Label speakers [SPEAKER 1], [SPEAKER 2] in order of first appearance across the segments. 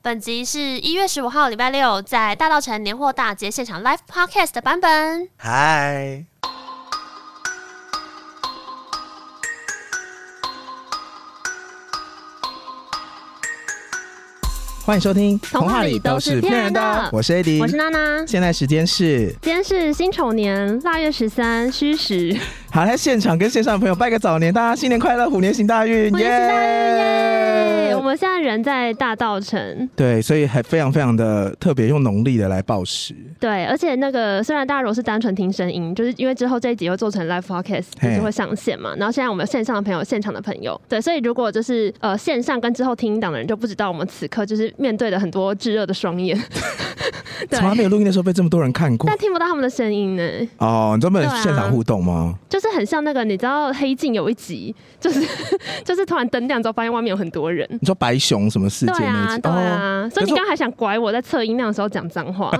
[SPEAKER 1] 本集是一月十五号礼拜六在大稻城年货大街现场 live podcast 的版本。
[SPEAKER 2] 嗨，
[SPEAKER 3] 欢迎收听《
[SPEAKER 1] 童话里都是骗人的
[SPEAKER 3] 我是 AD，
[SPEAKER 1] 我是娜娜，
[SPEAKER 3] 现在时间是
[SPEAKER 1] 今天是辛丑年腊月十三虚实，
[SPEAKER 3] 好，在现场跟线上的朋友拜个早年，大家新年快乐，虎年行大运，
[SPEAKER 1] 虎年行大运
[SPEAKER 3] 耶
[SPEAKER 1] 耶！我们现在人在大稻城，
[SPEAKER 3] 对，所以还非常非常的特别，用农历的来报时，
[SPEAKER 1] 对，而且那个虽然大家如果是单纯听声音，就是因为之后这一集会做成 live podcast，就
[SPEAKER 3] 嘿
[SPEAKER 1] 是会上线嘛。然后现在我们线上的朋友、现场的朋友，对，所以如果就是呃线上跟之后听音档的人就不知道我们此刻就是面对的很多炙热的双眼， 对
[SPEAKER 3] 从，来没有录音的时候被这么多人看过
[SPEAKER 1] 但听不到他们的声音呢，
[SPEAKER 3] 哦。你专门
[SPEAKER 1] 对啊
[SPEAKER 3] 现场互动吗？
[SPEAKER 1] 就是很像那个你知道黑镜有一集，就是 就是突然灯亮之后发现外面有很多人。
[SPEAKER 3] 你说白熊什么事件哦
[SPEAKER 1] 对
[SPEAKER 3] 那
[SPEAKER 1] 啊
[SPEAKER 3] 一，集？
[SPEAKER 1] 对啊，所
[SPEAKER 3] 可
[SPEAKER 1] 以你
[SPEAKER 3] 是我
[SPEAKER 1] 刚刚还想拐我在测音量的时候讲脏话，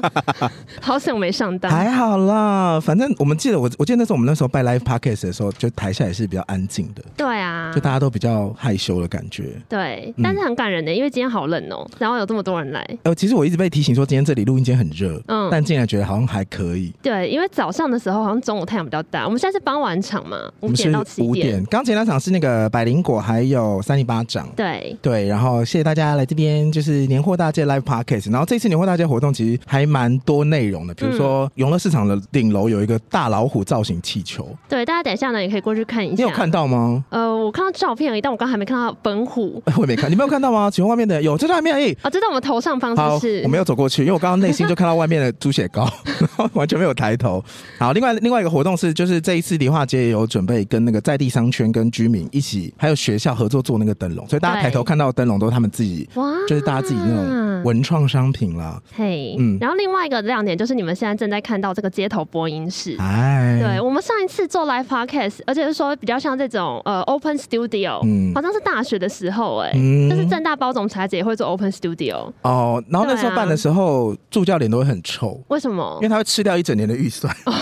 [SPEAKER 1] 好险我没上当。
[SPEAKER 3] 还好啦，反正我们记得我，我记得那时候我们那时候拜 live podcast 的时候，就台下也是比较安静的，
[SPEAKER 1] 对啊，
[SPEAKER 3] 就大家都比较害羞的感觉。
[SPEAKER 1] 对，
[SPEAKER 3] 嗯
[SPEAKER 1] 但是很感人的，因为今天好冷哦、然后有这么多人来。
[SPEAKER 3] 呃，其实我一直被提醒说今天这里录音间很热，
[SPEAKER 1] 嗯
[SPEAKER 3] 但竟然觉得好像还可以。
[SPEAKER 1] 对，因为早上的时候好像中午太阳比较大，我们现在是傍晚场嘛，
[SPEAKER 3] 我
[SPEAKER 1] 五
[SPEAKER 3] 们
[SPEAKER 1] 点
[SPEAKER 3] 是
[SPEAKER 1] 到七
[SPEAKER 3] 五点，刚前两场是那个百灵果还有三零八掌。
[SPEAKER 1] 对，
[SPEAKER 3] 对，然后谢谢大家来这边，就是年货大街 Live Podcast。然后这次年货大街活动其实还蛮多内容的，比如
[SPEAKER 1] 嗯
[SPEAKER 3] 说永乐市场的顶楼有一个大老虎造型气球，
[SPEAKER 1] 对，大家等一下呢也可以过去看一
[SPEAKER 3] 你
[SPEAKER 1] 下。
[SPEAKER 3] 有看？到吗？
[SPEAKER 1] 呃，我看到照片而已，但我刚还没看到本虎。
[SPEAKER 3] 我也没看，你没有看到吗？请问外面的有就在外面而已。
[SPEAKER 1] 哦，这在我们头上方是
[SPEAKER 3] 好
[SPEAKER 1] 不是？，
[SPEAKER 3] 我没有走过去，因为我刚刚内心就看到外面的猪血 糕，然后完全没有抬头。好，另外另外一个活动是，就是这一次梨化街也有准备跟那个在地商圈、跟居民一起，还有学校合作做那个灯笼，所以大家
[SPEAKER 1] 对啊
[SPEAKER 3] 抬头看到的灯笼都是他们自己，
[SPEAKER 1] 哇，
[SPEAKER 3] 就是大家自己那种文创商品啦。
[SPEAKER 1] 嘿，
[SPEAKER 3] 嗯
[SPEAKER 1] 然后另外一个亮点就是你们现在正在看到这个街头播音室。
[SPEAKER 3] 哎，
[SPEAKER 1] 对，我们上一次做 live podcast，而且是说比较像这种呃 open studio，、
[SPEAKER 3] 嗯
[SPEAKER 1] 好像是大学的时候哎、
[SPEAKER 3] 嗯
[SPEAKER 1] 就是正大包总裁姐也会做 open studio，
[SPEAKER 3] 哦，然后那时候
[SPEAKER 1] 对啊
[SPEAKER 3] 办的时候，助教脸都会很臭。
[SPEAKER 1] 为什么
[SPEAKER 3] 因为？他会吃掉一整年的预算
[SPEAKER 1] 哦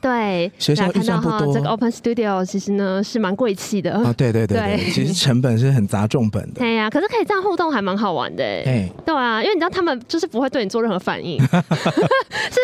[SPEAKER 1] 对，
[SPEAKER 3] 学校
[SPEAKER 1] 大家
[SPEAKER 3] 预算
[SPEAKER 1] 看
[SPEAKER 3] 不
[SPEAKER 1] 到哈，
[SPEAKER 3] 多
[SPEAKER 1] 这个 open studio 其实呢是蛮贵气的。
[SPEAKER 3] 啊！对对对
[SPEAKER 1] 对
[SPEAKER 3] 对，其实成本是很砸重本的。
[SPEAKER 1] 哎呀，可是可以这样互动，还蛮好玩的哎。
[SPEAKER 3] 哎，
[SPEAKER 1] 对啊，因为你知道他们就是不会对你做任何反 应，是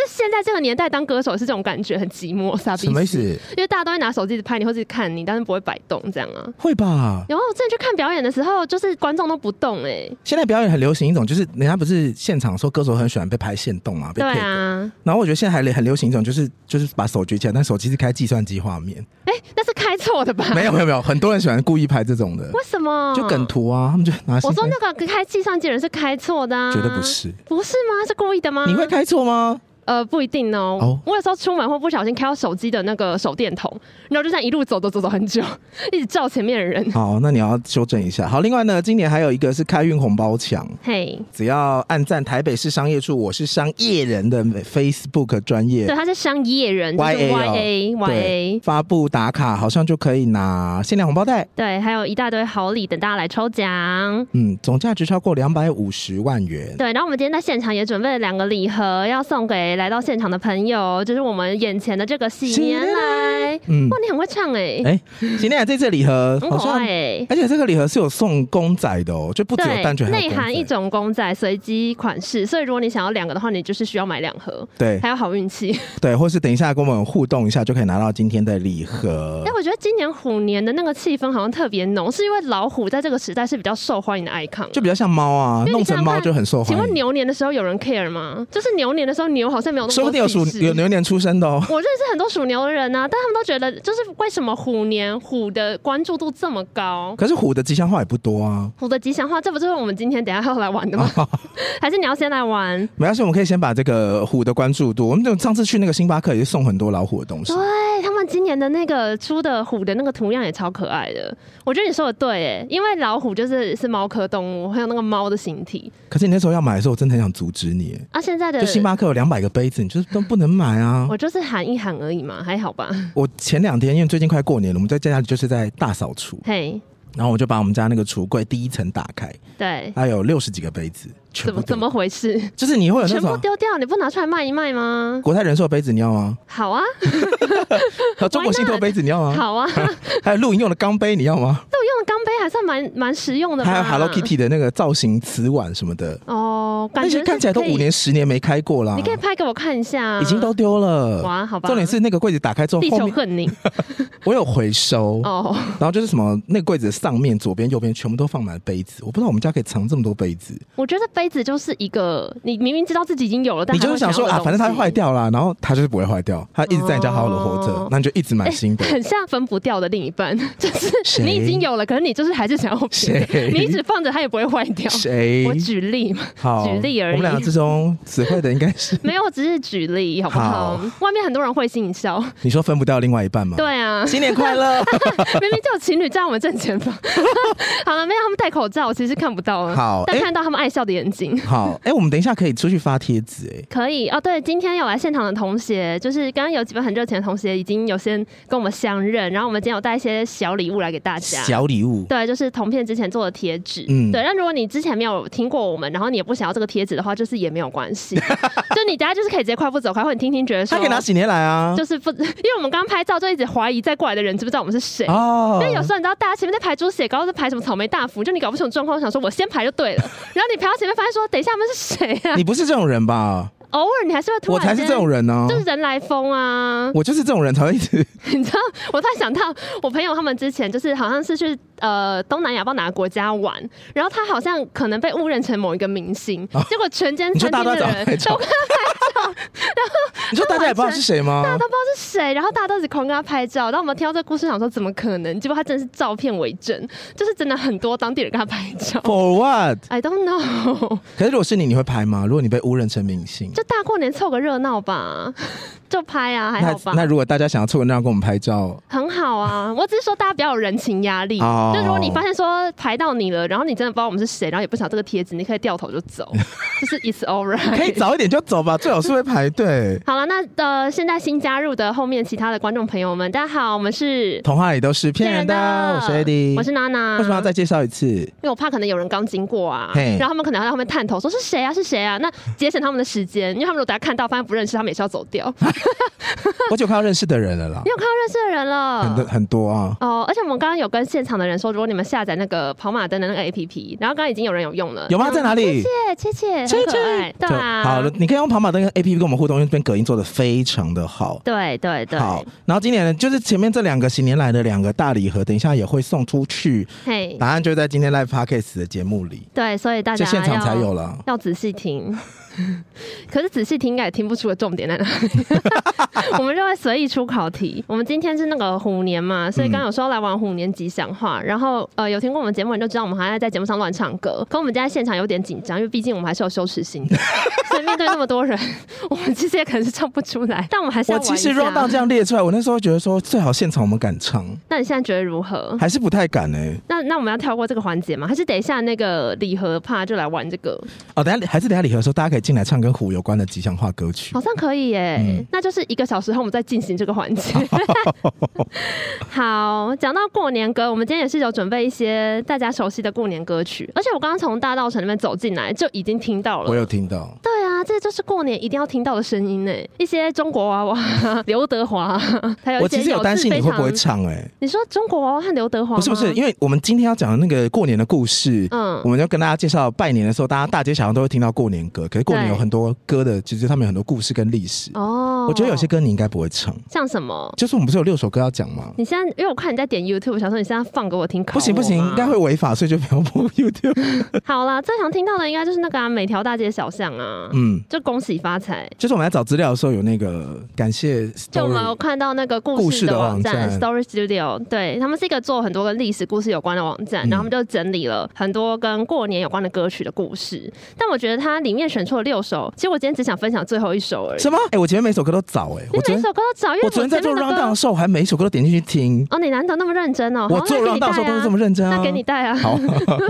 [SPEAKER 1] 现在这个年代当歌手是这种感觉，很寂寞，傻逼。
[SPEAKER 3] 什么意？思？
[SPEAKER 1] 因为大家都会拿手机一直拍你，或者看你，但是不会摆动这样啊。
[SPEAKER 3] 会吧？
[SPEAKER 1] 然后我之前去看表演的时候，就是观众都不动哎、
[SPEAKER 3] 现在表演很流行一种，就是人家不是现场说歌手很喜欢被拍现动嘛，被
[SPEAKER 1] 对
[SPEAKER 3] 配合。
[SPEAKER 1] 啊，
[SPEAKER 3] 然后我觉得现在还很流行一种，就是就是把手举起来，但手机是开计算机画面。
[SPEAKER 1] 哎、那是开错的吧？
[SPEAKER 3] 没有没有没有，很多人喜欢故意拍这种的，
[SPEAKER 1] 为什么？
[SPEAKER 3] 就梗图啊，他们就拿
[SPEAKER 1] 我
[SPEAKER 3] 新
[SPEAKER 1] 说
[SPEAKER 3] 拍。
[SPEAKER 1] 那个开计算机的人是开错 的、啊，
[SPEAKER 3] 绝对不，是，
[SPEAKER 1] 不是吗？是故意的吗？
[SPEAKER 3] 你会开错吗？
[SPEAKER 1] 呃，不一定哦。
[SPEAKER 3] 哦
[SPEAKER 1] 我有时候出门会不小心开到手机的那个手电筒，然后就这样一路走走走走很久，一直照前面 的人。
[SPEAKER 3] 好，那你要修正一下。好，另外呢，今年还有一个是开运红包墙，
[SPEAKER 1] 嘿、
[SPEAKER 3] 只要按赞台北市商业处“我是商业人”的 Facebook 专业
[SPEAKER 1] 对，他是商业人，就是
[SPEAKER 3] YA 哦
[SPEAKER 1] YA
[SPEAKER 3] 对
[SPEAKER 1] YA，
[SPEAKER 3] 发布打卡，好像就可以拿限量红包袋。
[SPEAKER 1] 对，还有一大堆好礼等大家来抽奖。
[SPEAKER 3] 嗯，总价值超过两百五十万元。
[SPEAKER 1] 对，然后我们今天在现场也准备了两个礼盒，要送给来到现场的朋友，就是我们眼前的这个喜
[SPEAKER 3] 喜
[SPEAKER 1] 年
[SPEAKER 3] 年
[SPEAKER 1] 来。
[SPEAKER 3] 嗯
[SPEAKER 1] 哇，，你很会唱哎、
[SPEAKER 3] 哎、今天这次礼盒
[SPEAKER 1] 很
[SPEAKER 3] 好
[SPEAKER 1] 可
[SPEAKER 3] 像
[SPEAKER 1] 爱，哎、
[SPEAKER 3] 而且这个礼盒是有送公仔的哦，就不只有蛋卷，
[SPEAKER 1] 对，
[SPEAKER 3] 还有
[SPEAKER 1] 内
[SPEAKER 3] 公仔
[SPEAKER 1] 含一。种公仔，随机款式，所以如果你想要两个的话，你就是需要买两盒，
[SPEAKER 3] 对
[SPEAKER 1] 还有好运气。
[SPEAKER 3] 对，或是等一下跟我们互动一下，就可以拿到今天的礼盒
[SPEAKER 1] 但。我觉得今年虎年的那个气氛好像特别浓，是因为老虎在这个时代是比较受欢迎的 icon。
[SPEAKER 3] 就比较像猫啊，
[SPEAKER 1] 因为
[SPEAKER 3] 弄
[SPEAKER 1] 你
[SPEAKER 3] 成
[SPEAKER 1] 想想
[SPEAKER 3] 猫
[SPEAKER 1] 看
[SPEAKER 3] 就很受欢
[SPEAKER 1] 请问
[SPEAKER 3] 迎。
[SPEAKER 1] 牛年的时候有人 care 吗？就是牛年的时候，牛好像没有那么
[SPEAKER 3] 说不
[SPEAKER 1] 多
[SPEAKER 3] 定有属
[SPEAKER 1] 歧视
[SPEAKER 3] 有牛年出生的哦。
[SPEAKER 1] 我认识很多属牛的人呢、但他们都觉得，就是为什么虎年虎的关注度这么高？
[SPEAKER 3] 可是虎的吉祥话也不多啊，
[SPEAKER 1] 虎的吉祥话，这不就是我们今天等一下要来玩 的吗？还是你要先来玩？
[SPEAKER 3] 没关系，我们可以先把这个虎的关注度。我们就上次去那个星巴克也是送很多老虎的东西
[SPEAKER 1] 对，啊他们今年的那个出的虎的那个图样也超可爱的，我觉得你说的对诶，因为老虎就是是猫科动物，还有那个猫的形体
[SPEAKER 3] 可是你那时候要买的时候，我真的很想阻止你耶。
[SPEAKER 1] 啊。现在的
[SPEAKER 3] 就星巴克有两百个杯子，你就是都不能买啊。
[SPEAKER 1] 我就是喊一喊而已嘛，还好吧？
[SPEAKER 3] 我前两天因为最近快过年了，我们在家里就是在大扫除，
[SPEAKER 1] 嘿，
[SPEAKER 3] 然后我就把我们家那个橱柜第一层打开，
[SPEAKER 1] 对，
[SPEAKER 3] 它有六十几个杯子，全
[SPEAKER 1] 怎
[SPEAKER 3] 部
[SPEAKER 1] 么
[SPEAKER 3] 丢
[SPEAKER 1] 怎么回事？
[SPEAKER 3] 就是你会有那
[SPEAKER 1] 全部
[SPEAKER 3] 种
[SPEAKER 1] 丢掉，你不拿出来卖一卖吗？
[SPEAKER 3] 国泰人寿的杯子你要吗？
[SPEAKER 1] 好啊，
[SPEAKER 3] 还有中国信托的杯子你要吗？
[SPEAKER 1] 好啊，这我
[SPEAKER 3] 还有露营用的钢杯你要吗？
[SPEAKER 1] 用的钢杯还算蛮蛮实用的吧，
[SPEAKER 3] 还有 Hello Kitty 的那个造型瓷碗什么的，
[SPEAKER 1] 哦，哦，感
[SPEAKER 3] 那些
[SPEAKER 1] 觉
[SPEAKER 3] 看起来都
[SPEAKER 1] 是可以
[SPEAKER 3] 五年、十年没开过啦
[SPEAKER 1] 你，可以拍给我看一下啊，
[SPEAKER 3] 已经都丢了。
[SPEAKER 1] 哇，好吧。
[SPEAKER 3] 重点是那个柜子打开之后，
[SPEAKER 1] 地
[SPEAKER 3] 后
[SPEAKER 1] 球
[SPEAKER 3] 面
[SPEAKER 1] 恨你
[SPEAKER 3] 我有回收，
[SPEAKER 1] 哦，
[SPEAKER 3] 然后就是什么那个柜子的上面、左边、右边全部都放满了杯子，我不知道我们家可以藏这么多杯子。
[SPEAKER 1] 我觉得杯子就是一个，你明明知道自己已经有了，但
[SPEAKER 3] 你就是
[SPEAKER 1] 还
[SPEAKER 3] 想
[SPEAKER 1] 会
[SPEAKER 3] 说
[SPEAKER 1] 要
[SPEAKER 3] 啊，
[SPEAKER 1] 的
[SPEAKER 3] 反正它
[SPEAKER 1] 东
[SPEAKER 3] 会
[SPEAKER 1] 西
[SPEAKER 3] 坏。掉啦，然后它就是不会坏掉，它一直在你家好好的活着
[SPEAKER 1] 哦，
[SPEAKER 3] 那你就一直买
[SPEAKER 1] 哎
[SPEAKER 3] 新的。
[SPEAKER 1] 很像分不掉的另一半， 就是
[SPEAKER 3] 谁
[SPEAKER 1] 你已经有了，可是你就是还是想要别的
[SPEAKER 3] 谁
[SPEAKER 1] 你一直放着它也不会坏掉。
[SPEAKER 3] 谁
[SPEAKER 1] 我？举例嘛，
[SPEAKER 3] 好，
[SPEAKER 1] 举例而已
[SPEAKER 3] 我们两个之中词汇的应该 是
[SPEAKER 1] 没有，我只是举例，好不好？外面很多人会心一 笑，
[SPEAKER 3] 你说分不掉另外一半吗？，
[SPEAKER 1] 对 啊，
[SPEAKER 3] 新年快乐。
[SPEAKER 1] 明明就有情侣站我们正前 方。好了，没有，他们戴口罩，我其实看不到了，
[SPEAKER 3] 好
[SPEAKER 1] 但
[SPEAKER 3] 哎
[SPEAKER 1] 看到他们爱笑的眼睛。
[SPEAKER 3] 好，哎、我们等一下可以出去发贴纸，哎，
[SPEAKER 1] 可以哦，对，今天有来现场的同学，就是刚刚有几位很热情的同学，已经有先跟我们相认，然后我们今天有带一些小礼物来给大家。
[SPEAKER 3] 小礼物。
[SPEAKER 1] 对，啊就是同片之前做的贴纸。
[SPEAKER 3] 嗯
[SPEAKER 1] 对。那如果你之前没有听过我们，然后你也不想要这个贴纸的话，就是也没有关 系，就你等下就是可以直接快步走开，或者你听听觉得说
[SPEAKER 3] 他可以，拿几年来啊？
[SPEAKER 1] 就是不，因 为我们刚刚拍照就一直怀疑在过来的人知不知道我们是谁。
[SPEAKER 3] 哦
[SPEAKER 1] 因为有时候你知道，大家前面在排猪血糕，在排什么草莓大福，就你搞不清楚状况，想说我先排就 对了。然后你排到前面，发现说等一下他们是谁啊？
[SPEAKER 3] 你不是这种人吧？
[SPEAKER 1] 偶尔你还是会突
[SPEAKER 3] 我
[SPEAKER 1] 然
[SPEAKER 3] 才是
[SPEAKER 1] 间
[SPEAKER 3] 这种人呢、
[SPEAKER 1] 就是人来疯啊！
[SPEAKER 3] 我就是这种人才会一直
[SPEAKER 1] 你知道，我突然想到，我朋友他们之前就是好像是去呃东南亚不知道哪个国家玩，然后他好像可能被误认成某一个明星，结果全间
[SPEAKER 3] 哦你说
[SPEAKER 1] 餐
[SPEAKER 3] 大
[SPEAKER 1] 厅
[SPEAKER 3] 家
[SPEAKER 1] 的
[SPEAKER 3] 都
[SPEAKER 1] 人
[SPEAKER 3] 在拍照， 你说大家也不知道是谁
[SPEAKER 1] 大家
[SPEAKER 3] 吗？
[SPEAKER 1] 都不知道是谁，然后大家都一直狂跟他拍照。然后我们听到这个故事，想说怎么可能？结果他真的是照片为证，就是真的很多当地人跟他拍照。
[SPEAKER 3] For what？
[SPEAKER 1] I don't know，
[SPEAKER 3] 可是如果是你，你会拍吗？如果你被误认成明星，
[SPEAKER 1] 就大过年凑个热闹吧，就拍啊，还
[SPEAKER 3] 那
[SPEAKER 1] 好吧。
[SPEAKER 3] 那如果大家想要凑个热闹跟我们拍照，
[SPEAKER 1] 很好啊，我只是说大家不要有人情压力。
[SPEAKER 3] 哦
[SPEAKER 1] 就如果你发现说排到你了，然后你真的不知道我们是谁，然后也不想这个贴纸，你可以掉头就走， 就是 it's
[SPEAKER 3] 可以
[SPEAKER 1] alright。
[SPEAKER 3] 早一点就走吧，最好是会排队。
[SPEAKER 1] 好了，那呃，现在新加入的后面其他的观众朋友们，大家好，我们是
[SPEAKER 3] 童话里都是骗人的，我是 Eddie，
[SPEAKER 1] 我是娜娜。
[SPEAKER 3] 为什么要再介绍一次？
[SPEAKER 1] 因为我怕可能有人刚经过啊，
[SPEAKER 3] 嘿
[SPEAKER 1] 然后他们可能要在后面探头说是谁啊是谁啊，那节省他们的时间，因为他们如果大家看到发现不认识，他们也是要走掉。
[SPEAKER 3] 啊
[SPEAKER 1] 你
[SPEAKER 3] 我就快要认识的人了啦，
[SPEAKER 1] 有看到认识的人
[SPEAKER 3] 很多
[SPEAKER 1] 了？
[SPEAKER 3] 很多啊。
[SPEAKER 1] 哦，而且我们刚刚有跟现场的人说，如果你们下载那个跑马灯的那个 APP，然后刚刚已经有人有用了，
[SPEAKER 3] 呃有吗？在哪里？
[SPEAKER 1] 切切切，
[SPEAKER 3] 切
[SPEAKER 1] 很
[SPEAKER 3] 切
[SPEAKER 1] 可爱，对啊，
[SPEAKER 3] 好了，你可以用跑马灯跟 A P P 跟我们互动，因为这边隔音做的非常的好。
[SPEAKER 1] 对对对，
[SPEAKER 3] 好，然后今年呢，就是前面这两个新年来的两个大礼盒，等一下也会送出去，
[SPEAKER 1] 嘿，
[SPEAKER 3] 答案就在今天 Live Podcast 的节目里，
[SPEAKER 1] 对，所以大
[SPEAKER 3] 就
[SPEAKER 1] 家
[SPEAKER 3] 现场才
[SPEAKER 1] 要
[SPEAKER 3] 有了。
[SPEAKER 1] 要仔细听， 可是仔细听应该也听不出个重点在 哪里。我们就会随意出考题。我们今天是那个虎年嘛，所以刚刚有说要来玩虎年吉祥
[SPEAKER 3] 嗯
[SPEAKER 1] 话。然后呃，有听过我们节目的人就知道我们还在节目上乱唱歌。可我们今天现场有点紧张，因为毕竟我们还是有羞耻心 的，所以面对那么多人，我们其实也可能是唱不出来。但我们还是要
[SPEAKER 3] 我其
[SPEAKER 1] 玩
[SPEAKER 3] 实
[SPEAKER 1] 一
[SPEAKER 3] round down
[SPEAKER 1] 下。
[SPEAKER 3] 这样列出来，我那时候觉得说最好现场我们敢唱，
[SPEAKER 1] 那你现在觉得如何？
[SPEAKER 3] 还是不太敢呢、欸
[SPEAKER 1] 那那我们要跳过这个环节吗？还是等一下那个礼盒怕就来玩这个？
[SPEAKER 3] 哦，等一下还是等一下礼盒的时候，大家可以进来唱跟虎有关的吉祥话歌曲
[SPEAKER 1] 好。像可以耶，
[SPEAKER 3] 嗯
[SPEAKER 1] 那就是一个小时后我们再进行这个环节。 好，讲到过年歌，我们今天也是有准备一些大家熟悉的过年歌曲，而且我刚刚从大道城那边走进来就已经听到
[SPEAKER 3] 我
[SPEAKER 1] 了。
[SPEAKER 3] 有听到，
[SPEAKER 1] 对啊，这就是过年一定要听到的声音呢，一些中国娃娃、 刘德 华，还有一
[SPEAKER 3] 我
[SPEAKER 1] 些
[SPEAKER 3] 其实有
[SPEAKER 1] 咬
[SPEAKER 3] 担
[SPEAKER 1] 字
[SPEAKER 3] 心你
[SPEAKER 1] 非
[SPEAKER 3] 会不会
[SPEAKER 1] 常
[SPEAKER 3] 唱哎、
[SPEAKER 1] 你说中国娃娃和刘德华吗？
[SPEAKER 3] 不是不是，因为我们今天要讲的那个过年的故事，
[SPEAKER 1] 嗯
[SPEAKER 3] 我们要跟大家介绍拜年的时候，大家大街小巷都会听到过年歌，可是过年
[SPEAKER 1] 对
[SPEAKER 3] 有很多歌的，其实他们有很多故事跟历史。
[SPEAKER 1] 哦，
[SPEAKER 3] 我觉得有些歌你应该不会唱，
[SPEAKER 1] 像什么？
[SPEAKER 3] 就是我们不是有六首歌要讲吗？
[SPEAKER 1] 你现在因为我看你在点 YouTube，想说你现在放给我听，考
[SPEAKER 3] 不行不行，
[SPEAKER 1] 我吗
[SPEAKER 3] 应该会违法，所以就不要播 YouTube。
[SPEAKER 1] 好啦，最常听到的应该就是那个、啊、每条大街小巷啊，
[SPEAKER 3] 嗯，
[SPEAKER 1] 就恭喜发财。
[SPEAKER 3] 就是我们在找资料的时候有那个感谢
[SPEAKER 1] 就我们有
[SPEAKER 3] story，
[SPEAKER 1] 看到那个故
[SPEAKER 3] 故
[SPEAKER 1] 事
[SPEAKER 3] 事
[SPEAKER 1] 的
[SPEAKER 3] 的
[SPEAKER 1] 网
[SPEAKER 3] 网
[SPEAKER 1] 站
[SPEAKER 3] 站
[SPEAKER 1] Story Studio，对他们是一个做很多跟历史故事有关的网站，
[SPEAKER 3] 嗯
[SPEAKER 1] 然后他们就整理了很多跟过年有关的歌曲的故事。但我觉得它里面选出了六首，其实我今天只想分享最后一首而已。
[SPEAKER 3] 什么？哎、我前面每首歌都找哎、
[SPEAKER 1] 你
[SPEAKER 3] 我昨
[SPEAKER 1] 每
[SPEAKER 3] 天
[SPEAKER 1] 首歌都找，因为
[SPEAKER 3] 我昨天在做 round
[SPEAKER 1] 前面的
[SPEAKER 3] down
[SPEAKER 1] 歌
[SPEAKER 3] 的时候，我还每一首歌都点进去听，
[SPEAKER 1] 哦，你难得那么认真哦，
[SPEAKER 3] 我
[SPEAKER 1] 好
[SPEAKER 3] 做 round down 的时候都是这么认真啊。
[SPEAKER 1] 那给你带啊，那给你带啊，
[SPEAKER 3] 好。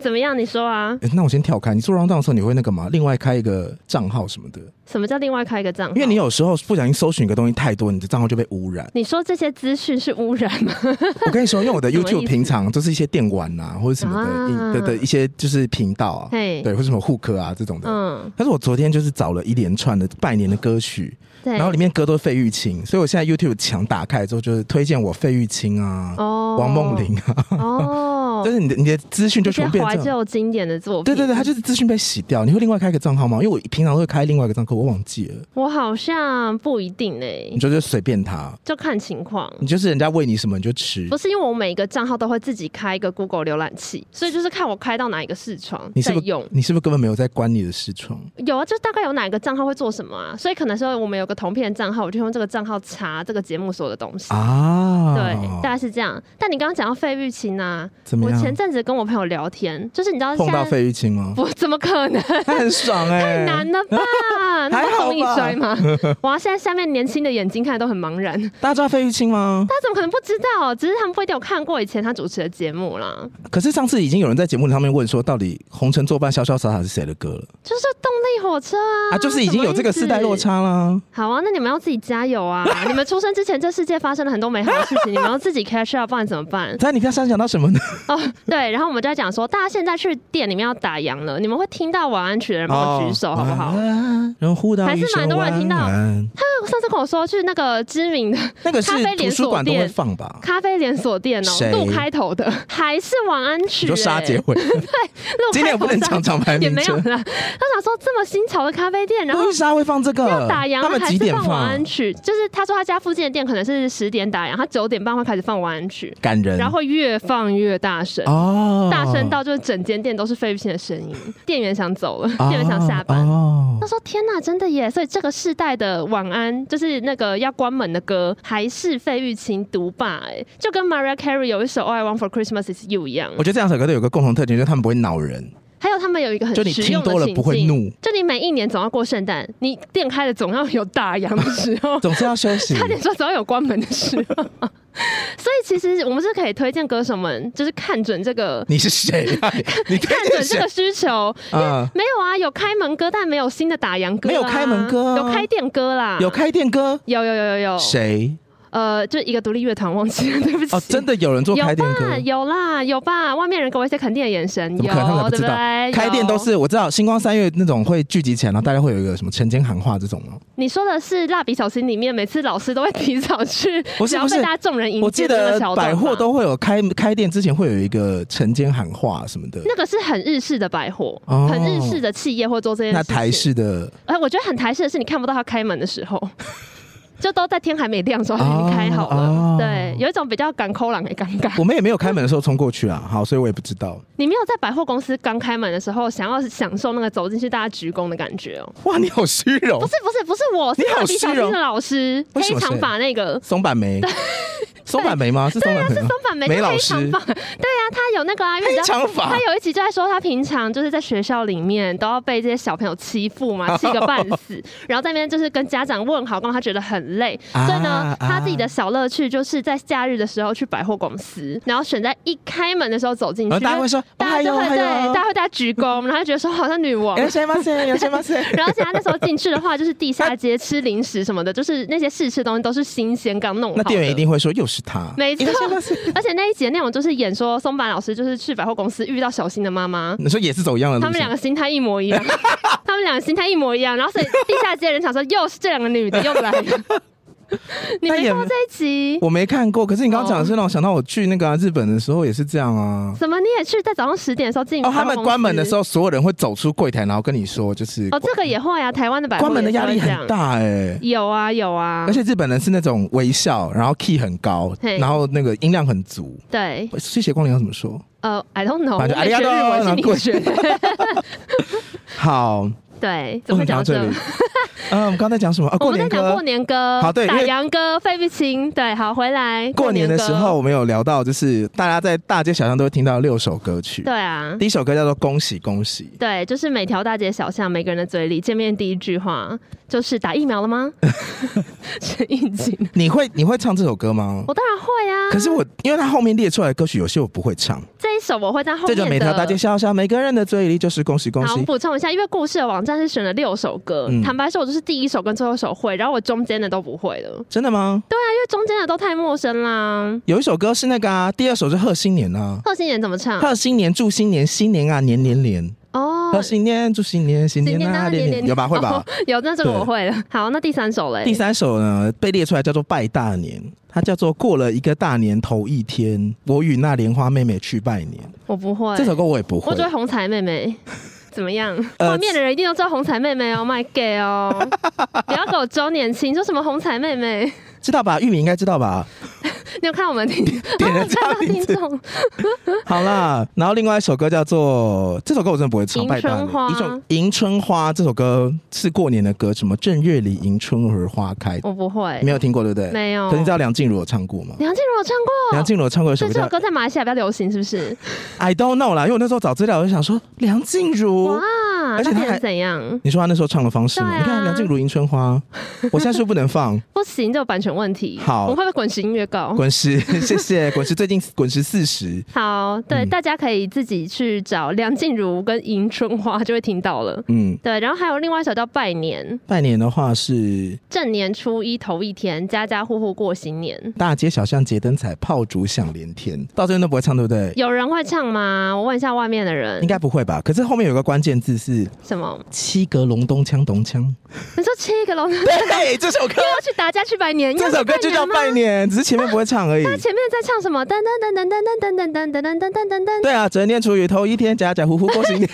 [SPEAKER 1] 怎么样？你说啊，
[SPEAKER 3] 欸那我先跳开。你做 round down 的时候，你会那个吗？另外开一个账号什么的，
[SPEAKER 1] 什么叫另外开一个账号？。
[SPEAKER 3] 因为你有时候不小心搜寻一个东西太多，你的账号就被污染
[SPEAKER 1] 你说这些资讯是污染吗？
[SPEAKER 3] 我跟你说，因为我的
[SPEAKER 1] 什么意
[SPEAKER 3] YouTube
[SPEAKER 1] 思
[SPEAKER 3] 平常都是一些电玩啊，或者什么
[SPEAKER 1] 啊
[SPEAKER 3] 的影的的一些就是频道啊，
[SPEAKER 1] 嘿
[SPEAKER 3] 对，或者什么户科啊这种的。
[SPEAKER 1] 嗯，
[SPEAKER 3] 但是我昨天就是找了一连串的拜年的歌曲，
[SPEAKER 1] 对。
[SPEAKER 3] 然后里面歌都是费玉清，所以我现在 YouTube 墙打开之后，就是推荐我费玉清啊、
[SPEAKER 1] 哦
[SPEAKER 3] 王梦玲啊、
[SPEAKER 1] 哦后
[SPEAKER 3] 但是你的你的资讯就
[SPEAKER 1] 一些
[SPEAKER 3] 全部变
[SPEAKER 1] 怀
[SPEAKER 3] 这样。
[SPEAKER 1] 旧经典的作品。
[SPEAKER 3] 对对对，它就是资讯被洗掉。你会另外开一个账号吗？因为我平常都会开另外一个账号，我忘记了。
[SPEAKER 1] 我好像不一定哎、
[SPEAKER 3] 你就是随便它，
[SPEAKER 1] 就看情况。
[SPEAKER 3] 你就是人家喂你什么你就吃
[SPEAKER 1] 不。是因为我每一个账号都会自己开一个 Google 浏览器，所以就是看我开到哪一个视窗
[SPEAKER 3] 你是
[SPEAKER 1] 再
[SPEAKER 3] 不
[SPEAKER 1] 用。
[SPEAKER 3] 你是不是根本没有在关你的视窗？
[SPEAKER 1] 有啊，就大概有哪个账号会做什么啊，所以可能说我们有个同片的账号，我就用这个账号查这个节目所有的东西。
[SPEAKER 3] 啊，
[SPEAKER 1] 对，大概是这样。但你刚刚讲到费玉清啊，
[SPEAKER 3] 怎么
[SPEAKER 1] 我
[SPEAKER 3] 样？
[SPEAKER 1] 前阵子跟我朋友聊天，就是你知道现
[SPEAKER 3] 碰到
[SPEAKER 1] 在
[SPEAKER 3] 费玉清吗？
[SPEAKER 1] 不怎么可能，
[SPEAKER 3] 他很爽哎、
[SPEAKER 1] 太难了 吧？那
[SPEAKER 3] 还
[SPEAKER 1] 不
[SPEAKER 3] 好
[SPEAKER 1] 容易
[SPEAKER 3] 吧
[SPEAKER 1] 摔吗？ 哇，现在下面年轻的眼睛看来都很茫然，
[SPEAKER 3] 大家知道费玉清吗？
[SPEAKER 1] 他怎么可能不知道？只是他们不一定有看过以前他主持的节目啦，
[SPEAKER 3] 可是上次已经有人在节目上面问说，到底《红尘作伴》《潇潇洒洒》是谁的歌了
[SPEAKER 1] 就是动力火车啊，
[SPEAKER 3] 啊？就是已经有这个世代落
[SPEAKER 1] 什么
[SPEAKER 3] 差啦。
[SPEAKER 1] 意思。好啊，那你们要自己加 油啊！你们出生之前，这世界发生了很多美好的事情，你们要自己 catch up，不然怎么办？
[SPEAKER 3] 但你刚刚想到什么呢？
[SPEAKER 1] 哦，对，然后我们就在讲说，大家现在去店里面要打烊了，你们会听到晚安曲的人帮我举
[SPEAKER 3] 哦
[SPEAKER 1] 手，好不好？
[SPEAKER 3] 晚安啊然后互道
[SPEAKER 1] 还是
[SPEAKER 3] 一声
[SPEAKER 1] 蛮多人听到
[SPEAKER 3] 晚安
[SPEAKER 1] 他上次跟我说去那个知名的
[SPEAKER 3] 那个是
[SPEAKER 1] 咖啡
[SPEAKER 3] 图
[SPEAKER 1] 连
[SPEAKER 3] 书
[SPEAKER 1] 锁
[SPEAKER 3] 馆都会
[SPEAKER 1] 店。
[SPEAKER 3] 放吧？
[SPEAKER 1] 咖啡连锁店
[SPEAKER 3] 谁
[SPEAKER 1] 哦，路开 头的还是晚安曲、
[SPEAKER 3] 你说
[SPEAKER 1] 欸，
[SPEAKER 3] 沙姐 会，
[SPEAKER 1] 路
[SPEAKER 3] 今天也
[SPEAKER 1] 开头
[SPEAKER 3] 不能
[SPEAKER 1] 的
[SPEAKER 3] 讲厂牌
[SPEAKER 1] 也
[SPEAKER 3] 名
[SPEAKER 1] 没有
[SPEAKER 3] 称。
[SPEAKER 1] 啦。他想说这么新潮的咖啡店，然后
[SPEAKER 3] 路易莎会放这个，
[SPEAKER 1] 要打烊
[SPEAKER 3] 啊他
[SPEAKER 1] 了
[SPEAKER 3] 们
[SPEAKER 1] 还
[SPEAKER 3] 几
[SPEAKER 1] 是
[SPEAKER 3] 点
[SPEAKER 1] 放晚
[SPEAKER 3] 放？啊
[SPEAKER 1] 安曲？就是他说他家附近的店可能是十点打烊，他九点半会开始放晚安曲，
[SPEAKER 3] 感人。
[SPEAKER 1] 然后会越放越大声。
[SPEAKER 3] 嗯哦，
[SPEAKER 1] 大声到就是整间店都是费玉清的声音，店员想走了，
[SPEAKER 3] 哦
[SPEAKER 1] 店员想下班。
[SPEAKER 3] 哦
[SPEAKER 1] 他。说：“天呐，真的耶！所以这个世代的晚安，就是那个要关门的歌，还是费玉清独霸哎，就跟 Mariah Carey 有一首《All I Want for Christmas Is You》一样。
[SPEAKER 3] 我觉得这两首歌都有个共同特点，就是他们不会恼人。
[SPEAKER 1] 还有他们有一个很
[SPEAKER 3] 就你
[SPEAKER 1] 实用
[SPEAKER 3] 听
[SPEAKER 1] 的
[SPEAKER 3] 多了
[SPEAKER 1] 情
[SPEAKER 3] 不会
[SPEAKER 1] 境
[SPEAKER 3] 怒，，
[SPEAKER 1] 就你每一年总要过圣诞，你店开了总要有打烊的时 候
[SPEAKER 3] 总是要休 息。
[SPEAKER 1] 差点说总要有关门的时候。 所以其实我们是可以推荐歌手们，就是看准这个。”
[SPEAKER 3] 你是 谁啊？你看
[SPEAKER 1] 看准这个需求，
[SPEAKER 3] 啊，
[SPEAKER 1] 没有啊，有开门歌，但没有新的打烊歌、啊，
[SPEAKER 3] 没有开门歌啊
[SPEAKER 1] 有开店歌啦，
[SPEAKER 3] 有开店歌，
[SPEAKER 1] 有有有有有，
[SPEAKER 3] 谁？
[SPEAKER 1] 呃，就一个独立乐团，忘记了，对不起。
[SPEAKER 3] 哦，真的有人做
[SPEAKER 1] 有
[SPEAKER 3] 开店歌
[SPEAKER 1] 吧？？有啦，有吧？外面人给我一些肯定的眼神，
[SPEAKER 3] 怎么可能他们还不
[SPEAKER 1] 有，对
[SPEAKER 3] 知
[SPEAKER 1] 不
[SPEAKER 3] 道？
[SPEAKER 1] 对？
[SPEAKER 3] 开店都
[SPEAKER 1] 有。
[SPEAKER 3] 是我知道，星光三月那种会聚集起来，然后大家会有一个什么晨间喊话这种吗？
[SPEAKER 1] 你说的是《蜡笔小新》里面，每次老师都会提早去，
[SPEAKER 3] 不是
[SPEAKER 1] 然
[SPEAKER 3] 不
[SPEAKER 1] 后
[SPEAKER 3] 是
[SPEAKER 1] 被大家众人迎
[SPEAKER 3] 我
[SPEAKER 1] 接
[SPEAKER 3] 记
[SPEAKER 1] 这
[SPEAKER 3] 得
[SPEAKER 1] 个桥段吧
[SPEAKER 3] 百货都会有开开店之前会有一个晨间喊话什么的，
[SPEAKER 1] 那个是很日式的百货，
[SPEAKER 3] 哦
[SPEAKER 1] 很日式的企业会做这件事
[SPEAKER 3] 那
[SPEAKER 1] 情。
[SPEAKER 3] 台，式的
[SPEAKER 1] 哎，我觉得很台式的是你看不到他开门的时候。 就都在天还没亮的时候
[SPEAKER 3] 哦
[SPEAKER 1] 已经开好了，
[SPEAKER 3] 哦
[SPEAKER 1] 对，有一种比较赶抠懒的尴尬。
[SPEAKER 3] 我们也没有开门的时候冲过去 啊，好，所以我也不知道。
[SPEAKER 1] 你没有在百货公司刚开门的时候，想要享受那个走进去大家鞠躬的感觉哦、
[SPEAKER 3] 哇，你好虚荣
[SPEAKER 1] 不，是不是不是我，是
[SPEAKER 3] 你好
[SPEAKER 1] 蜡笔小
[SPEAKER 3] 虚荣
[SPEAKER 1] 新的老师，
[SPEAKER 3] 为
[SPEAKER 1] 黑
[SPEAKER 3] 什么是
[SPEAKER 1] 长发 那个。
[SPEAKER 3] 松板 梅，松板梅吗？是松板梅吗？
[SPEAKER 1] 啊松板梅
[SPEAKER 3] 梅
[SPEAKER 1] 就
[SPEAKER 3] 老
[SPEAKER 1] 黑
[SPEAKER 3] 师
[SPEAKER 1] 长发， 对啊，他有那个啊，因为
[SPEAKER 3] 黑
[SPEAKER 1] 你知道。
[SPEAKER 3] 长发
[SPEAKER 1] 他，有一集就在说，他平常就是在学校里面都要被这些小朋友欺负嘛，气个 半死，然后在那边就是跟家长问好，让他觉得很累。
[SPEAKER 3] 啊
[SPEAKER 1] 所以呢
[SPEAKER 3] 啊，
[SPEAKER 1] 他自己的小乐趣就是在假日的时候去百货公司，然后选在一开门的时候走进
[SPEAKER 3] 然后
[SPEAKER 1] 去，
[SPEAKER 3] 大家会说，
[SPEAKER 1] 大家就会对，
[SPEAKER 3] 哎
[SPEAKER 1] 大家会对他鞠躬，然后就觉得说好像女王
[SPEAKER 3] いら。っしゃいませ，いらっしゃいま せ。
[SPEAKER 1] 然后而且他那时候进去的话，就是地下街吃零食什么的，就是那些试吃的东西都是新鲜刚弄好的。
[SPEAKER 3] 那店员一定会说又是他，
[SPEAKER 1] 没错
[SPEAKER 3] いらっしゃいませ
[SPEAKER 1] 而且那一集的内容就是演说松坂老师就是去百货公司遇到小新的妈妈，
[SPEAKER 3] 你说也是走一样的路
[SPEAKER 1] 他
[SPEAKER 3] 线，
[SPEAKER 1] 们两个心态一模 一样，他们两个心态一模一样，然后所以地下街的人想说又是这两个女的又来了。 你没看过这一集？
[SPEAKER 3] 我没看过，可是你刚刚讲
[SPEAKER 1] 哦
[SPEAKER 3] 的是让我想到我去那个啊、日本的时候也是这样啊。
[SPEAKER 1] 怎么你也去在早上十点的时候进？
[SPEAKER 3] 哦，他们关门的时
[SPEAKER 1] 候。
[SPEAKER 3] 候，所有人会走出柜台，然后跟你说，就是
[SPEAKER 1] 哦，这个也会啊，台湾的百货
[SPEAKER 3] 关门的压力
[SPEAKER 1] 也是会这
[SPEAKER 3] 很
[SPEAKER 1] 样。
[SPEAKER 3] 大哎、
[SPEAKER 1] 有啊有啊
[SPEAKER 3] 而，且日本人是那种微笑，然后 key 很高，
[SPEAKER 1] 嘿
[SPEAKER 3] 然后那个音量很足。
[SPEAKER 1] 对，
[SPEAKER 3] 谢谢光临要怎么说？
[SPEAKER 1] 呃，I don't know，我
[SPEAKER 3] 反
[SPEAKER 1] 没
[SPEAKER 3] 正
[SPEAKER 1] 学
[SPEAKER 3] あ
[SPEAKER 1] 日文，是
[SPEAKER 3] りがとう
[SPEAKER 1] 你学的。
[SPEAKER 3] 好，
[SPEAKER 1] 对，怎
[SPEAKER 3] 我
[SPEAKER 1] 么会
[SPEAKER 3] 们讲到
[SPEAKER 1] 讲到这
[SPEAKER 3] 这里？ 嗯，我们刚才讲什么？啊，
[SPEAKER 1] 我
[SPEAKER 3] 过
[SPEAKER 1] 们在
[SPEAKER 3] 年
[SPEAKER 1] 哦讲
[SPEAKER 3] 歌
[SPEAKER 1] 过。年歌，
[SPEAKER 3] 好对因
[SPEAKER 1] 打
[SPEAKER 3] 为
[SPEAKER 1] 烊歌，费玉清，对，好，回来。
[SPEAKER 3] 过年的时候，
[SPEAKER 1] 歌，
[SPEAKER 3] 我们有聊到，就是大家在大街小巷都会听到六首歌曲。
[SPEAKER 1] 对啊，
[SPEAKER 3] 第一首歌叫做《恭喜恭喜》，
[SPEAKER 1] 对，就是每条大街小巷，每个人的嘴里，见面第一句话就是打疫苗了 吗？是疫情，
[SPEAKER 3] 你会你会唱这首歌吗？
[SPEAKER 1] 我当然会啊。
[SPEAKER 3] 可是我，因为它后面列出来的歌曲有些我不会唱，
[SPEAKER 1] 这一首我会在后
[SPEAKER 3] 这
[SPEAKER 1] 面的。
[SPEAKER 3] 就每条大街小巷，每个人的嘴里就是恭喜恭
[SPEAKER 1] 好，我
[SPEAKER 3] 喜。
[SPEAKER 1] 补充一下，因为故事的网站是选了六首歌，
[SPEAKER 3] 嗯
[SPEAKER 1] 坦白说，我就是第一首跟最后一首会，然后我中间的都不会了，因
[SPEAKER 3] 真的吗？
[SPEAKER 1] 为中间的都太陌生啦。
[SPEAKER 3] 有一首歌是那个啊，第二首是贺新年啊，
[SPEAKER 1] 贺新年怎么唱？
[SPEAKER 3] 贺新年祝新年，新年啊年年连，
[SPEAKER 1] 嗯哦，
[SPEAKER 3] 贺新年祝新年，新年啊年年有吧？会吧
[SPEAKER 1] 哦？有，那这个
[SPEAKER 3] 对
[SPEAKER 1] 我会了。好，那第三首嘞？
[SPEAKER 3] 第三首呢被列出来叫做拜大年，它叫做《过了一个大年头一天》，我与那莲花妹妹去拜年。
[SPEAKER 1] 我不会。
[SPEAKER 3] 这首歌我也不会
[SPEAKER 1] 我只。会红彩 妹妹。怎么样？
[SPEAKER 3] 呃
[SPEAKER 1] 后面的人一定都知道红彩妹妹哦，My gay 哦！ 不要给我装年轻，说什么红彩妹妹？
[SPEAKER 3] 知道吧？玉米应该知道 吧？
[SPEAKER 1] 你有看我们听？
[SPEAKER 3] 点人
[SPEAKER 1] 哦看到
[SPEAKER 3] 家名
[SPEAKER 1] 听
[SPEAKER 3] 字
[SPEAKER 1] 众，
[SPEAKER 3] 好啦，然后另外一首歌叫做这首歌我真的不会唱，
[SPEAKER 1] 迎
[SPEAKER 3] 拜大
[SPEAKER 1] 春花
[SPEAKER 3] 年。一首《迎春花》这首歌是过年的歌，什么正月里迎春儿花开，
[SPEAKER 1] 我不会
[SPEAKER 3] 没。有听过对不对？
[SPEAKER 1] 没有
[SPEAKER 3] 可是你知道梁静茹有唱过吗？
[SPEAKER 1] 梁静茹有唱过，
[SPEAKER 3] 梁静茹有唱过一首
[SPEAKER 1] 所以
[SPEAKER 3] 歌
[SPEAKER 1] 这
[SPEAKER 3] 叫
[SPEAKER 1] 首歌在马来西亚比较流行，是不是？
[SPEAKER 3] I don't know 啦，因为我那时候找资料，我就想说梁静茹
[SPEAKER 1] 哇。，
[SPEAKER 3] 而且
[SPEAKER 1] 那
[SPEAKER 3] 她
[SPEAKER 1] 变
[SPEAKER 3] 还
[SPEAKER 1] 成怎样？
[SPEAKER 3] 你说她那时候唱的方式吗？
[SPEAKER 1] 对啊
[SPEAKER 3] 你看梁静茹《迎春花》，我现在是不是不能 放？
[SPEAKER 1] 不行，这有版权问题。
[SPEAKER 3] 好
[SPEAKER 1] 我们会不会滚石音乐告？
[SPEAKER 3] 滚石，谢谢滚石，最近滚石四十。
[SPEAKER 1] 好，对，
[SPEAKER 3] 嗯
[SPEAKER 1] 大家可以自己去找梁静茹跟迎春花，就会听到了。
[SPEAKER 3] 嗯，
[SPEAKER 1] 对，然后还有另外一首叫《拜年》，
[SPEAKER 3] 拜年的话是
[SPEAKER 1] 正年初一头一天，家家户户过新年。
[SPEAKER 3] 大街小巷节灯彩，炮竹响连天。到这边都不会唱，对不对？
[SPEAKER 1] 有人会唱吗？我问一下外面的人，
[SPEAKER 3] 应该不会吧？可是后面有个关键字是
[SPEAKER 1] 什么？
[SPEAKER 3] “ 七格隆咚锵咚锵
[SPEAKER 1] 你说七个 龙，”。
[SPEAKER 3] 对，这首歌，
[SPEAKER 1] 要去打架去拜年，
[SPEAKER 3] 这首歌就叫拜
[SPEAKER 1] 年吗。
[SPEAKER 3] 年，只是前面不会唱而已。
[SPEAKER 1] 那前面在唱什么？噔噔噔噔噔噔噔噔噔噔噔噔噔噔噔，
[SPEAKER 3] 对啊，整年除以头一天，家家户户过新年。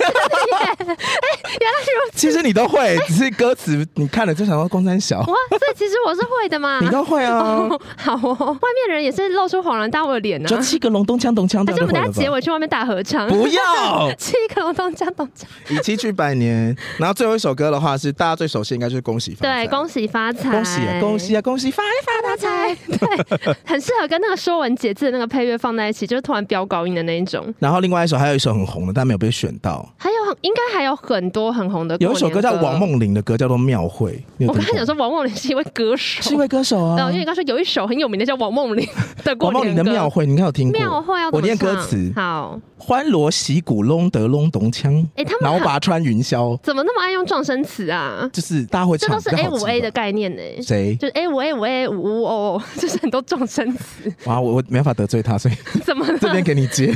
[SPEAKER 1] 原来如
[SPEAKER 3] 其实你都会，只是歌词你看了就想到公三 小，
[SPEAKER 1] 哇！这其实我是会的嘛
[SPEAKER 3] 你。都会 啊。
[SPEAKER 1] 哦好哦，外面人也是露出恍然大悟的脸呢。啊
[SPEAKER 3] 就七个隆咚锵咚锵，这
[SPEAKER 1] 还是
[SPEAKER 3] 样就会了吧。
[SPEAKER 1] 我们等下结尾 去外面大合唱？
[SPEAKER 3] 不要
[SPEAKER 1] 七个龙咚锵咚锵。
[SPEAKER 3] 以期去百年。然后最后一首歌的话是大家最熟悉，应该就是恭喜发财。
[SPEAKER 1] 对，恭喜发财，
[SPEAKER 3] 恭喜啊，恭喜啊，恭喜发财发
[SPEAKER 1] 发
[SPEAKER 3] 大财。
[SPEAKER 1] 财。 对，很适合跟那个《说文解字》的那个配乐放在一起，就是突然飙高音的那一种。
[SPEAKER 3] 然后另外一首还有一首很红的，但没有被选到，
[SPEAKER 1] 还有很应该还有很多很红的过
[SPEAKER 3] 有
[SPEAKER 1] 年
[SPEAKER 3] 一首歌叫王。梦玲的歌，叫做《庙会》。你有
[SPEAKER 1] 我
[SPEAKER 3] 听
[SPEAKER 1] 刚
[SPEAKER 3] 过
[SPEAKER 1] 才
[SPEAKER 3] 吗
[SPEAKER 1] 想说王梦玲是一位歌手，
[SPEAKER 3] 是一位歌手
[SPEAKER 1] 对，
[SPEAKER 3] 啊
[SPEAKER 1] 因为，你刚说有一首很有名的叫王梦玲的过
[SPEAKER 3] 王梦玲的
[SPEAKER 1] 年歌
[SPEAKER 3] 《庙会》，你应该有听过。
[SPEAKER 1] 庙会要怎么
[SPEAKER 3] 我念歌
[SPEAKER 1] 唱
[SPEAKER 3] 词
[SPEAKER 1] 好，
[SPEAKER 3] 欢锣喜鼓隆得隆咚锵，
[SPEAKER 1] 哎，他
[SPEAKER 3] 老
[SPEAKER 1] 们
[SPEAKER 3] 拔穿云霄，
[SPEAKER 1] 怎么那么爱用撞声词啊？
[SPEAKER 3] 就是大家会
[SPEAKER 1] 这
[SPEAKER 3] 唱。
[SPEAKER 1] 都是
[SPEAKER 3] 比较
[SPEAKER 1] A
[SPEAKER 3] 好记
[SPEAKER 1] 五 A
[SPEAKER 3] 吧
[SPEAKER 1] 的概念呢，
[SPEAKER 3] 谁？
[SPEAKER 1] 就是 A 五 A 五 A 五五哦，就是很多撞声词，
[SPEAKER 3] 哇，我我没办法得罪他， 所以
[SPEAKER 1] 怎么了
[SPEAKER 3] 这边给你接。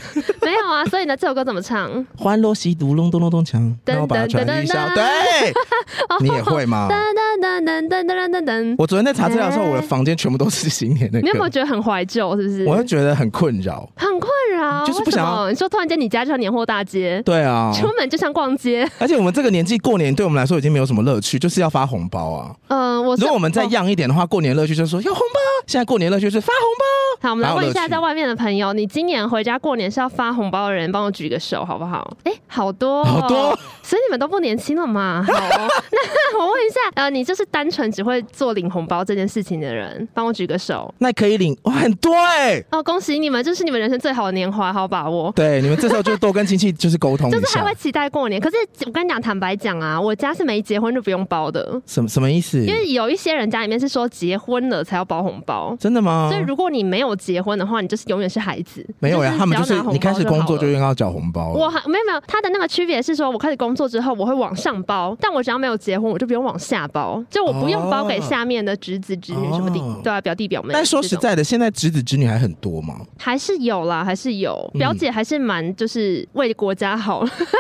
[SPEAKER 1] 没有啊？所以呢，这首歌怎么唱？
[SPEAKER 3] 欢乐喜独隆咚隆咚锵，
[SPEAKER 1] 噔
[SPEAKER 3] 然后把它传云
[SPEAKER 1] 噔
[SPEAKER 3] 霄。
[SPEAKER 1] 噔
[SPEAKER 3] 对， 你也会吗
[SPEAKER 1] 噔？噔噔噔噔噔噔噔噔。
[SPEAKER 3] 我昨天在查资料的时候，我的房间全部都是新年的
[SPEAKER 1] 你有没有
[SPEAKER 3] 歌，
[SPEAKER 1] 觉得很怀旧？是不是？
[SPEAKER 3] 我会觉得很困扰。
[SPEAKER 1] 很困扰，
[SPEAKER 3] 就是不
[SPEAKER 1] 为什
[SPEAKER 3] 想要
[SPEAKER 1] 么你说突然间你家就像年货大街，
[SPEAKER 3] 对啊，
[SPEAKER 1] 出门就像逛街。
[SPEAKER 3] 而且我们这个年纪过年，对我们来说已经没有什么乐趣，就是要发红包啊。
[SPEAKER 1] 嗯、我是
[SPEAKER 3] 如果我们再样一点的话，过年乐趣就是说要红包。现在过年乐趣是发红包。
[SPEAKER 1] 好，我们来问
[SPEAKER 3] 哪
[SPEAKER 1] 一
[SPEAKER 3] 有乐
[SPEAKER 1] 下
[SPEAKER 3] 趣
[SPEAKER 1] 在外面的朋友，你今年回家过年是要发红包的人，帮我举个手好不好？哎、好多、哦，
[SPEAKER 3] 好多，
[SPEAKER 1] 所以你们都不年轻了嘛？ 好、哦，那我问一下，呃，你就是单纯只会做领红包这件事情的人，帮我举个手。
[SPEAKER 3] 那可以领哇，很多哎、
[SPEAKER 1] 哦，恭喜你们，这是你们人生最好的年华，好好把握。
[SPEAKER 3] 对，你们这时候就多跟亲戚就是沟通一
[SPEAKER 1] 就是还
[SPEAKER 3] 下
[SPEAKER 1] 会，期待过年，可是我跟你讲，坦白讲啊，我家是没结婚就不用包的，
[SPEAKER 3] 什么什么意思
[SPEAKER 1] 因？为有一些人家里面是说结婚了才要包红包，
[SPEAKER 3] 真的吗
[SPEAKER 1] 所？以如果你没有结婚的话，你就是永远是孩子。
[SPEAKER 3] 啊没有
[SPEAKER 1] 呀、
[SPEAKER 3] 呀、他们就
[SPEAKER 1] 只要
[SPEAKER 3] 是
[SPEAKER 1] 拿红包
[SPEAKER 3] 你开始工作
[SPEAKER 1] 好了
[SPEAKER 3] 就应该要缴红包了。
[SPEAKER 1] 我还没有没有，他的那个区别是说，我开始工作之后，我会往上包，但我只要没有结婚，我就不用往下包，就我不用包给下面的侄子、侄女什么的，
[SPEAKER 3] 哦
[SPEAKER 1] 对啊，表弟表妹。
[SPEAKER 3] 但说实
[SPEAKER 1] 这种，
[SPEAKER 3] 在的，现在侄子侄女还很多嘛，
[SPEAKER 1] 还是有啦，还是有，
[SPEAKER 3] 嗯
[SPEAKER 1] 表姐还是蛮就是为国家好，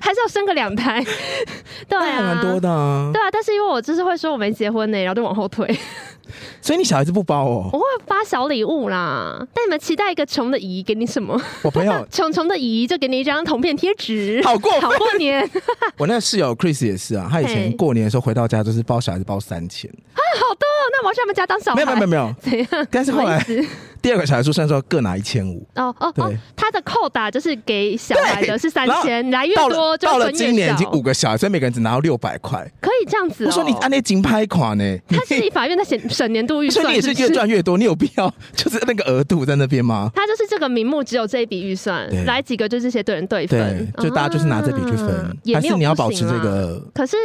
[SPEAKER 1] 还是要生个两胎，对
[SPEAKER 3] 那还
[SPEAKER 1] 啊，
[SPEAKER 3] 蛮多的啊。
[SPEAKER 1] 对啊，但是因为我就是会说我没结婚呢、然后就往后推，
[SPEAKER 3] 所以你小孩子不包哦。
[SPEAKER 1] 我会发小礼物啦。但你们期待一个穷的姨给你什么？
[SPEAKER 3] 我朋友
[SPEAKER 1] 穷穷的姨就给你一张铜片贴纸，
[SPEAKER 3] 好过
[SPEAKER 1] 好
[SPEAKER 3] 分，
[SPEAKER 1] 过年，
[SPEAKER 3] 我那个室友 Chris 也是啊，他以前
[SPEAKER 1] 嘿
[SPEAKER 3] 过年的时候回到家就是包小孩子包三千，
[SPEAKER 1] 那我要去他们家当小
[SPEAKER 3] 没
[SPEAKER 1] 孩。
[SPEAKER 3] 有没有没有没有，
[SPEAKER 1] 怎样？
[SPEAKER 3] 但是后来
[SPEAKER 1] 什么意思
[SPEAKER 3] 第二个小孩出生的时候各拿一千五。
[SPEAKER 1] 哦哦哦
[SPEAKER 3] 对，
[SPEAKER 1] 他的扣打就是给小孩的
[SPEAKER 3] 对
[SPEAKER 1] 是三千，来越
[SPEAKER 3] 到
[SPEAKER 1] 多
[SPEAKER 3] 了
[SPEAKER 1] 就
[SPEAKER 3] 到了
[SPEAKER 1] 分越
[SPEAKER 3] 今年已经
[SPEAKER 1] 少
[SPEAKER 3] 五个小孩，所以每个人只拿到六百块。
[SPEAKER 1] 可以这样子哦。
[SPEAKER 3] 我说你按那金拍款呢，
[SPEAKER 1] 他是立法院在审审年度 预
[SPEAKER 3] 所以
[SPEAKER 1] 算，
[SPEAKER 3] 你也是越
[SPEAKER 1] 不
[SPEAKER 3] 赚越多，你有必要 就是那个额度在那边吗？
[SPEAKER 1] 他就是这个名目只有这一笔预算
[SPEAKER 3] 对，
[SPEAKER 1] 来几个就这些对人对
[SPEAKER 3] 对
[SPEAKER 1] 分，，嗯
[SPEAKER 3] 就大家就是拿这笔去
[SPEAKER 1] 啊
[SPEAKER 3] 分，
[SPEAKER 1] 也
[SPEAKER 3] 还
[SPEAKER 1] 没
[SPEAKER 3] 是
[SPEAKER 1] 有
[SPEAKER 3] 你要
[SPEAKER 1] 不
[SPEAKER 3] 保持
[SPEAKER 1] 行
[SPEAKER 3] 这
[SPEAKER 1] 啦。
[SPEAKER 3] 个
[SPEAKER 1] 可是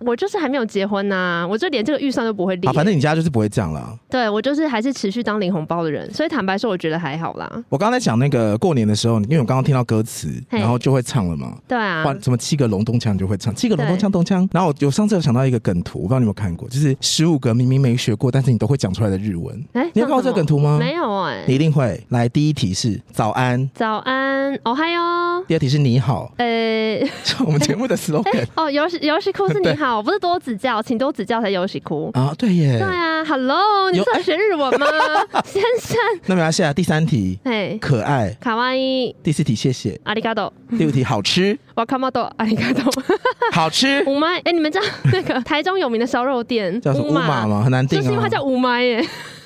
[SPEAKER 1] 我就是还没有结啊
[SPEAKER 3] 啊
[SPEAKER 1] 婚呐、我就连这个预算都不会理、
[SPEAKER 3] 啊？反正你家就是不会这样了。
[SPEAKER 1] 对我就是还是持续当领红包的人，所以坦白说，我觉得还好啦。
[SPEAKER 3] 我刚才讲那个过年的时候，因为我刚刚听到歌词，
[SPEAKER 1] 嘿
[SPEAKER 3] 然后就会唱了嘛。
[SPEAKER 1] 对啊，
[SPEAKER 3] 换什么七个龙咚锵你就会唱七个龙咚锵咚锵，然后我我上次有想到一个梗图，我不知道你有没有看过，就是十五个明明没学过，但是你都会讲出来的日文。
[SPEAKER 1] 哎，
[SPEAKER 3] 你有看过
[SPEAKER 1] 像什
[SPEAKER 3] 这个
[SPEAKER 1] 么
[SPEAKER 3] 梗图吗？
[SPEAKER 1] 没有哎、
[SPEAKER 3] 你一定会。来，第一题是早安，
[SPEAKER 1] 早安，哦嗨哟。
[SPEAKER 3] 第二题是你好，
[SPEAKER 1] 呃，
[SPEAKER 3] 是我们节目的 slogan
[SPEAKER 1] 哦，游戏游戏哭是
[SPEAKER 3] 对
[SPEAKER 1] 你好，不是多指教，请多指教才游戏哭。
[SPEAKER 3] 啊，对
[SPEAKER 1] 对
[SPEAKER 3] 耶。
[SPEAKER 1] 啊，Hello，你
[SPEAKER 3] 有哎
[SPEAKER 1] 是要学日文 吗，先生？
[SPEAKER 3] 那没关系啊，第三题
[SPEAKER 1] 嘿，
[SPEAKER 3] 可爱，
[SPEAKER 1] 卡哇伊，
[SPEAKER 3] 第四题谢谢，
[SPEAKER 1] 阿里嘎多，
[SPEAKER 3] 第五题好 吃，
[SPEAKER 1] 瓦卡玛多，阿里嘎多。
[SPEAKER 3] 好吃
[SPEAKER 1] 五麦，哎，你们知道那个台中有名的烧肉店
[SPEAKER 3] 叫什么乌马？吗？很难定
[SPEAKER 1] 就是因为
[SPEAKER 3] 啊
[SPEAKER 1] 它。叫五麦耶，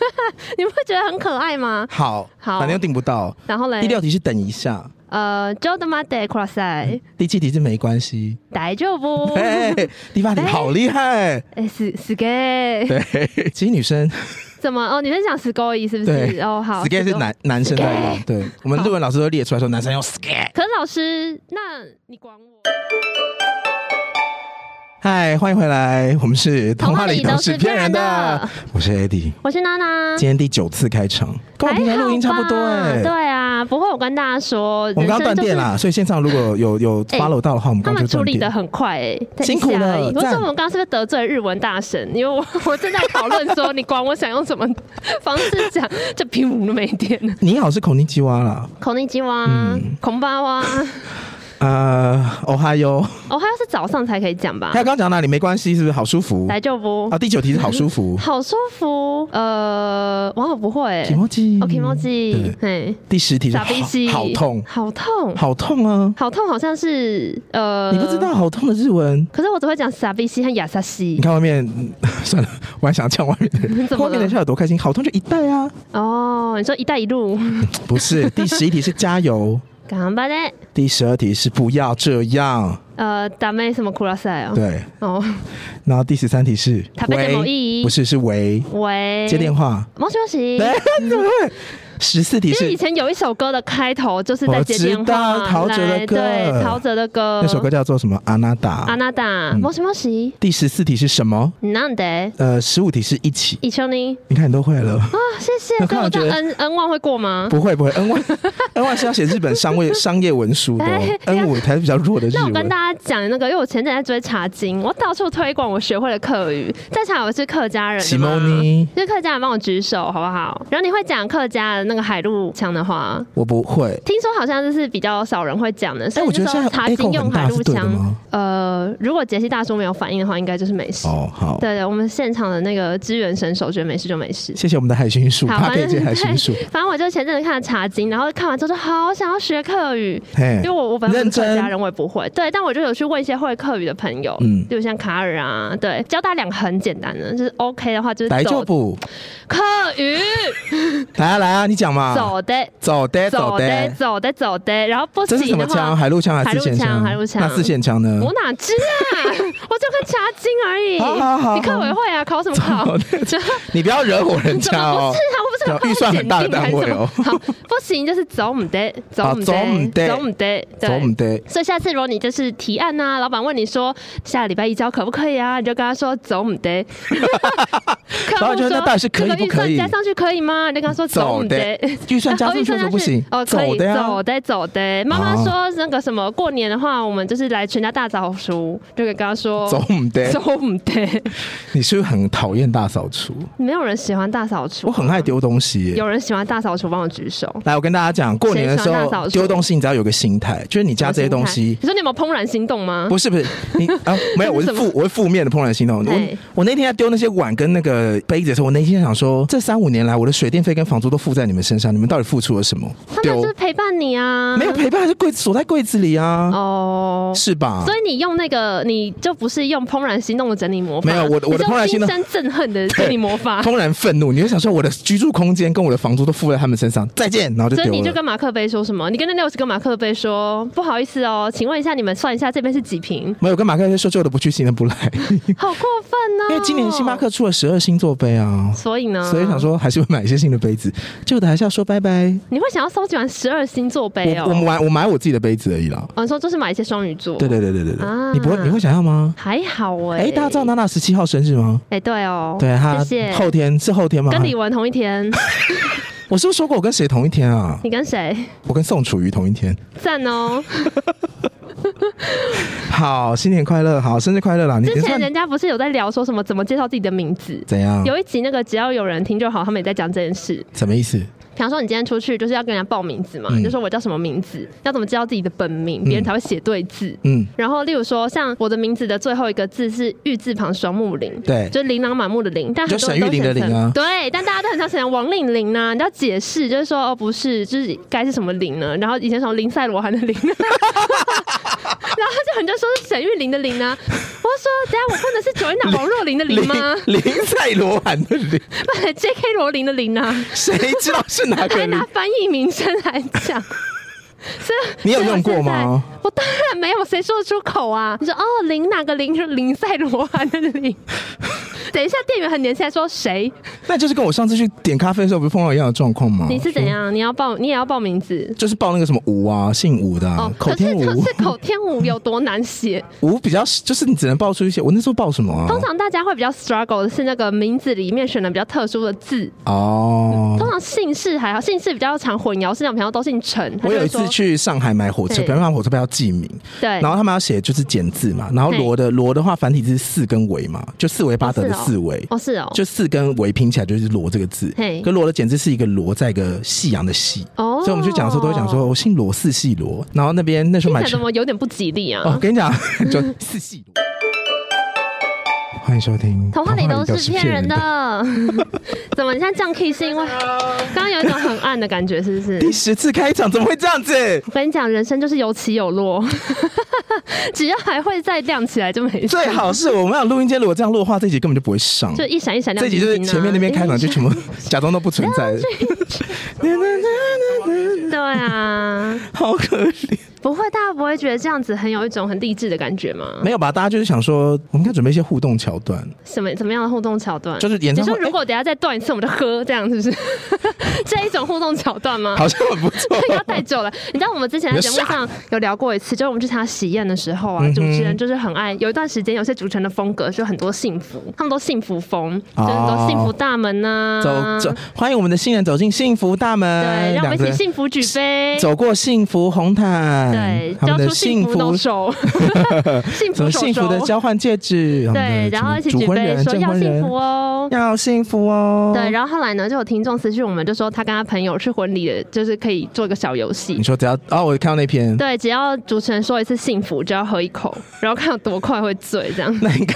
[SPEAKER 1] 你们会觉得很可爱吗？
[SPEAKER 3] 好，
[SPEAKER 1] 好哎
[SPEAKER 3] 反正又定不到。
[SPEAKER 1] 然后嘞
[SPEAKER 3] 第，六题是等一下，
[SPEAKER 1] 呃，就他妈得 cross 赛，
[SPEAKER 3] 第七题是没关系。
[SPEAKER 1] 大丈 夫，
[SPEAKER 3] 哎，第八题
[SPEAKER 1] 哦哎
[SPEAKER 3] 好厉害。
[SPEAKER 1] 哎，死死 gay，
[SPEAKER 3] 对，其实女生
[SPEAKER 1] 怎么？哦，你在讲死 gay 是不
[SPEAKER 3] 对
[SPEAKER 1] 是？哦，好
[SPEAKER 3] skate 是
[SPEAKER 1] 狗
[SPEAKER 3] 男男生在用，对我们日文老师都列出来说男生用 skate。
[SPEAKER 1] 可是老师，那你管我？
[SPEAKER 3] 嗨，欢迎回来，我们是
[SPEAKER 1] 童话里
[SPEAKER 3] 都
[SPEAKER 1] 都是骗人的，
[SPEAKER 3] 我是 Eddie，
[SPEAKER 1] 我是娜娜
[SPEAKER 3] 今。天第九次开场，跟我
[SPEAKER 1] 还
[SPEAKER 3] 平常
[SPEAKER 1] 好
[SPEAKER 3] 录音差不多
[SPEAKER 1] 吧
[SPEAKER 3] 哎。
[SPEAKER 1] 对啊，不过我跟大家说，
[SPEAKER 3] 我们刚刚断
[SPEAKER 1] 人生就是
[SPEAKER 3] 电啦，所以线上如果有有
[SPEAKER 1] 哎
[SPEAKER 3] follow 到的话，我们
[SPEAKER 1] 他
[SPEAKER 3] 刚刚
[SPEAKER 1] 们
[SPEAKER 3] 就
[SPEAKER 1] 处
[SPEAKER 3] 断
[SPEAKER 1] 理
[SPEAKER 3] 电
[SPEAKER 1] 的。很快、欸，在
[SPEAKER 3] 辛苦
[SPEAKER 1] 一下而已
[SPEAKER 3] 了
[SPEAKER 1] 我
[SPEAKER 3] 赞
[SPEAKER 1] 说我们刚刚是不是得罪了日文大神？因为我 我正在讨论说，你管我想用什么方式讲，就屏幕都没电 了。啊
[SPEAKER 3] 你好，是孔尼基蛙啦，
[SPEAKER 1] 孔尼基哇，孔巴 哇，
[SPEAKER 3] 呃，哦嗨哟，
[SPEAKER 1] 哦，还有是早上才可以讲吧
[SPEAKER 3] 还？有刚刚讲哪里没关系，是不是好舒服？
[SPEAKER 1] 来就不，
[SPEAKER 3] 啊，，第九题是好舒服
[SPEAKER 1] 好舒服。呃，哇，我不会、
[SPEAKER 3] 提
[SPEAKER 1] 欸。
[SPEAKER 3] 莫基，
[SPEAKER 1] 哦 k i m o j i
[SPEAKER 3] 嗯对，
[SPEAKER 1] 嘿，
[SPEAKER 3] 第十题是
[SPEAKER 1] 傻
[SPEAKER 3] 好
[SPEAKER 1] 逼鸡，
[SPEAKER 3] 好痛，
[SPEAKER 1] 好痛，
[SPEAKER 3] 好痛啊！
[SPEAKER 1] 好痛，好像是呃，
[SPEAKER 3] 你不知道好痛的日文？
[SPEAKER 1] 可是我只会讲傻逼西和亚萨西
[SPEAKER 3] 你。看外面， 嗯算了，我还想叫外面的人，
[SPEAKER 1] 怎么
[SPEAKER 3] 外面的
[SPEAKER 1] 了
[SPEAKER 3] 人？有多开心，好痛就一代啊！
[SPEAKER 1] 哦，你说“一带一路
[SPEAKER 3] 不是， 第十一题是加油，”，
[SPEAKER 1] 干巴嘞？
[SPEAKER 3] 第十二题是不要这样，
[SPEAKER 1] 呃，打妹什么库拉塞哦。
[SPEAKER 3] 对，
[SPEAKER 1] 哦，
[SPEAKER 3] 然后第十三题是
[SPEAKER 1] 他被怎么
[SPEAKER 3] 喂，
[SPEAKER 1] 意
[SPEAKER 3] 不是是喂，
[SPEAKER 1] 喂，
[SPEAKER 3] 接电话，
[SPEAKER 1] 毛休息。
[SPEAKER 3] 哎， 你怎么会？十四题
[SPEAKER 1] 因为
[SPEAKER 3] 是
[SPEAKER 1] 以前有一首歌的开头就是在接电
[SPEAKER 3] 我知道
[SPEAKER 1] 话，
[SPEAKER 3] 陶喆的
[SPEAKER 1] 来
[SPEAKER 3] 歌
[SPEAKER 1] 对，陶喆的歌，
[SPEAKER 3] 那首歌嗯叫做什么？阿娜
[SPEAKER 1] 阿
[SPEAKER 3] 达。
[SPEAKER 1] 娜达，莫西莫西，
[SPEAKER 3] 第十四题是什么？
[SPEAKER 1] 难得，
[SPEAKER 3] 呃，十五题是一起，
[SPEAKER 1] 一丘尼
[SPEAKER 3] 你看你都会 了。
[SPEAKER 1] 啊，谢谢。
[SPEAKER 3] 我看
[SPEAKER 1] 所以
[SPEAKER 3] 到觉
[SPEAKER 1] 我在
[SPEAKER 3] 得
[SPEAKER 1] N N 万会过吗？
[SPEAKER 3] 不会不会，N Y N Y 是要写日本商业商业文书的、哦
[SPEAKER 1] 哎
[SPEAKER 3] ，N 五才是比较弱的日
[SPEAKER 1] 那我跟
[SPEAKER 3] 文。
[SPEAKER 1] 大家讲那个，因为我前阵在追茶经，我到处推广我学会的客语。在场我是客家人的吗
[SPEAKER 3] Simone
[SPEAKER 1] 就是客家人帮我举手好不好？然后你会讲客家的那个海陆腔的话，
[SPEAKER 3] 我不会，
[SPEAKER 1] 听说好像就是比较少人会讲的。所以
[SPEAKER 3] 哎我觉得
[SPEAKER 1] 那时候
[SPEAKER 3] 现在
[SPEAKER 1] 茶
[SPEAKER 3] echo
[SPEAKER 1] 经用
[SPEAKER 3] 很大
[SPEAKER 1] 海陆
[SPEAKER 3] 是对的
[SPEAKER 1] 腔
[SPEAKER 3] 吗，
[SPEAKER 1] 呃，如果杰西大叔没有反应的话，应该就是没事。
[SPEAKER 3] 哦好，
[SPEAKER 1] 对对，我们现场的那个支援神手觉得没事就没事。
[SPEAKER 3] 谢谢我们的海巡署，
[SPEAKER 1] 好
[SPEAKER 3] 他可以
[SPEAKER 1] 反正
[SPEAKER 3] 借海巡署，
[SPEAKER 1] 反正我就前阵子看了茶经，然后看完之后就好想要学客语，
[SPEAKER 3] 嘿
[SPEAKER 1] 因为，我我本身
[SPEAKER 3] 哎认
[SPEAKER 1] 不是客
[SPEAKER 3] 真
[SPEAKER 1] 家人，我也不会。对，但我就有去问一些会客语的朋友，
[SPEAKER 3] 嗯
[SPEAKER 1] 嗯，就像卡尔啊，对，教大家两个很简单的，就是 OK 的话就是
[SPEAKER 3] 来就
[SPEAKER 1] 走
[SPEAKER 3] 不，
[SPEAKER 1] 客语，
[SPEAKER 3] 来啊来啊，你讲嘛，
[SPEAKER 1] 走的
[SPEAKER 3] 走的
[SPEAKER 1] 走
[SPEAKER 3] 走
[SPEAKER 1] 的
[SPEAKER 3] 的，
[SPEAKER 1] 走的走的，然后不
[SPEAKER 3] 这是什
[SPEAKER 1] 行
[SPEAKER 3] 么啊
[SPEAKER 1] 的
[SPEAKER 3] 枪？
[SPEAKER 1] 话，
[SPEAKER 3] 海陆枪还
[SPEAKER 1] 海
[SPEAKER 3] 是
[SPEAKER 1] 陆
[SPEAKER 3] 四线
[SPEAKER 1] 枪
[SPEAKER 3] 枪？
[SPEAKER 1] 海陆枪
[SPEAKER 3] 那四线枪呢
[SPEAKER 1] 我？哪知 啊？我就看茶经而已。
[SPEAKER 3] 好好好
[SPEAKER 1] 你客委会啊，考什么考？
[SPEAKER 3] 走
[SPEAKER 1] 怎么不 是
[SPEAKER 3] 你不要惹火人家
[SPEAKER 1] 啊？ 我
[SPEAKER 3] 哦。
[SPEAKER 1] 不是有考
[SPEAKER 3] 预算很大的单位哦
[SPEAKER 1] 检定还是什么好，不行就是走唔得，走唔
[SPEAKER 3] 走唔得
[SPEAKER 1] 得，走唔得，对
[SPEAKER 3] 走我们的，
[SPEAKER 1] 所以下次如果你就是提案呐、老板问你说下礼拜一交可不可以啊，你就跟他说走唔得。
[SPEAKER 3] 老
[SPEAKER 1] 客
[SPEAKER 3] 板
[SPEAKER 1] 户
[SPEAKER 3] 就说
[SPEAKER 1] 说
[SPEAKER 3] 那到底是可以
[SPEAKER 1] 这个
[SPEAKER 3] 不
[SPEAKER 1] 预
[SPEAKER 3] 可以
[SPEAKER 1] 算加上去可以吗？你就跟他说走唔得。
[SPEAKER 3] 预算加
[SPEAKER 1] 哦
[SPEAKER 3] 上
[SPEAKER 1] 预
[SPEAKER 3] 去为
[SPEAKER 1] 算
[SPEAKER 3] 什么
[SPEAKER 1] 加
[SPEAKER 3] 不行？
[SPEAKER 1] 哦，可
[SPEAKER 3] 走
[SPEAKER 1] 以，
[SPEAKER 3] 的啊呀，
[SPEAKER 1] 走的，走的。妈妈说那个什么，过年的话，我们就是来全家大扫除，就给跟他说
[SPEAKER 3] 走我们的。
[SPEAKER 1] 走唔得。
[SPEAKER 3] 你是不是很讨厌大扫除？
[SPEAKER 1] 没有人喜欢大扫
[SPEAKER 3] 我
[SPEAKER 1] 除，
[SPEAKER 3] 很爱丢东西耶。
[SPEAKER 1] 有人喜欢大扫除，帮我举手。
[SPEAKER 3] 来，我跟大家讲，过年的时
[SPEAKER 1] 谁喜欢大
[SPEAKER 3] 候
[SPEAKER 1] 扫除
[SPEAKER 3] 丢东西，你只要有个心态，就是你家这些东西。
[SPEAKER 1] 你说你有没有怦然心动吗？
[SPEAKER 3] 不是不是，你啊没有，我
[SPEAKER 1] 那是
[SPEAKER 3] 是
[SPEAKER 1] 什么
[SPEAKER 3] 负我是负面的怦然心动。我
[SPEAKER 1] 对
[SPEAKER 3] 我那天在丢那些碗跟那个杯子的时候，我内心想说，这三五年来我的水电费跟房租都付在你们身上，你们到底付出了什么？
[SPEAKER 1] 他们就是陪伴你啊，
[SPEAKER 3] 没有陪伴，还是柜锁在柜子里啊，
[SPEAKER 1] 哦。
[SPEAKER 3] 是吧？
[SPEAKER 1] 所以你用那个，你就不是用怦然心动的整理魔法，
[SPEAKER 3] 没有我的
[SPEAKER 1] 你
[SPEAKER 3] 我的
[SPEAKER 1] 是用
[SPEAKER 3] 怦然心动
[SPEAKER 1] 心生憎恨的整理魔法，
[SPEAKER 3] 怦然愤怒，你就想说我的居住空间跟我的房租都付在他们身上，再见，然后就
[SPEAKER 1] 所以
[SPEAKER 3] 丢
[SPEAKER 1] 你就
[SPEAKER 3] 了。
[SPEAKER 1] 跟马克杯说什么？你跟那六十个马克杯说，不好意思哦，请问一下，你们算一下这边是几瓶？
[SPEAKER 3] 没有跟马克说旧的不去，新的不来，
[SPEAKER 1] 好过分哦！
[SPEAKER 3] 因为今年星巴，克出了十二星座杯啊，
[SPEAKER 1] 所以呢，
[SPEAKER 3] 所以想，说还是会买一些新的杯子，旧的还是要说拜拜。
[SPEAKER 1] 你会想要收集完十二星座杯
[SPEAKER 3] 我我
[SPEAKER 1] 哦？
[SPEAKER 3] 买我买我自己的杯子而已啦。
[SPEAKER 1] 我说就是买一些双鱼座，
[SPEAKER 3] 对，对对对对对，
[SPEAKER 1] 啊
[SPEAKER 3] 你不会你会想要吗？
[SPEAKER 1] 还好哎。
[SPEAKER 3] 哎、大家知道娜娜十七号生日吗？
[SPEAKER 1] 哎，对哦，
[SPEAKER 3] 对，她
[SPEAKER 1] 谢谢。
[SPEAKER 3] 后天是后天吗？
[SPEAKER 1] 跟李玟同一天，
[SPEAKER 3] 我是不是说过我跟谁同一天啊？
[SPEAKER 1] 你跟谁？
[SPEAKER 3] 我跟宋楚瑜同一天。
[SPEAKER 1] 赞 哦！
[SPEAKER 3] 好，新年快乐，好，生日快乐啦！你
[SPEAKER 1] 之
[SPEAKER 3] 别
[SPEAKER 1] 前
[SPEAKER 3] 算
[SPEAKER 1] 人家不是有在聊说什么怎么介绍自己的名字？
[SPEAKER 3] 怎样？
[SPEAKER 1] 有一集那个只要有人听就好，他们也在讲这件事。
[SPEAKER 3] 什么意思？
[SPEAKER 1] 比方说你今天出去就是要跟人家报名字嘛，
[SPEAKER 3] 嗯
[SPEAKER 1] 就说我叫什么名字，要怎么介绍自己的本名，别人才会写对字。
[SPEAKER 3] 嗯，
[SPEAKER 1] 然后，例如说，像我的名字的最后一个字是“玉”字旁双木林，
[SPEAKER 3] 对
[SPEAKER 1] 就是琳琅满目的琳，但很
[SPEAKER 3] 就
[SPEAKER 1] 多人
[SPEAKER 3] 沈
[SPEAKER 1] 都
[SPEAKER 3] 玉琳的
[SPEAKER 1] 写成
[SPEAKER 3] 琳啊
[SPEAKER 1] 对，但大家都很常写成王令琳呐、啊，你要解释，就是说哦，不是，就是该是什么琳呢？然后以前什么林赛罗韩的琳， 然后就很多人说是沈玉琳的琳呢、啊，我说等一下我混的是九音岛王若琳的琳吗？
[SPEAKER 3] 林赛罗韩的林，
[SPEAKER 1] 不然，J.K. 罗琳的琳呢、啊？
[SPEAKER 3] 谁知道是哪个
[SPEAKER 1] 还
[SPEAKER 3] 林
[SPEAKER 1] 拿？翻译名称来 讲。所以
[SPEAKER 3] 你有用过？
[SPEAKER 1] 所以
[SPEAKER 3] 吗
[SPEAKER 1] 我现在我当然没有，谁说得出 口啊？你说哦，林哪个林？就是林赛罗啊，那个林。等一下，店员很年轻，还说谁？
[SPEAKER 3] 那就是跟我上次去点咖啡的时候，不是碰到一样的状况吗？
[SPEAKER 1] 你是怎样？你要报，你也要报名字
[SPEAKER 3] 就是报那个什么吴啊，姓吴的、啊
[SPEAKER 1] 哦。
[SPEAKER 3] 口
[SPEAKER 1] 可是
[SPEAKER 3] 天
[SPEAKER 1] 可
[SPEAKER 3] 吴，哦
[SPEAKER 1] 是口天舞有多 难写？
[SPEAKER 3] 吴比较就是你只能报出一些。我那时候报什么啊？
[SPEAKER 1] 通常大家会比较 struggle 的是那个名字里面选的比较特殊的字。
[SPEAKER 3] 哦
[SPEAKER 1] 通。常姓氏还好，姓氏比较常混淆，是那种朋友都姓陈。
[SPEAKER 3] 我
[SPEAKER 1] 他就
[SPEAKER 3] 有
[SPEAKER 1] 会
[SPEAKER 3] 一
[SPEAKER 1] 说
[SPEAKER 3] 次去上海买火车
[SPEAKER 1] 对
[SPEAKER 3] 票，因为他们火车票要记名，
[SPEAKER 1] 对，
[SPEAKER 3] 然后他们要写就是简字嘛，然后
[SPEAKER 1] 嘿
[SPEAKER 3] 罗的罗的话繁体字是四跟维嘛，就四维八德的
[SPEAKER 1] 哦
[SPEAKER 3] 四维，
[SPEAKER 1] 哦是哦，
[SPEAKER 3] 就四跟维拼起来就是罗这个字
[SPEAKER 1] 嘿。
[SPEAKER 3] 可罗的简字是一个罗在一个夕阳的夕，
[SPEAKER 1] 哦
[SPEAKER 3] 所以我们去讲的时候都会讲说我姓罗四系罗，然后那边那时候
[SPEAKER 1] 听起
[SPEAKER 3] 买
[SPEAKER 1] 来怎么有点不吉利啊？
[SPEAKER 3] 哦，跟你讲 就四系罗。欢迎收听《
[SPEAKER 1] 童话里都是骗人的，
[SPEAKER 3] 童话里都是骗人》
[SPEAKER 1] 怎么你现在降 key 是 因为刚刚有一种很暗的感觉，是不是？
[SPEAKER 3] 第十次开场怎么会这样子？
[SPEAKER 1] 我跟你讲，人生就是有起有落， 只要还会再亮起来就没事。
[SPEAKER 3] 最好是我们要录音间，如果这样录的话，这集根本就不会上。
[SPEAKER 1] 就一闪一闪亮
[SPEAKER 3] 这
[SPEAKER 1] 晶
[SPEAKER 3] 集
[SPEAKER 1] 晶
[SPEAKER 3] 就
[SPEAKER 1] 啊、
[SPEAKER 3] 是前面那边开场就全 部假装都不存在。
[SPEAKER 1] 对啊，
[SPEAKER 3] 好可怜。
[SPEAKER 1] 不会，大家不会觉得这样子很有一种很励志的感觉吗？
[SPEAKER 3] 没有吧？大家就是想说，我们应该准备一些互动桥段，
[SPEAKER 1] 什么怎么样的互动桥段？
[SPEAKER 3] 就是演
[SPEAKER 1] 你
[SPEAKER 3] 唱会
[SPEAKER 1] 说如果等一下再断一次，我们就喝，这样是 不是？这一种互动桥段吗？
[SPEAKER 3] 好像很不错。
[SPEAKER 1] 不要 太久了。你知道我们之前在节目上有聊过一次，就是我们去参加喜宴的时候啊，
[SPEAKER 3] 嗯哼
[SPEAKER 1] 主持人就是很爱有一段时间，有些主持人的风格就很多幸福，他们都幸福风，
[SPEAKER 3] 哦
[SPEAKER 1] 就是都幸福大门呐、
[SPEAKER 3] 走走，欢迎我们的新人走进幸福大门，
[SPEAKER 1] 对，让我们
[SPEAKER 3] 两个
[SPEAKER 1] 一
[SPEAKER 3] 人
[SPEAKER 1] 起幸福举杯。
[SPEAKER 3] 走过幸福红毯，
[SPEAKER 1] 对，
[SPEAKER 3] 他
[SPEAKER 1] 交
[SPEAKER 3] 们的
[SPEAKER 1] 出幸
[SPEAKER 3] 幸
[SPEAKER 1] 福
[SPEAKER 3] 福
[SPEAKER 1] 的手，
[SPEAKER 3] 什
[SPEAKER 1] 幸福
[SPEAKER 3] 么
[SPEAKER 1] 手
[SPEAKER 3] 幸福的
[SPEAKER 1] 手，
[SPEAKER 3] 交换戒指，我
[SPEAKER 1] 对，
[SPEAKER 3] 们的
[SPEAKER 1] 然后一起
[SPEAKER 3] 嗯主
[SPEAKER 1] 举
[SPEAKER 3] 婚
[SPEAKER 1] 杯
[SPEAKER 3] 人
[SPEAKER 1] 说
[SPEAKER 3] 证
[SPEAKER 1] 要
[SPEAKER 3] 婚
[SPEAKER 1] 幸
[SPEAKER 3] 人
[SPEAKER 1] 福哦，
[SPEAKER 3] 要幸福哦。
[SPEAKER 1] 对，，然后后来呢，就有听众私讯我们，就说他跟他朋友去婚礼的，就是可以做一个小游戏
[SPEAKER 3] 你，说只要哦，我看到那篇，
[SPEAKER 1] 对，只要主持人说一次幸福，就要喝一口，然后看有多快会醉这样。
[SPEAKER 3] 那应该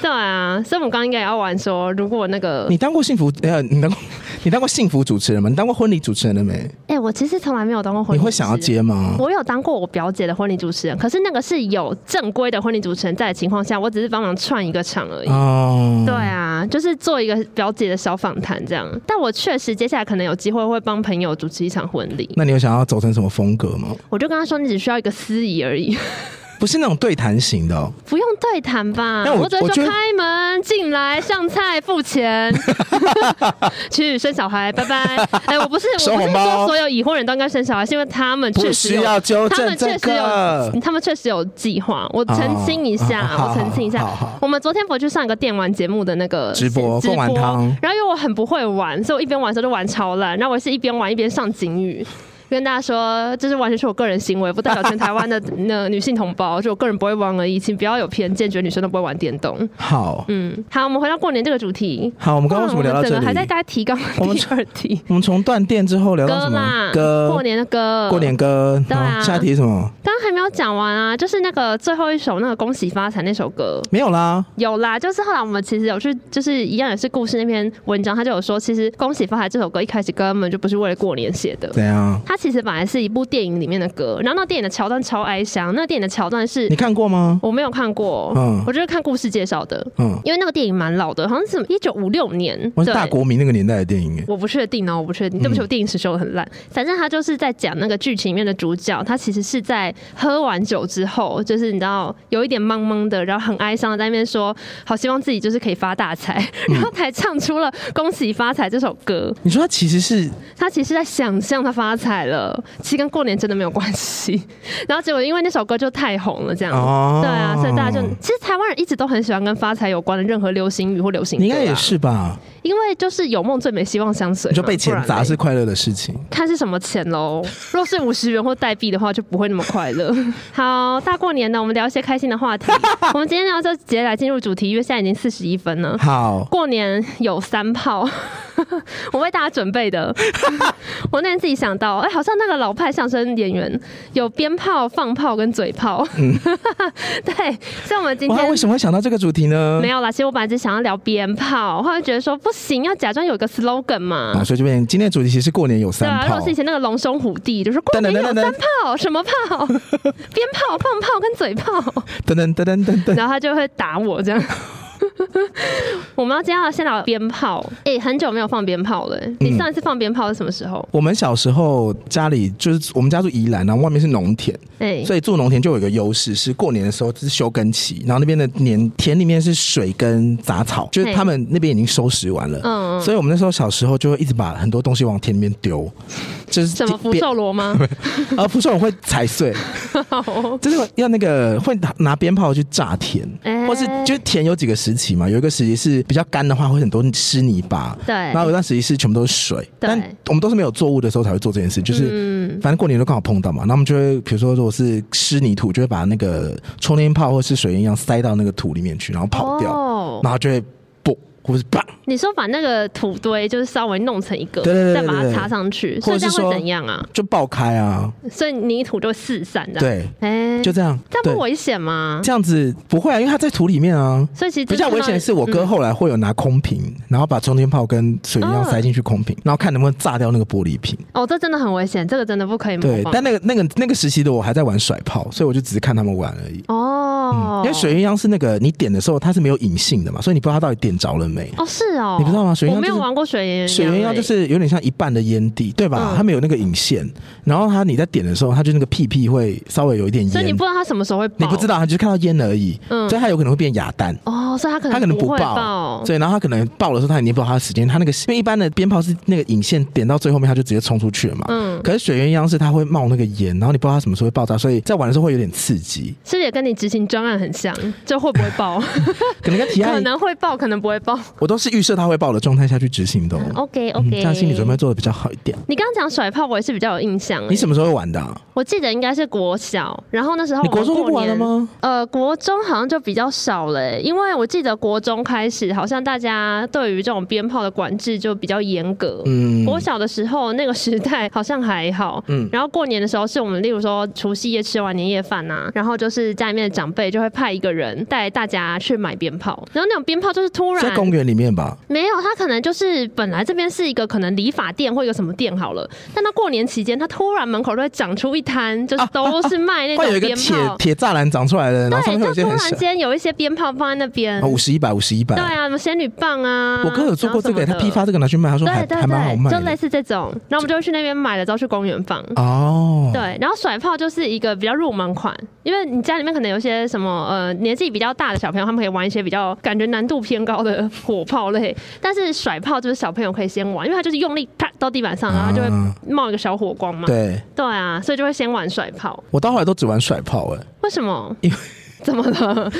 [SPEAKER 1] 对啊，所以我们刚刚应该也要玩说，如果那个
[SPEAKER 3] 你，当过幸福呃，你当过 你当过幸福主持人吗？你当过婚礼主持人了没？
[SPEAKER 1] 哎、我其实从来没有当过婚
[SPEAKER 3] 你
[SPEAKER 1] 礼，
[SPEAKER 3] 会想要？接吗？
[SPEAKER 1] 我有当过我表姐的婚礼主持人，可是那个是有正规的婚礼主持人在的情况下，我只是帮忙串一个场而已。
[SPEAKER 3] 哦，
[SPEAKER 1] 对啊，就是做一个表姐的小访谈这样。但我确实接下来可能有机会会帮朋友主持一场婚礼，
[SPEAKER 3] 那你有想要走成什么风格吗？
[SPEAKER 1] 我就跟他说，你只需要一个司仪而已，
[SPEAKER 3] 不是那种对谈型的、哦，
[SPEAKER 1] 不用对谈吧？
[SPEAKER 3] 那我
[SPEAKER 1] 只会
[SPEAKER 3] 我觉
[SPEAKER 1] 说
[SPEAKER 3] 得
[SPEAKER 1] 开门进来上菜付钱， 去生小孩，拜拜。哎、我不是
[SPEAKER 3] 收
[SPEAKER 1] 我不是
[SPEAKER 3] 红包
[SPEAKER 1] 说所有已婚人都应该生小孩，是因为他们确
[SPEAKER 3] 不
[SPEAKER 1] 实
[SPEAKER 3] 需
[SPEAKER 1] 有。
[SPEAKER 3] 要纠
[SPEAKER 1] 他
[SPEAKER 3] 正
[SPEAKER 1] 们确
[SPEAKER 3] 这
[SPEAKER 1] 实
[SPEAKER 3] 个
[SPEAKER 1] 有，。他们确实有计划。我澄清一下，
[SPEAKER 3] 哦好
[SPEAKER 1] 我澄清一下
[SPEAKER 3] 好好好。
[SPEAKER 1] 我们昨天不去上一个电玩节目的那个
[SPEAKER 3] 直播
[SPEAKER 1] 直
[SPEAKER 3] 贡丸汤
[SPEAKER 1] 然后因为我很不会玩，所以我一边玩的时候就玩超烂。然后我是一边玩一边上警语。跟大家说，这是完全是我个人行为，不代表全台湾的 那女性同胞，就我个人不会玩而已，请不要有偏见，觉得女生都不会玩电动。
[SPEAKER 3] 好，
[SPEAKER 1] 嗯，好，我们回到过年这个主题。哦
[SPEAKER 3] 好，我们刚刚为什么聊到
[SPEAKER 1] 哇我们
[SPEAKER 3] 这
[SPEAKER 1] 整个还在
[SPEAKER 3] 里？
[SPEAKER 1] 大家提纲
[SPEAKER 3] 我们
[SPEAKER 1] 第二题
[SPEAKER 3] 我们从断电之后聊到
[SPEAKER 1] 歌
[SPEAKER 3] 什
[SPEAKER 1] 啦
[SPEAKER 3] 么，歌？
[SPEAKER 1] 过年的歌，
[SPEAKER 3] 过年歌，
[SPEAKER 1] 对啊
[SPEAKER 3] 好下一题是什么？
[SPEAKER 1] 刚刚还没有讲完啊，就是那个最后一首那个恭喜发财那首歌。
[SPEAKER 3] 没有啦，
[SPEAKER 1] 有啦，就是后来我们其实有去，就是一样也是故事那篇文章，他就有说，其实《恭喜发财》这首歌一开始根本就不是为了过年写的，
[SPEAKER 3] 怎样？
[SPEAKER 1] 它其实本来是一部电影里面的歌，然后那电影的桥段超哀伤，那电影的桥段是
[SPEAKER 3] 你看过吗？
[SPEAKER 1] 我没有看过，
[SPEAKER 3] 嗯
[SPEAKER 1] 我就是看故事介绍的，
[SPEAKER 3] 嗯，
[SPEAKER 1] 因为那个电影蛮老的，好像是一九五六年，
[SPEAKER 3] 我是
[SPEAKER 1] 对
[SPEAKER 3] 大国民那个年代的电影耶，
[SPEAKER 1] 我不确定哦，我不确定，对
[SPEAKER 3] 嗯
[SPEAKER 1] 不起，我电影史修的很烂。反正他就是在讲那个剧情里面的主角，他其实是在喝完酒之后，就是你知道有一点懵懵的，然后很哀伤的在那边说，好希望自己就是可以发大财，
[SPEAKER 3] 嗯
[SPEAKER 1] 然后才唱出了《恭喜发财》这首歌。
[SPEAKER 3] 你说他其实是
[SPEAKER 1] 他其实在想象他发财来了，其实跟过年真的没有关系。 然后结果因为那首歌就太红了，这样子，
[SPEAKER 3] 哦
[SPEAKER 1] 对啊，所以大家就其实台湾人一直都很喜欢跟发财有关的任何流行语或流行歌、
[SPEAKER 3] 你
[SPEAKER 1] 啊，
[SPEAKER 3] 应该也，是吧？
[SPEAKER 1] 因为就是有梦最美，希望相随嘛，
[SPEAKER 3] 你就被
[SPEAKER 1] 不
[SPEAKER 3] 钱
[SPEAKER 1] 然
[SPEAKER 3] 砸
[SPEAKER 1] 嘞
[SPEAKER 3] 是快乐的事情。
[SPEAKER 1] 看是什么钱喽。 若是五十元或代币的话，就不会那么快乐。好，大过年的，我们聊一些开心的 话题。我们今天聊就直接来进入主题，因为现在已经四十一分了。
[SPEAKER 3] 好，
[SPEAKER 1] 过年有三炮， 我为大家准 备的。我那天自己想到，哎、好像那个老派相声演员有鞭炮、放炮跟嘴炮。 对，所以我们今
[SPEAKER 3] 哇，
[SPEAKER 1] 天
[SPEAKER 3] 为嗯什么会想到这个主题呢？
[SPEAKER 1] 没有啦。其实我本来只想要聊鞭炮，后来觉得说不行，要假装有一个 slogan 嘛。
[SPEAKER 3] 啊，所以这边今天的主题其实是过年有
[SPEAKER 1] 嗯对
[SPEAKER 3] 三
[SPEAKER 1] 啊，如
[SPEAKER 3] 炮
[SPEAKER 1] 果是以前那个龙兄虎弟，就是过年有三炮，什 么炮，鞭炮、放炮跟嘴炮，
[SPEAKER 3] 噔噔噔噔噔噔，
[SPEAKER 1] 然后他就会打我这样。 我们要今天要先聊鞭炮，哎、很久没有放鞭炮了、
[SPEAKER 3] 嗯
[SPEAKER 1] 你上一次放鞭炮是什么时候？
[SPEAKER 3] 我们小时候家里就是我们家住宜兰，然后外面是农田，
[SPEAKER 1] 哎、
[SPEAKER 3] 所以住农田就有一个优势是过年的时候是休耕期，然后那边的年田里面是水跟杂草，就是他们那边已经收拾完了。
[SPEAKER 1] 嗯，
[SPEAKER 3] 所以我们那时候小时候就会一直把很多东西往田里面丢，就是
[SPEAKER 1] 什么福
[SPEAKER 3] 边，
[SPEAKER 1] 寿 螺吗？
[SPEAKER 3] 呃，福寿我会踩碎， 就是要那个会拿拿鞭炮去炸田，
[SPEAKER 1] 哎
[SPEAKER 3] 或是就是田有几个时期嘛，有一个时期是比较干的话会很多湿泥巴，
[SPEAKER 1] 对
[SPEAKER 3] 然后有一段时期是全部都是水，
[SPEAKER 1] 对
[SPEAKER 3] 但我们都是没有作物的时候才会做这件事，就是。
[SPEAKER 1] 嗯，
[SPEAKER 3] 反正过年都刚好碰到嘛，那我们就会，比如说，如果是湿泥土，就会把那个充电炮或是水烟一样塞到那个土里面去，然后跑掉，
[SPEAKER 1] 哦
[SPEAKER 3] 然后就会啵，或是棒，
[SPEAKER 1] 你说把那个土堆就是稍微弄成一个，
[SPEAKER 3] 对对对对
[SPEAKER 1] 再把它
[SPEAKER 3] 对对
[SPEAKER 1] 插上去，
[SPEAKER 3] 或
[SPEAKER 1] 所
[SPEAKER 3] 者
[SPEAKER 1] 以
[SPEAKER 3] 是
[SPEAKER 1] 这样会
[SPEAKER 3] 说
[SPEAKER 1] 怎样啊？
[SPEAKER 3] 就爆开啊，
[SPEAKER 1] 所以泥土就会四散这样。
[SPEAKER 3] 对，
[SPEAKER 1] 哎、
[SPEAKER 3] 就这样，
[SPEAKER 1] 这样
[SPEAKER 3] 对
[SPEAKER 1] 不，危险吗？
[SPEAKER 3] 这样子不会啊，因为它在土里面啊。
[SPEAKER 1] 所以其实嗯
[SPEAKER 3] 比较危险的是，我
[SPEAKER 1] 哥。
[SPEAKER 3] 哥后来会有拿空瓶，然后把充电炮跟水一样塞进去空瓶，然后看能不能炸掉那个玻璃瓶。
[SPEAKER 1] 哦，这真的很危险，这个真的不可以模
[SPEAKER 3] 对，
[SPEAKER 1] 仿。
[SPEAKER 3] 但那个那个那个时期的我还在玩甩炮，所以我就只是看他们玩而已。
[SPEAKER 1] 哦、
[SPEAKER 3] 嗯因为水鸳鸯是那个你点的时候它是没有引信的嘛，所以你不知道它到底点着了没。
[SPEAKER 1] 哦是哦，
[SPEAKER 3] 你不知道吗水鸳鸯
[SPEAKER 1] 我没有
[SPEAKER 3] 就是
[SPEAKER 1] 玩过水鸳鸯，
[SPEAKER 3] 水鸳鸯就是有点像一半的烟蒂，对吧？
[SPEAKER 1] 嗯
[SPEAKER 3] 它没有那个引线，然后它你在点的时候，它就那个屁屁会稍微有一点
[SPEAKER 1] 欸，所以你
[SPEAKER 3] 烟
[SPEAKER 1] 不，知道它什么时候会爆，
[SPEAKER 3] 你不知道，它就是看到烟而已，
[SPEAKER 1] 嗯
[SPEAKER 3] 所以它有可能会变哑弹。
[SPEAKER 1] 哦，所以它可能
[SPEAKER 3] 它可能
[SPEAKER 1] 不
[SPEAKER 3] 不
[SPEAKER 1] 会
[SPEAKER 3] 爆，对，然后它可能爆的时候，它已经不知道它的时间，它那个因为一般的鞭炮是那个引线点到最后面，它就直接冲出去了嘛。
[SPEAKER 1] 嗯，
[SPEAKER 3] 可是水鸳鸯是它会冒那个烟，然后你不知道它什么时候会爆炸，所以在玩的时候会有点刺激，
[SPEAKER 1] 是不是也跟你执行专案很像？就会不会 爆？
[SPEAKER 3] 可能跟提
[SPEAKER 1] 可
[SPEAKER 3] 案
[SPEAKER 1] 能会爆，可能不会爆。
[SPEAKER 3] 我都是预设它会爆的状态下去执行的、哦。
[SPEAKER 1] OK
[SPEAKER 3] 嗯
[SPEAKER 1] OK，、
[SPEAKER 3] 这样心理准备。做的比较好一点。
[SPEAKER 1] 你刚刚讲甩炮，我也是比较有印象、欸。
[SPEAKER 3] 你什么时候会玩的、啊？
[SPEAKER 1] 我记得应该是国小，然后那时候
[SPEAKER 3] 你
[SPEAKER 1] 我们
[SPEAKER 3] 国中就不
[SPEAKER 1] 过
[SPEAKER 3] 玩了
[SPEAKER 1] 年
[SPEAKER 3] 吗？
[SPEAKER 1] 呃，国中好像就比较少了、欸，因为我记得国中开始，好像大家对于这种鞭炮的管制就比较严格。
[SPEAKER 3] 嗯，
[SPEAKER 1] 我小的时候那个时代好像还好，嗯
[SPEAKER 3] 嗯，
[SPEAKER 1] 然后过年的时候是我们，例如说除夕夜吃完年夜饭呐、然后就是家里面的长辈就会派一个人带大家去买鞭炮，然后那种鞭炮就是突然
[SPEAKER 3] 在公园里面吧。
[SPEAKER 1] 没有，他可能就是本来这边是一个可能理发店或一个什么店好了，但他过年期间，他突然门口就会长出一摊，就是
[SPEAKER 3] 啊
[SPEAKER 1] 都是卖那
[SPEAKER 3] 会有
[SPEAKER 1] 种
[SPEAKER 3] 一个
[SPEAKER 1] 鞭
[SPEAKER 3] 铁
[SPEAKER 1] 炮，
[SPEAKER 3] 铁栅栏长出来的，然后上面会有一
[SPEAKER 1] 对，
[SPEAKER 3] 些
[SPEAKER 1] 就突
[SPEAKER 3] 很
[SPEAKER 1] 然
[SPEAKER 3] 小，
[SPEAKER 1] 间有一些鞭炮放在那边，
[SPEAKER 3] 哦，五十一百，五十一百。
[SPEAKER 1] 对啊，什么仙女棒啊，
[SPEAKER 3] 我哥有做过这个，
[SPEAKER 1] 然
[SPEAKER 3] 他
[SPEAKER 1] 后什么的
[SPEAKER 3] 批发这个拿去卖，他说还
[SPEAKER 1] 对对
[SPEAKER 3] 还蛮好
[SPEAKER 1] 对，
[SPEAKER 3] 卖
[SPEAKER 1] 就类
[SPEAKER 3] 的。
[SPEAKER 1] 似这种，然后我们就会去那边买了之后去公园放。
[SPEAKER 3] 哦，
[SPEAKER 1] 对，然后甩炮就是一个比较入门款，因为你家里面可能有些什么呃年纪比较大的小朋友，他们可以玩一些比较感觉难度偏高的火炮类，但是甩炮就是小朋友可以先玩，因为它就是用力啪到地板上，然后就会
[SPEAKER 3] 啊
[SPEAKER 1] 冒一个小火光嘛。
[SPEAKER 3] 对，
[SPEAKER 1] 对啊，所以就会先玩甩炮。
[SPEAKER 3] 我到后来都只玩甩炮，哎，
[SPEAKER 1] 为什么？
[SPEAKER 3] 因为
[SPEAKER 1] 怎么了？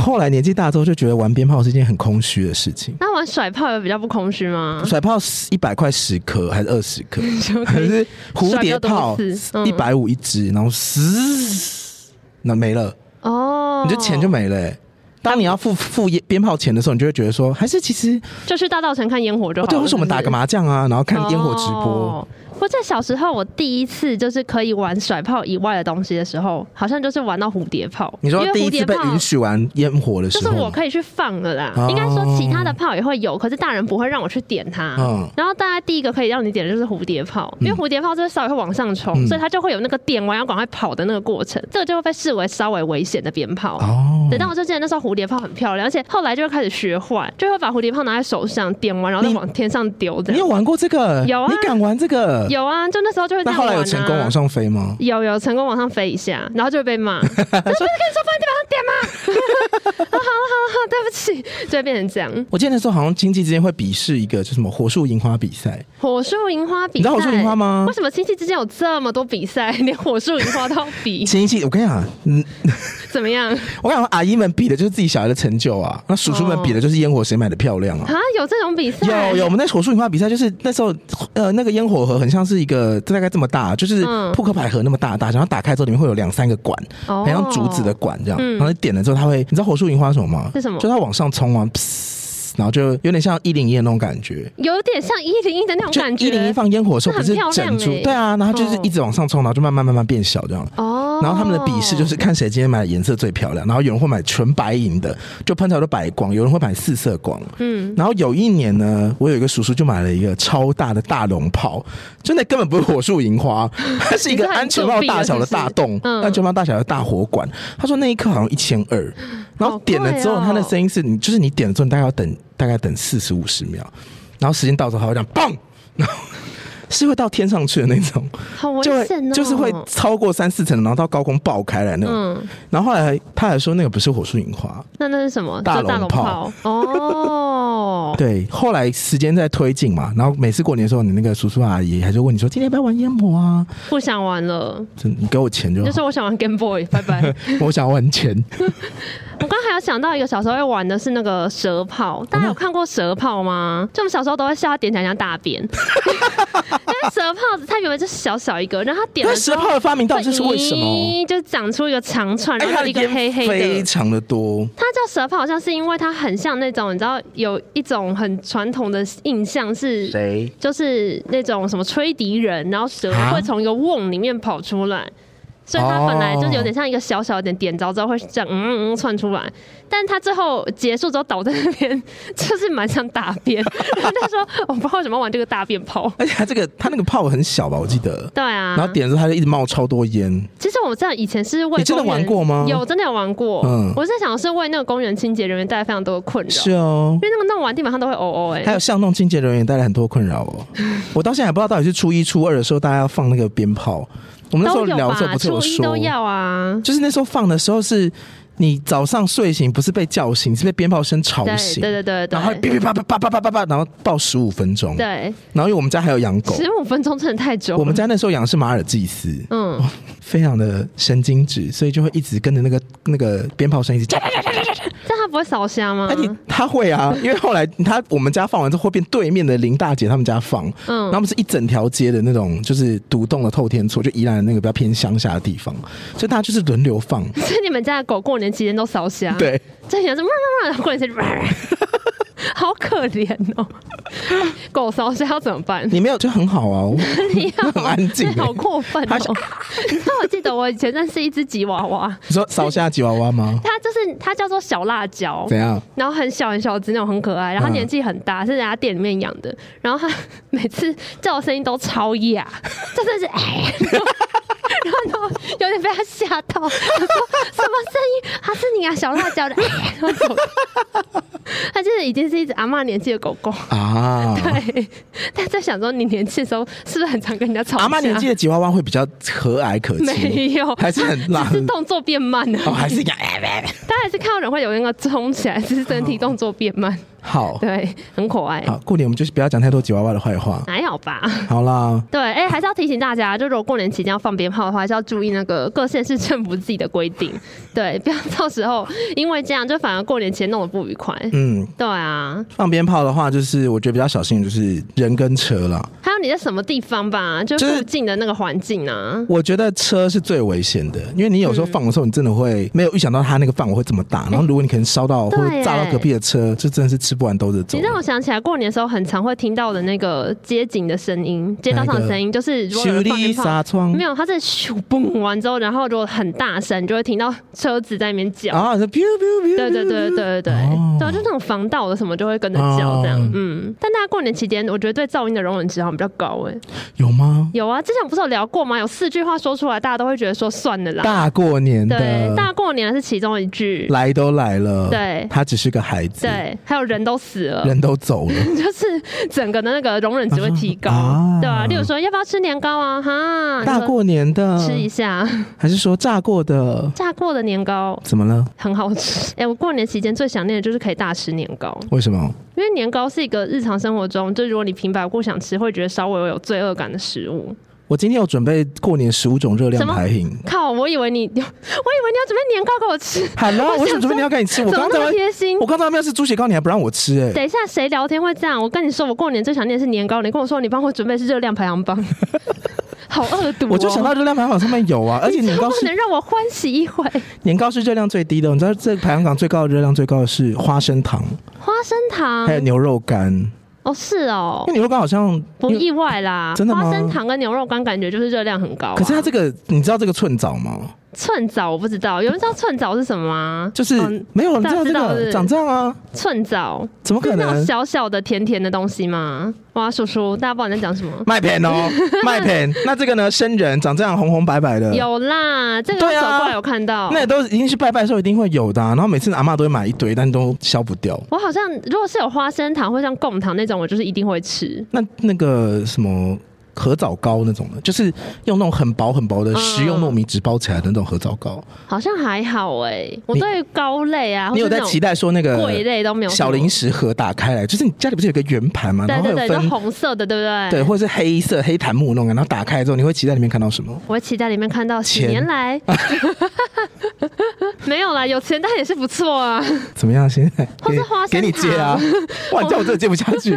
[SPEAKER 3] 后来年纪大之后就觉得玩鞭炮是一件很空虚的事情。
[SPEAKER 1] 那玩甩炮有比较不空虚吗？
[SPEAKER 3] 甩炮一百块十颗还是二十颗？
[SPEAKER 1] 嗯 就可
[SPEAKER 3] 可
[SPEAKER 1] 以
[SPEAKER 3] 是蝴蝶炮
[SPEAKER 1] 甩比较多次嗯
[SPEAKER 3] 一百五一只，然后嘶，那没了，
[SPEAKER 1] 哦，
[SPEAKER 3] 你就钱就没了、欸。当你要付付鞭炮钱的时候，你就会觉得说，还是其实
[SPEAKER 1] 就去大道城看烟火就
[SPEAKER 3] 哦
[SPEAKER 1] 好了。
[SPEAKER 3] 对，或是我们
[SPEAKER 1] 是不
[SPEAKER 3] 打
[SPEAKER 1] 是
[SPEAKER 3] 个麻将啊，然后看烟火直播。
[SPEAKER 1] 哦我在小时候，我第一次就是可以玩甩炮以外的东西的时候，好像就是玩到蝴蝶炮。
[SPEAKER 3] 你说
[SPEAKER 1] 因为
[SPEAKER 3] 第
[SPEAKER 1] 蝴
[SPEAKER 3] 一
[SPEAKER 1] 蝶
[SPEAKER 3] 次被
[SPEAKER 1] 炮
[SPEAKER 3] 允许玩烟火的时
[SPEAKER 1] 就是
[SPEAKER 3] 候吗，
[SPEAKER 1] 我可以去放的啦。
[SPEAKER 3] 哦
[SPEAKER 1] 应该说其他的炮也会有，可是大人不会让我去点它。
[SPEAKER 3] 嗯
[SPEAKER 1] 然后大家第一个可以让你点的就是蝴蝶炮，因为蝴蝶炮就是稍微会往上冲，
[SPEAKER 3] 嗯
[SPEAKER 1] 所以它就会有那个电完要赶快跑的那个过程，这个就会被视为稍微危险的鞭炮。
[SPEAKER 3] 哦
[SPEAKER 1] 对，，但我就记得那时候蝴蝶炮很漂亮，而且后来就会开始学坏，就会把蝴蝶炮拿在手上点完，然后再
[SPEAKER 3] 你
[SPEAKER 1] 往天上丢这
[SPEAKER 3] 你
[SPEAKER 1] 样。
[SPEAKER 3] 有玩过这个？
[SPEAKER 1] 有啊
[SPEAKER 3] 你敢玩这个？。
[SPEAKER 1] 有啊，就那时候就会这
[SPEAKER 3] 那
[SPEAKER 1] 样
[SPEAKER 3] 后
[SPEAKER 1] 玩、啊。
[SPEAKER 3] 来有成功往上飞吗？
[SPEAKER 1] 有有成功往上飞一下， 哦然后就会被骂。我不是跟你说放在地板上点吗？啊，好了好了好了，对不起，就会变成这样。
[SPEAKER 3] 我记得那时候好像亲戚之间会比试一个，就什么火树银花比赛，
[SPEAKER 1] 火树银花
[SPEAKER 3] 你
[SPEAKER 1] 比赛，
[SPEAKER 3] 知道火树银花吗？
[SPEAKER 1] 为什么亲戚之间有这么多比赛，连火树银花都要比
[SPEAKER 3] 亲戚，我跟你讲，嗯，
[SPEAKER 1] 怎 么样？啊
[SPEAKER 3] 我跟你讲，阿姨们比的就是自己小孩的成就啊，那叔叔们
[SPEAKER 1] 哦
[SPEAKER 3] 比的就是烟火谁买的漂亮啊。
[SPEAKER 1] 啊，有这种比赛？
[SPEAKER 3] 有有，我们那火树银花比赛就是那时候，呃，那个烟火盒很像是一个大概这么大，就是
[SPEAKER 1] 嗯
[SPEAKER 3] 扑克牌盒那么大大，然后打开之后里面会有两三个管，
[SPEAKER 1] 哦
[SPEAKER 3] 很像竹子的管这样，
[SPEAKER 1] 嗯
[SPEAKER 3] 然后你点了之后它会，你知道火树银花是什么吗？
[SPEAKER 1] 是什么
[SPEAKER 3] 就它往上冲啊，噗然后就有点像一零一的那种感觉。
[SPEAKER 1] 有点像一零一的那种
[SPEAKER 3] 就
[SPEAKER 1] 感觉。
[SPEAKER 3] 一零一放烟火的时候，不是
[SPEAKER 1] 那很漂亮
[SPEAKER 3] 整株
[SPEAKER 1] 欸
[SPEAKER 3] 对啊，然后就是一直往上冲，然后就慢慢慢慢变小这样。
[SPEAKER 1] 哦，
[SPEAKER 3] 然后他们的比试就是看谁今天买的颜色最漂亮，然后有人会买纯白银的，就喷出来都白光；有人会买四色光。
[SPEAKER 1] 嗯，
[SPEAKER 3] 然后有一年呢，我有一个叔叔就买了一个超大的大龙炮，真的根本不是火树银花，它是一个
[SPEAKER 1] 你是很
[SPEAKER 3] 安全帽大小的大洞
[SPEAKER 1] 作，弊了是不是嗯
[SPEAKER 3] 安全帽大小的大火管。他说那一颗好像一千二，然后点了之后，
[SPEAKER 1] 好贵
[SPEAKER 3] 它
[SPEAKER 1] 哦
[SPEAKER 3] 的声音是你就是你点了之后，你大概要等大概等四十五十秒，然后时间到之后，它会这样砰，然后是会到天上去的那种。
[SPEAKER 1] 好
[SPEAKER 3] 就
[SPEAKER 1] 危险
[SPEAKER 3] 会
[SPEAKER 1] 哦，
[SPEAKER 3] 就是会超过三四层，然后到高空爆开来那种。
[SPEAKER 1] 嗯，
[SPEAKER 3] 然后后来他还说那个不是火树银花，
[SPEAKER 1] 那那是什么？
[SPEAKER 3] 大
[SPEAKER 1] 就大
[SPEAKER 3] 龙
[SPEAKER 1] 龙
[SPEAKER 3] 炮。
[SPEAKER 1] 炮哦
[SPEAKER 3] 对。后来时间在推进嘛，然后每次过年的时候，你那个叔叔阿姨还是问你说今天要不要玩烟火啊？
[SPEAKER 1] 不想玩了，
[SPEAKER 3] 真你给我钱就好，
[SPEAKER 1] 就说我想玩 Game Boy，拜拜。
[SPEAKER 3] 我想玩钱。
[SPEAKER 1] 我刚还有想到一个小时候会玩的是那个蛇炮，大家
[SPEAKER 3] 嗯
[SPEAKER 1] 有看过蛇炮吗？就我们小时候都会笑它点起来像大便， 因为蛇炮它原本就是小小一个，然后它点
[SPEAKER 3] 那
[SPEAKER 1] 了之
[SPEAKER 3] 蛇
[SPEAKER 1] 后
[SPEAKER 3] 炮的发明到底是为什么？
[SPEAKER 1] 咦就长出一个长串，
[SPEAKER 3] 哎，
[SPEAKER 1] 然
[SPEAKER 3] 它
[SPEAKER 1] 后
[SPEAKER 3] 的
[SPEAKER 1] 一个
[SPEAKER 3] 烟
[SPEAKER 1] 黑黑
[SPEAKER 3] 非
[SPEAKER 1] 的。
[SPEAKER 3] 常的多，
[SPEAKER 1] 它叫蛇炮，好像是因为它很像那种，你知道有一种很传统的印象是
[SPEAKER 3] 谁？
[SPEAKER 1] 就是那种什么吹笛人，然后蛇
[SPEAKER 3] 啊
[SPEAKER 1] 会从一个瓮里面跑出来，所以它本来就是有点像一个小小的点点着之后会这样嗯嗯嗯窜出来，但它最后结束之后倒在那边， 就是蛮像大 便。然后他说我不知道为什么玩这个大便炮。
[SPEAKER 3] 而且它这个它那个炮很小吧，我记得。
[SPEAKER 1] 对啊，
[SPEAKER 3] 然后点的时候，它就一直冒超多烟。
[SPEAKER 1] 其实我知道以前是为
[SPEAKER 3] 你真的
[SPEAKER 1] 公园
[SPEAKER 3] 玩过吗
[SPEAKER 1] 有，真的有玩过。
[SPEAKER 3] 嗯
[SPEAKER 1] 我是想是为那个公园清洁人员带来非常多的困扰，
[SPEAKER 3] 是哦
[SPEAKER 1] 因，为那个弄完地板上都会哦哦哎、
[SPEAKER 3] 还有巷弄清洁人员带来很多困扰哦。我到现在还不知道到底是初一初二的时候大家要放那个鞭炮。我们那时候
[SPEAKER 1] 都有
[SPEAKER 3] 聊的时候
[SPEAKER 1] 吧，
[SPEAKER 3] 不是
[SPEAKER 1] 初
[SPEAKER 3] 有
[SPEAKER 1] 一都
[SPEAKER 3] 说，
[SPEAKER 1] 要啊。
[SPEAKER 3] 就是那时候放的时候是你早上睡醒不是被叫醒，是被鞭炮声吵
[SPEAKER 1] 对
[SPEAKER 3] 醒，
[SPEAKER 1] 对对对
[SPEAKER 3] 哦然后
[SPEAKER 1] 对
[SPEAKER 3] 噼噼啪啪啪啪啪啪啪，然后爆十五分钟。然
[SPEAKER 1] 对，
[SPEAKER 3] 后因为我们家还有养狗，
[SPEAKER 1] 十五分钟真的太久了。
[SPEAKER 3] 我们家那时候养的是马尔济斯，
[SPEAKER 1] 嗯，
[SPEAKER 3] 非常的神经质，所以就会一直跟着那个那个鞭炮声一直喳喳喳喳喳喳喳。
[SPEAKER 1] 但他不会扫瞎吗
[SPEAKER 3] 而？且哎他会啊，因为后来他我们家放完之后会变对面的林大姐他们家放，嗯，
[SPEAKER 1] 嗯
[SPEAKER 3] 然后我们是一整条街的那种，就是独栋的透天厝，就宜兰的那个比较偏乡下的地方，所以大家就是轮流放，
[SPEAKER 1] 所以你们家的狗过年期间都扫瞎？，
[SPEAKER 3] 对，
[SPEAKER 1] 这也是汪汪汪，过年期间汪汪汪好可怜哦。狗扫瞎要怎么办？
[SPEAKER 3] 你没有就很好啊，我
[SPEAKER 1] 你要
[SPEAKER 3] 很安静欸
[SPEAKER 1] 这好过分
[SPEAKER 3] 它是
[SPEAKER 1] 哦！ 那我记得我以前认识一只吉娃娃，
[SPEAKER 3] 你说扫下吉娃娃吗？
[SPEAKER 1] 它就是它叫做小辣椒，
[SPEAKER 3] 怎样？
[SPEAKER 1] 然后很小很小只那种，很可爱。然
[SPEAKER 3] 嗯
[SPEAKER 1] 后它年纪很大，是人家店里面养的。然后它每次叫我声音都超哑，就是是哎。然后然后有点被他吓到，我说什么声音？他是你啊，小辣椒的。哎然后走了他就是已经是一只阿嬷年纪的狗狗，
[SPEAKER 3] 啊，
[SPEAKER 1] 对。但在想说，你年轻的时候是不是很常跟人家吵架？
[SPEAKER 3] 阿妈年纪的吉娃娃会比较和蔼可
[SPEAKER 1] 没
[SPEAKER 3] 亲，
[SPEAKER 1] 有，
[SPEAKER 3] 还是很辣
[SPEAKER 1] 只 是动作变慢了。
[SPEAKER 3] 哦，还 是一样。
[SPEAKER 1] 他还是看到人会有那个冲起来，只是整体动作变慢，
[SPEAKER 3] 好
[SPEAKER 1] 对，很可爱。
[SPEAKER 3] 好，过年我们就是不要讲太多吉娃娃的坏话。
[SPEAKER 1] 还好吧。
[SPEAKER 3] 好啦，
[SPEAKER 1] 对，哎、还是要提醒大家，就如果过年期间要放鞭炮的话，还是要注意那个各县市政府自己的规定，对，不要到时候因为这样就反而过年前弄得不愉快。
[SPEAKER 3] 嗯，
[SPEAKER 1] 对啊，
[SPEAKER 3] 放鞭炮的话，就是我觉得比较小心，就是人跟车啦。
[SPEAKER 1] 还有你在什么地方吧，就
[SPEAKER 3] 就是
[SPEAKER 1] 附近的那个环境啊，
[SPEAKER 3] 我觉得车是最危险的，因为你有时候放的时候，你真的会没有预想到它那个范围会这么
[SPEAKER 1] 哎
[SPEAKER 3] 大，然后如果你可能烧到或
[SPEAKER 1] 对
[SPEAKER 3] 者炸到隔壁的车，就真的是吃不完兜着走
[SPEAKER 1] 你。让我想起来，过年的时候很常会听到的那个街景的声音，街道上的声音，就是如果有
[SPEAKER 3] 修
[SPEAKER 1] 人放
[SPEAKER 3] 理
[SPEAKER 1] 鞭炮
[SPEAKER 3] 纱，窗
[SPEAKER 1] 没有，它是咻嘣完之后，然后如果很大声，你就会听到车子在那边叫。
[SPEAKER 3] 啊，就 biu biu biu，
[SPEAKER 1] 对对对对对对，
[SPEAKER 3] 哦
[SPEAKER 1] 对，啊就那种防盗的什么就会跟着叫这样，
[SPEAKER 3] 哦
[SPEAKER 1] 嗯。但大家过年期间，我觉得对噪音的容忍值好像比较高哎、
[SPEAKER 3] 有吗？
[SPEAKER 1] 有啊，之前不是有聊过吗？有四句话说出来，大家都会觉得说算了啦。
[SPEAKER 3] 大过年
[SPEAKER 1] 对
[SPEAKER 3] 的，，
[SPEAKER 1] 大过年的是其中一句。
[SPEAKER 3] 来都来了，
[SPEAKER 1] 对
[SPEAKER 3] 他只是个孩子，
[SPEAKER 1] 对，还有人人都死了，
[SPEAKER 3] 人都走了，
[SPEAKER 1] 就是整个的那个容忍值会提高，
[SPEAKER 3] 啊
[SPEAKER 1] 对吧、例如说要不要吃年糕啊？哈，
[SPEAKER 3] 大过年的
[SPEAKER 1] 就说吃一下，
[SPEAKER 3] 还是说炸过的？
[SPEAKER 1] 炸过的年糕
[SPEAKER 3] 怎么了？
[SPEAKER 1] 很好吃。哎、我过年期间最想念的就是可以大吃年糕，
[SPEAKER 3] 为什么？
[SPEAKER 1] 因为年糕是一个日常生活中，就如果你平白无故想吃，会觉得稍微有罪恶感的食物。
[SPEAKER 3] 我今天有准备过年十五种热量排行。
[SPEAKER 1] 靠，我以为你，我以为 你要准备年糕给我吃，
[SPEAKER 3] Hello，
[SPEAKER 1] 我
[SPEAKER 3] 啊我想准备你要赶紧吃，我
[SPEAKER 1] 怎么
[SPEAKER 3] 刚
[SPEAKER 1] 那么
[SPEAKER 3] 才
[SPEAKER 1] 贴心
[SPEAKER 3] 我？刚才面是猪血糕，你还不让我吃哎、
[SPEAKER 1] 等一下，谁聊天会这样？我跟你说，我过年最想念的是年糕，你跟我说你帮我准备是热量 排行榜，好恶毒、哦！
[SPEAKER 3] 我就想到热量排行榜上面有啊，而且
[SPEAKER 1] 你
[SPEAKER 3] 年
[SPEAKER 1] 能
[SPEAKER 3] 糕
[SPEAKER 1] 不
[SPEAKER 3] 是
[SPEAKER 1] 能让我欢喜一回？
[SPEAKER 3] 年糕是热量最低的，你知道这个排行榜最高的热量最高的是花生糖，
[SPEAKER 1] 花生糖
[SPEAKER 3] 还有牛肉干，
[SPEAKER 1] 哦，是哦
[SPEAKER 3] 因为，牛肉干好像
[SPEAKER 1] 不意外啦。
[SPEAKER 3] 真的吗
[SPEAKER 1] 花生糖跟牛肉干感觉就是热量很高啊、
[SPEAKER 3] 可是它这个你知道这个寸枣吗？
[SPEAKER 1] 寸枣我不知道，有人知道寸枣是什么吗？
[SPEAKER 3] 就是、
[SPEAKER 1] 嗯
[SPEAKER 3] 没有人知道这
[SPEAKER 1] 知道知
[SPEAKER 3] 个
[SPEAKER 1] 道
[SPEAKER 3] 长这样啊，
[SPEAKER 1] 寸枣
[SPEAKER 3] 怎么
[SPEAKER 1] 就
[SPEAKER 3] 可
[SPEAKER 1] 是那种
[SPEAKER 3] 能？
[SPEAKER 1] 小小的甜甜的东西吗？哇，叔叔，大家不知道你在讲什么。
[SPEAKER 3] 麦片哦，麦 片。那这个呢，生人长这样红红白白的，
[SPEAKER 1] 有啦，这个
[SPEAKER 3] 对
[SPEAKER 1] 手
[SPEAKER 3] 呃啊
[SPEAKER 1] 挂有看到。
[SPEAKER 3] 那也都已经是拜拜的时候一定会有的啊、然后每次阿妈都会买一堆，但都消不掉。
[SPEAKER 1] 我好像如果是有花生糖或像贡糖那种，我就是一定会吃。
[SPEAKER 3] 那那个什么合枣糕那种的，就是用那种很薄很薄的
[SPEAKER 1] 嗯
[SPEAKER 3] 食用糯米纸包起来的那种合枣糕。
[SPEAKER 1] 好像还好哎、我
[SPEAKER 3] 你
[SPEAKER 1] 对于糕类啊，
[SPEAKER 3] 你有在期
[SPEAKER 1] 期
[SPEAKER 3] 待说那个
[SPEAKER 1] 贵类都没有
[SPEAKER 3] 小零
[SPEAKER 1] 零食，
[SPEAKER 3] 食盒打开来，就是你家里不是有个圆盘嘛，然
[SPEAKER 1] 对
[SPEAKER 3] 后会
[SPEAKER 1] 对
[SPEAKER 3] 有
[SPEAKER 1] 对，就
[SPEAKER 3] 分
[SPEAKER 1] 红色的，对不对？
[SPEAKER 3] 对，，或者是黑色黑檀木那种感觉，然后打开之后你会期待里面看到什么？
[SPEAKER 1] 我会期待里面看到几
[SPEAKER 3] 钱
[SPEAKER 1] 年来， 没有啦，有钱但也是不错啊，
[SPEAKER 3] 怎么样？现在
[SPEAKER 1] 或
[SPEAKER 3] 给
[SPEAKER 1] 是花生
[SPEAKER 3] 给你接 啊！哇，你叫我真的接不下去。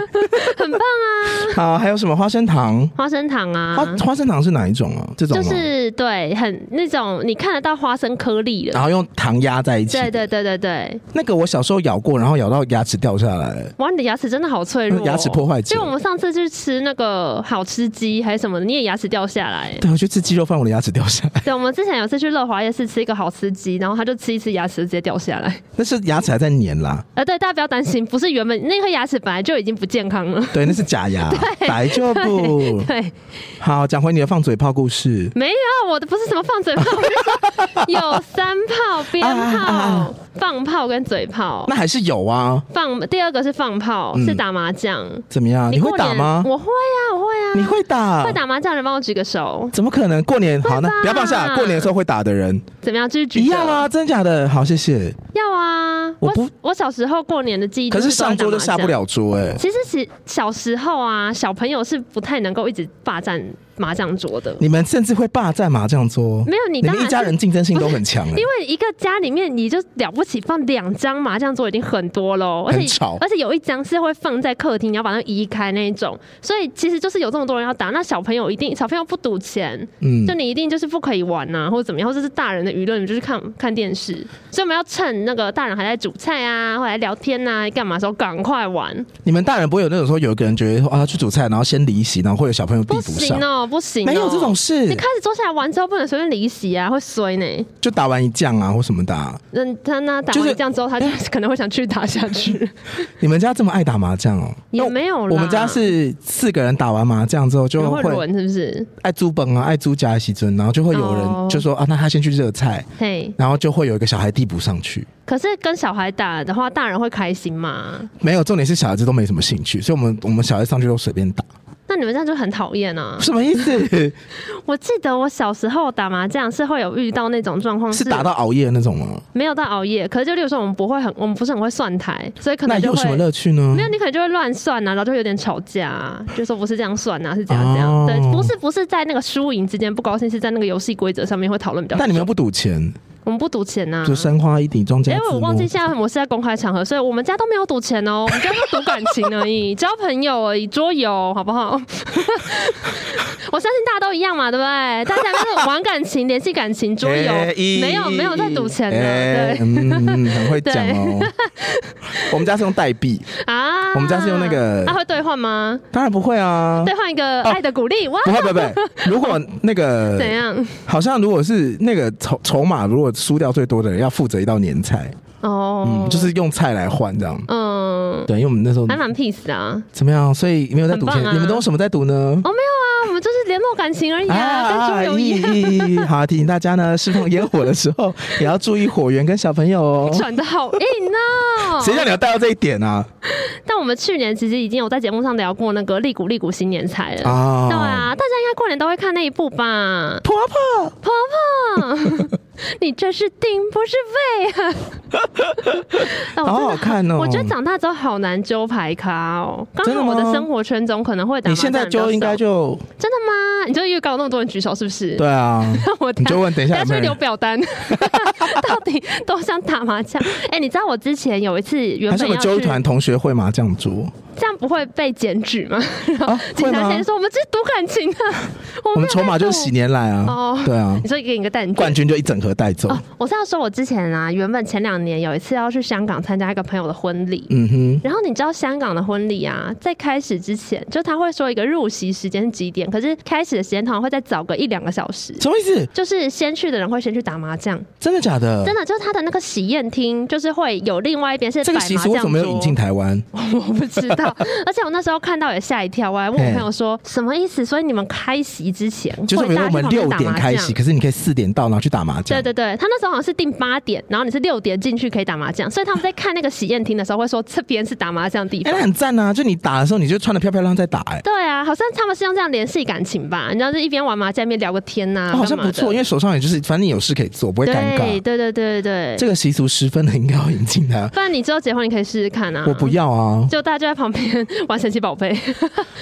[SPEAKER 1] 很棒啊！
[SPEAKER 3] 好，还有什么花生糖？
[SPEAKER 1] 花生糖
[SPEAKER 3] 花
[SPEAKER 1] 啊，
[SPEAKER 3] 花生糖是哪一种啊？这种
[SPEAKER 1] 就
[SPEAKER 3] 吗
[SPEAKER 1] 是对，很那种你看得到花生颗粒的
[SPEAKER 3] 然，后用糖压在一起。
[SPEAKER 1] 对对对对对，
[SPEAKER 3] 那个我小时候咬过，然后咬到牙齿掉下来。
[SPEAKER 1] 哇，你的牙齿真的好脆弱哦、
[SPEAKER 3] 牙齿破坏者
[SPEAKER 1] 就我们上次去吃那个好吃鸡还是什么的，你也牙齿掉下来。
[SPEAKER 3] 对，我去吃鸡肉饭，我的牙齿掉下来，
[SPEAKER 1] 对，我们之前有次去乐华夜市吃一个好吃鸡，然后他就吃一次牙齿直接掉下来。
[SPEAKER 3] 那是牙齿还在粘啦。
[SPEAKER 1] 呃，对，大家不要担心，不是原本那颗牙齿本来就已经不健康了。
[SPEAKER 3] 对，那是假 牙，本来就不
[SPEAKER 1] 对，
[SPEAKER 3] 好。讲回你的放嘴炮故事，
[SPEAKER 1] 没有，我的不是什么放嘴炮，我是说有三炮、鞭
[SPEAKER 3] 啊啊啊
[SPEAKER 1] 炮、放炮跟嘴炮。
[SPEAKER 3] 那还是有啊。
[SPEAKER 1] 放第二个是放炮，
[SPEAKER 3] 嗯
[SPEAKER 1] 是打麻将。
[SPEAKER 3] 怎么样？你会
[SPEAKER 1] 过
[SPEAKER 3] 打
[SPEAKER 1] 年
[SPEAKER 3] 吗？
[SPEAKER 1] 我会啊，我会
[SPEAKER 3] 你
[SPEAKER 1] 啊，
[SPEAKER 3] 会打？
[SPEAKER 1] 会？打麻将的人帮我举个手，
[SPEAKER 3] 怎么可能？过年好，那
[SPEAKER 1] 吧
[SPEAKER 3] 不要放下。过年的时候会打的人
[SPEAKER 1] 怎么样？就是举
[SPEAKER 3] 一
[SPEAKER 1] 手
[SPEAKER 3] 样啊，真假的？好，谢谢。
[SPEAKER 1] 要啊，
[SPEAKER 3] 我
[SPEAKER 1] 我
[SPEAKER 3] 不
[SPEAKER 1] 我小时候过年的记忆，
[SPEAKER 3] 可是上桌就下不。了桌哎。
[SPEAKER 1] 其实其小时候啊，小朋友是不太能够一直霸占麻将桌的，
[SPEAKER 3] 你们甚至会霸占麻将桌，
[SPEAKER 1] 没有你
[SPEAKER 3] 你
[SPEAKER 1] 当
[SPEAKER 3] 们
[SPEAKER 1] 然
[SPEAKER 3] 一家
[SPEAKER 1] 是
[SPEAKER 3] 人竞争性都很强哎
[SPEAKER 1] 因。为一个家里面你就了不起放两张麻将桌已经很多喽，而
[SPEAKER 3] 很
[SPEAKER 1] 且
[SPEAKER 3] 吵
[SPEAKER 1] 而且有一张是会放在客厅，你要把它移开那一种，所以其实就是有这么多人要打，那小朋友一定小朋友不赌钱，
[SPEAKER 3] 嗯
[SPEAKER 1] 就，你一定就是不可以玩呐、或者怎么样，或者是大人的娱乐，你就是看看电视，所以我们要趁那个大人还在煮菜啊，或者在聊天呐、干嘛的时候赶快玩，
[SPEAKER 3] 你们大人不会有那种说有一个人觉得说啊他去煮菜，然后先离席，然后会有小朋友递
[SPEAKER 1] 不
[SPEAKER 3] 补上
[SPEAKER 1] 行，哦、不行、哦，
[SPEAKER 3] 没有这种。
[SPEAKER 1] 你
[SPEAKER 3] 事，
[SPEAKER 1] 开始坐下来玩之后，不能随便离席啊，会衰呢。
[SPEAKER 3] 就打完一将啊或什么的啊。
[SPEAKER 1] 那他那打
[SPEAKER 3] 就
[SPEAKER 1] 完
[SPEAKER 3] 是哎
[SPEAKER 1] 一仗之后，他就 可能会想去打下 去。
[SPEAKER 3] 你们家这么爱打麻将哦？
[SPEAKER 1] 也
[SPEAKER 3] 那
[SPEAKER 1] 没有啦
[SPEAKER 3] 我们家是四个人打完麻将之后就
[SPEAKER 1] 然后
[SPEAKER 3] 会
[SPEAKER 1] 轮是不是？
[SPEAKER 3] 爱租本啊，爱租加西尊，然后就会有人
[SPEAKER 1] 哦
[SPEAKER 3] 就说啊，那他先去热菜，
[SPEAKER 1] 嘿，
[SPEAKER 3] 然后就会有一个小孩递补上去。
[SPEAKER 1] 可是跟小孩打的话，大人会开心吗？
[SPEAKER 3] 没有，重点是小孩子都没什么兴趣，所以我们我们小孩上去都随便打，
[SPEAKER 1] 那你们这样就很讨厌 啊！
[SPEAKER 3] 什么意 思？
[SPEAKER 1] 我记得我小时候打麻将是会有遇到那种状况，
[SPEAKER 3] 是打到熬夜的那种吗？
[SPEAKER 1] 没有到熬夜，可是就例如说我们不会很，我们不是很会算台，所以可
[SPEAKER 3] 那
[SPEAKER 1] 能就
[SPEAKER 3] 有什么
[SPEAKER 1] 会。
[SPEAKER 3] 乐趣呢
[SPEAKER 1] 没？有，你可能就会乱算啊，然后就会有点吵架、啊，就说不是这样算啊，是这样这样。
[SPEAKER 3] 哦
[SPEAKER 1] 对，不是不是在那个输赢之间不高兴，是在那个游戏规则上面会讨论比较多。
[SPEAKER 3] 但你们又不赌钱，
[SPEAKER 1] 我们不赌钱呐、
[SPEAKER 3] 就三花一顶庄家
[SPEAKER 1] 啊因为
[SPEAKER 3] 自
[SPEAKER 1] 我
[SPEAKER 3] 摸
[SPEAKER 1] 忘记现在我是在公开场合，所以我们家都没有赌钱哦，我们家都赌感情 而已，交朋友而已，桌游好不好？ 我相信大家都一样嘛，对不对？大家都是玩感情、联系感情、桌游
[SPEAKER 3] 哎，
[SPEAKER 1] 没有没有在赌钱的，
[SPEAKER 3] 哎
[SPEAKER 1] 对
[SPEAKER 3] 嗯，很会讲哦。 我们家是用代币，
[SPEAKER 1] 啊。
[SPEAKER 3] 我们家是用那个
[SPEAKER 1] 啊，会兑换吗？
[SPEAKER 3] 当然不会啊。
[SPEAKER 1] 兑换一个爱的鼓励，哇，
[SPEAKER 3] 不会，不会，不会。如果那个
[SPEAKER 1] 怎，样？
[SPEAKER 3] 好像如果是那个筹筹码，如果输掉最多的人要负责一道年菜，
[SPEAKER 1] 哦
[SPEAKER 3] 嗯，，就是用菜来换这样。
[SPEAKER 1] 嗯，
[SPEAKER 3] 对，因为我们那时候
[SPEAKER 1] 还蛮 peace 的啊。
[SPEAKER 3] 怎么样，所以没有在赌钱
[SPEAKER 1] 很。棒啊
[SPEAKER 3] 你们都用什么在赌呢？
[SPEAKER 1] 哦，没有啊，我们就是联络感情而已啊，跟猪油一样。
[SPEAKER 3] 咦哎 好，提醒大家呢，释放烟火的时候也要注意火源跟小朋友哦。
[SPEAKER 1] 转的好硬哦！
[SPEAKER 3] 谁叫你要带到这一点啊？
[SPEAKER 1] 但我们去年其实已经有在节目上聊过那个利古利古新年菜了。
[SPEAKER 3] 啊，
[SPEAKER 1] 对，啊，大家应该过年都会看那一部吧？
[SPEAKER 3] 婆婆，
[SPEAKER 1] 婆婆， 你这是顶不是肺啊！ 哎我真的
[SPEAKER 3] 好好看哦
[SPEAKER 1] 我觉得长大之后好难揪牌咖哦。刚
[SPEAKER 3] 真的
[SPEAKER 1] 好
[SPEAKER 3] 吗
[SPEAKER 1] 我的生活圈中可能会打
[SPEAKER 3] 你
[SPEAKER 1] 麻将
[SPEAKER 3] 现
[SPEAKER 1] 的
[SPEAKER 3] 在
[SPEAKER 1] 人比较少，
[SPEAKER 3] 就应该就
[SPEAKER 1] 真的吗？你就预告那么多人举手是不是？
[SPEAKER 3] 对啊，
[SPEAKER 1] 那 我
[SPEAKER 3] 你
[SPEAKER 1] 等下
[SPEAKER 3] 就问等一下
[SPEAKER 1] 大家
[SPEAKER 3] 有没
[SPEAKER 1] 去
[SPEAKER 3] 有
[SPEAKER 1] 留
[SPEAKER 3] 人，
[SPEAKER 1] 表单， 到底都想打麻将？哎、你知道我之前有一次原
[SPEAKER 3] 还是
[SPEAKER 1] 本
[SPEAKER 3] 我们
[SPEAKER 1] 要
[SPEAKER 3] 揪
[SPEAKER 1] 去，哦
[SPEAKER 3] 团同学会麻将桌
[SPEAKER 1] 这样不会被检举吗？ 然后
[SPEAKER 3] 啊？
[SPEAKER 1] 警
[SPEAKER 3] 会
[SPEAKER 1] 察先
[SPEAKER 3] 吗？
[SPEAKER 1] 说我们这是赌感情啊，我
[SPEAKER 3] 我
[SPEAKER 1] 们
[SPEAKER 3] 们筹码就是喜。年来啊
[SPEAKER 1] 哦，
[SPEAKER 3] 对啊，
[SPEAKER 1] 你说给你个蛋卷
[SPEAKER 3] 冠军就一整盒带走
[SPEAKER 1] 哦。，我是要说，我之前啊，原本前两年有一次要去香港参加一个朋友的婚礼。
[SPEAKER 3] 嗯哼，
[SPEAKER 1] 然后你知道香港的婚礼啊，在开始之前，就他会说一个入席时间是几点，可是开始的时间通常会再早个一两个小时。
[SPEAKER 3] 什么意思？
[SPEAKER 1] 就是先去的人会先去打麻将，
[SPEAKER 3] 真的假的
[SPEAKER 1] 真？的就是他的那个喜宴厅，就是会有另外一边是
[SPEAKER 3] 这个
[SPEAKER 1] 摆麻
[SPEAKER 3] 习俗为什么
[SPEAKER 1] 将
[SPEAKER 3] 没有引进
[SPEAKER 1] 桌。
[SPEAKER 3] 台湾？
[SPEAKER 1] 我不知道，而且我那时候看到也吓一跳，我还问
[SPEAKER 3] 嘿
[SPEAKER 1] 我朋友说什么意思？所以你们开席之前
[SPEAKER 3] 就是比
[SPEAKER 1] 会
[SPEAKER 3] 如
[SPEAKER 1] 大
[SPEAKER 3] 我
[SPEAKER 1] 家去
[SPEAKER 3] 们
[SPEAKER 1] 旁边
[SPEAKER 3] 六
[SPEAKER 1] 打
[SPEAKER 3] 点
[SPEAKER 1] 麻
[SPEAKER 3] 开
[SPEAKER 1] 将
[SPEAKER 3] 始，可是你可以四点到，然后去打麻将
[SPEAKER 1] 对。对对，他那时候好像是定八点，然后你是六点进去可以打麻将，所以他们在看那个喜宴厅的时候会说这边是打麻将的地
[SPEAKER 3] 哎、
[SPEAKER 1] 方
[SPEAKER 3] 那。很赞啊！就你打的时候，你就穿的漂漂亮亮在打、哎、
[SPEAKER 1] 对啊，好像他们是用这样联系感情吧，你知道，就一边玩麻将一边聊个天呐、
[SPEAKER 3] 哦好像不错，因
[SPEAKER 1] 为
[SPEAKER 3] 为手上也就是反正你有事可以做，不会
[SPEAKER 1] 对
[SPEAKER 3] 尴尬。
[SPEAKER 1] 啊对对对对
[SPEAKER 3] 这
[SPEAKER 1] 对，
[SPEAKER 3] 个习俗十分的应该要引进的，
[SPEAKER 1] 不然你之后结婚你可以试试看啊。
[SPEAKER 3] 我不，要啊，
[SPEAKER 1] 就大家就在旁边 玩神奇宝贝，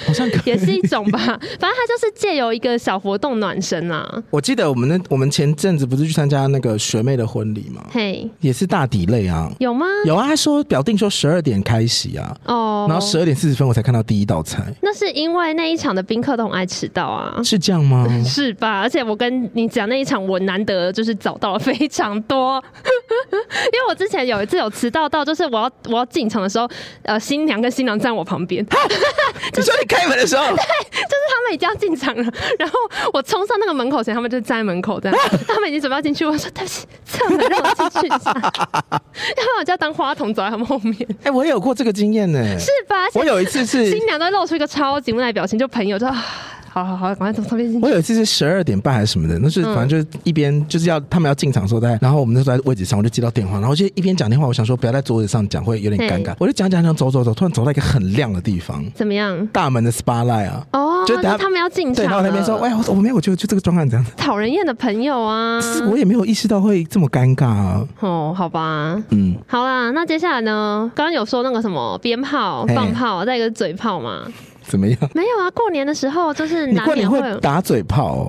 [SPEAKER 3] 好像可以
[SPEAKER 1] 也是一种吧。 反正他就是借由一个小活动暖身啊。
[SPEAKER 3] 我记得我们那我们前阵子不是去参加那个学妹的婚礼嘛，
[SPEAKER 1] 嘿、
[SPEAKER 3] 也是大底类啊。
[SPEAKER 1] 有吗？
[SPEAKER 3] 有啊，他说表定说十二点开席啊，
[SPEAKER 1] 哦，
[SPEAKER 3] 然后十二点四十分我才看到第一道菜，
[SPEAKER 1] 那是因为那一场的宾客都很爱迟到啊。
[SPEAKER 3] 是这样 吗？
[SPEAKER 1] 是吧？而且我跟你讲那一场，我难得就是早到了非常多， 因为我之前有一次有迟到到，就是我要我要进场的时候，呃，新娘跟新郎站我旁边，就是
[SPEAKER 3] 你说你开门的时候，
[SPEAKER 1] 他们已经要进场了，然后我冲上那个门口前，他们就站在门口 这样，他们已经准备要进去，我说对不起，侧门让我进去一 下，要不然我就要当花童走在他们后面，
[SPEAKER 3] 哎、我也有过这个经验呢、
[SPEAKER 1] 是吧？而且
[SPEAKER 3] 我有一次是
[SPEAKER 1] 新娘都会露出一个超级无奈的表情，就朋友就啊，好好好，赶快从旁边进去
[SPEAKER 3] 我。有一次是十二点半还是什么的，那是
[SPEAKER 1] 嗯
[SPEAKER 3] 反正就是一边就是要他们要进场的时候在，然后我们那时候在位置上，我就接到电话，然后就一边讲电话，我想说不要在桌子上讲会有点尴尬
[SPEAKER 1] 对，
[SPEAKER 3] 我就讲讲讲走走走，突然走到一个很亮的地方，
[SPEAKER 1] 怎么样？
[SPEAKER 3] 大门的 SPA light 啊，
[SPEAKER 1] 哦，
[SPEAKER 3] 就等下
[SPEAKER 1] 他们要进
[SPEAKER 3] 对，
[SPEAKER 1] 场
[SPEAKER 3] 然后
[SPEAKER 1] 了，
[SPEAKER 3] 那边说，哎，我说我没有，我就就这个状况这样，
[SPEAKER 1] 讨人厌的朋友啊。
[SPEAKER 3] 我也没有意识到会这么尴尬啊，
[SPEAKER 1] 哦，好吧，
[SPEAKER 3] 嗯，
[SPEAKER 1] 好啦，那接下来呢？刚刚有说那个什么鞭炮、
[SPEAKER 3] 嘿
[SPEAKER 1] 放炮，再一个嘴炮嘛？
[SPEAKER 3] 怎么样？
[SPEAKER 1] 没有啊，过年的时候就是
[SPEAKER 3] 你
[SPEAKER 1] 难
[SPEAKER 3] 过
[SPEAKER 1] 免
[SPEAKER 3] 年
[SPEAKER 1] 会
[SPEAKER 3] 会
[SPEAKER 1] 有。
[SPEAKER 3] 打嘴炮哦，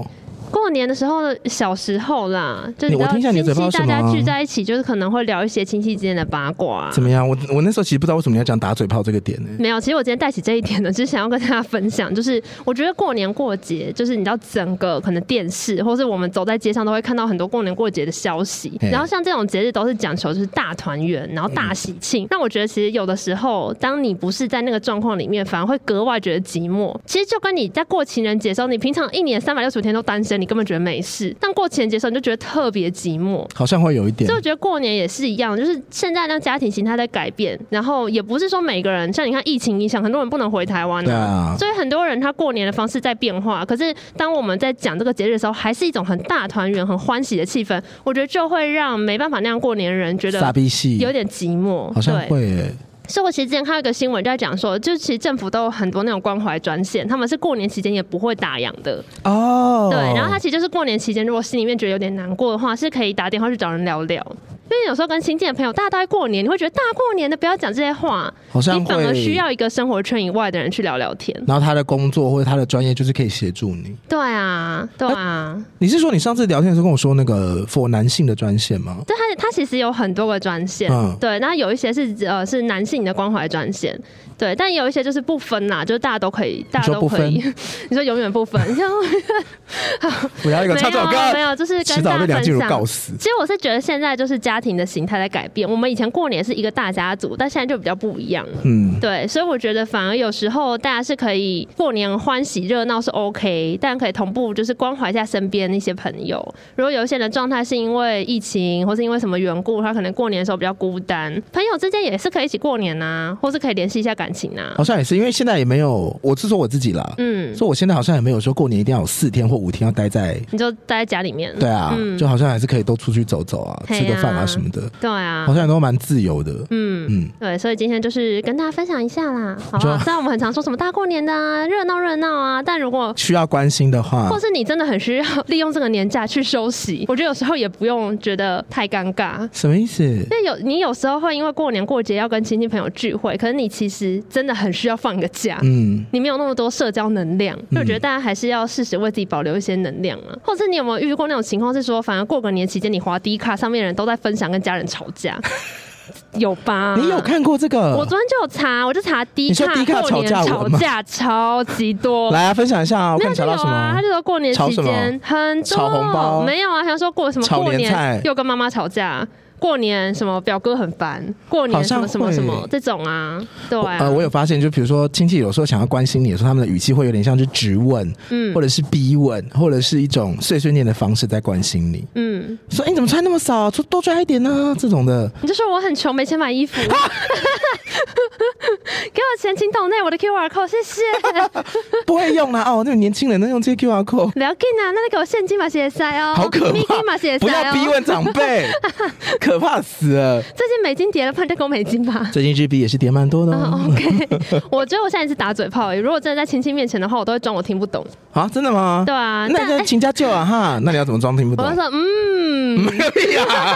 [SPEAKER 1] 过年的时候，小时候啦，就
[SPEAKER 3] 你
[SPEAKER 1] 你知
[SPEAKER 3] 我
[SPEAKER 1] 道
[SPEAKER 3] 听一下你
[SPEAKER 1] 亲
[SPEAKER 3] 嘴
[SPEAKER 1] 戚
[SPEAKER 3] 炮是什
[SPEAKER 1] 大
[SPEAKER 3] 么啊
[SPEAKER 1] 家聚在一起，就是可能会聊一些亲戚之间的八卦、啊
[SPEAKER 3] 怎。么样？我我那时候其实不知道为什么你要讲打嘴炮这个点呢、
[SPEAKER 1] 没有，其实我今天带起这一点呢，就是想要跟大家分享，就是我觉得过年过节，就是你知道整个可能电视或是我们走在街上都会看到很多过年过节的消息，
[SPEAKER 3] 嘿
[SPEAKER 1] 然后像这种节日都是讲求就是大团圆，然后大喜庆。那我觉得其实有的时候，当你不是在那个状况里面，反而会格外觉得寂寞。其实就跟你在过情人节的时候，你平常一年三百六十五天都单身，你根本觉得没事，但过情人节的时候你就觉得特别寂寞。
[SPEAKER 3] 好像会有一点
[SPEAKER 1] 所以我觉得过年也是一样，就是现在那家庭形态在改变，然后也不是说每个人像你看疫情影响，很多人不能回台湾
[SPEAKER 3] 对啊
[SPEAKER 1] 所以很多人他过年的方式在变化。可是当我们在讲这个节日的时候，还是一种很大团圆、很欢喜的气氛，我觉得就会让没办法那样过年的人觉
[SPEAKER 3] 傻
[SPEAKER 1] 得。
[SPEAKER 3] 逼戏，
[SPEAKER 1] 有点寂寞，
[SPEAKER 3] 好像
[SPEAKER 1] 对。
[SPEAKER 3] 会、欸，
[SPEAKER 1] 所以我其实之前看到一个新闻，就在讲说，就其实政府都有很多那种关怀专线，他们是过年期间也不会打烊的，
[SPEAKER 3] 哦，
[SPEAKER 1] 对，然后他其实就是过年期间，如果心里面觉得有点难过的话，是可以打电话去找人聊聊。因为有时候跟亲近的朋友，大家都在过年，你会觉得大过年的不要讲这些话，
[SPEAKER 3] 好像
[SPEAKER 1] 你反而
[SPEAKER 3] 会
[SPEAKER 1] 需要一个生活圈以外的人去聊聊天。
[SPEAKER 3] 然后他的工作或者他的专业就是可以协助你。
[SPEAKER 1] 对啊，对啊，
[SPEAKER 3] 你是说你上次聊天的时候跟我说那个 for 男性的专线吗？
[SPEAKER 1] 对他他其实有很多个专线，
[SPEAKER 3] 嗯
[SPEAKER 1] 对，那有一些是呃是男性的关怀专线，对，但有一些就是不分啦，就是大家都可以，大家
[SPEAKER 3] 你说
[SPEAKER 1] 都
[SPEAKER 3] 不
[SPEAKER 1] 可
[SPEAKER 3] 分
[SPEAKER 1] 以， 你说永 远不分，你知道吗
[SPEAKER 3] 我要一
[SPEAKER 1] 没有没有，就是
[SPEAKER 3] 迟
[SPEAKER 1] 跟
[SPEAKER 3] 早
[SPEAKER 1] 大
[SPEAKER 3] 被
[SPEAKER 1] 家
[SPEAKER 3] 梁
[SPEAKER 1] 分
[SPEAKER 3] 静茹
[SPEAKER 1] 享
[SPEAKER 3] 告。死。
[SPEAKER 1] 其实我是觉得现在就是家庭的形态在改变。我们以前过年是一个大家族，但现在就比较不一样了。
[SPEAKER 3] 嗯，
[SPEAKER 1] 对，所以我觉得反而有时候大家是可以过年欢喜热闹是 OK，但可以同步就是关怀一下身边的一些朋友。如果有一些人状态是因为疫情或是因为什么缘故，他可能过年的时候比较孤单，朋友之间也是可以一起过年呐、或是可以联系一下感情呐、
[SPEAKER 3] 好像也是，因为现在也没有，我是说我自己啦，
[SPEAKER 1] 嗯，
[SPEAKER 3] 所以我现在好像也没有说过年一定要有四天或五天要待在，
[SPEAKER 1] 你就待在家里面。
[SPEAKER 3] 对啊，
[SPEAKER 1] 嗯
[SPEAKER 3] 就好像还是可以都出去走走啊，
[SPEAKER 1] 嘿
[SPEAKER 3] 吃个饭啊
[SPEAKER 1] 啊
[SPEAKER 3] 什么的，
[SPEAKER 1] 对啊
[SPEAKER 3] 好，像都蛮自由的。
[SPEAKER 1] 嗯。
[SPEAKER 3] 嗯，
[SPEAKER 1] 对，所以今天就是跟大家分享一下啦，好不
[SPEAKER 3] 我觉得
[SPEAKER 1] 好？虽然我们很常说什么大过年的啊，热闹热闹啊，但如果
[SPEAKER 3] 需要关心的话
[SPEAKER 1] 或，是你真的很需要 利用这个年假去休息， 我觉得有时候也不用觉得太尴尬。
[SPEAKER 3] 什么意思？
[SPEAKER 1] 因为有你有时候会因为过年过节要跟亲戚朋友聚会，可是你其实真的很需要放个假，
[SPEAKER 3] 嗯，
[SPEAKER 1] 你没有那么多社交能量，所以我觉得大家还是要适时为自己保留一些能量啊。或者是你有没有遇过那种情况，是说反而过个年期间，你滑低卡上面的人都在分享跟家人吵 架，有吧？
[SPEAKER 3] 你有看过这个？
[SPEAKER 1] 啊我昨天就有查，我就查低
[SPEAKER 3] 嗯你说
[SPEAKER 1] 卡
[SPEAKER 3] 低卡
[SPEAKER 1] 过年
[SPEAKER 3] 吵架文吗
[SPEAKER 1] 吵架超级多。
[SPEAKER 3] 来啊，分享一下啊，我
[SPEAKER 1] 没
[SPEAKER 3] 看你查
[SPEAKER 1] 有就有
[SPEAKER 3] 到什
[SPEAKER 1] 啊，
[SPEAKER 3] 么
[SPEAKER 1] 他？就说过年期
[SPEAKER 3] 吵什么
[SPEAKER 1] 间很多
[SPEAKER 3] 炒红包
[SPEAKER 1] 没有啊，想说过什么
[SPEAKER 3] 炒
[SPEAKER 1] 过
[SPEAKER 3] 年菜
[SPEAKER 1] 年又跟妈妈吵架，过年什么表哥很烦，过年什么什么什
[SPEAKER 3] 好像
[SPEAKER 1] 么
[SPEAKER 3] 会
[SPEAKER 1] 这种啊，对啊，
[SPEAKER 3] 呃，我有发现，就比如说亲戚有时候想要关心你的时候，他们的语气会有点像是质问，
[SPEAKER 1] 嗯
[SPEAKER 3] 或者是逼问，或者是一种碎碎念的方式在关心你，
[SPEAKER 1] 嗯，
[SPEAKER 3] 说：“哎、你怎么穿那么少？出多穿一点呢、这种的，
[SPEAKER 1] 你就说我很穷，没钱买衣服，给 我钱，请抖内我的 QR code，谢 谢。
[SPEAKER 3] 不会用啦、哦，那种年轻人能用这些 QR code，
[SPEAKER 1] 不要紧啊，那就给我现金嘛，谢谢哦，
[SPEAKER 3] 好可
[SPEAKER 1] 美金嘛，
[SPEAKER 3] 怕！
[SPEAKER 1] 谢谢
[SPEAKER 3] 不要逼
[SPEAKER 1] 哦。
[SPEAKER 3] 问长 辈，可怕死了。
[SPEAKER 1] 最近美金跌了，不然就给我美金吧。
[SPEAKER 3] 最近日币也是跌蛮多的
[SPEAKER 1] 嗯
[SPEAKER 3] 哦、
[SPEAKER 1] ，OK，我 觉得我现在是打嘴炮欸而已。如果真的在亲戚面前的话，我都会装我听不懂。
[SPEAKER 3] 啊，真的吗？
[SPEAKER 1] 对啊，
[SPEAKER 3] 那
[SPEAKER 1] 但
[SPEAKER 3] 你要
[SPEAKER 1] 哎
[SPEAKER 3] 请家教啊哈，那你要怎么装听不
[SPEAKER 1] 我
[SPEAKER 3] 懂
[SPEAKER 1] 就？说，嗯，
[SPEAKER 3] 个屁 啊！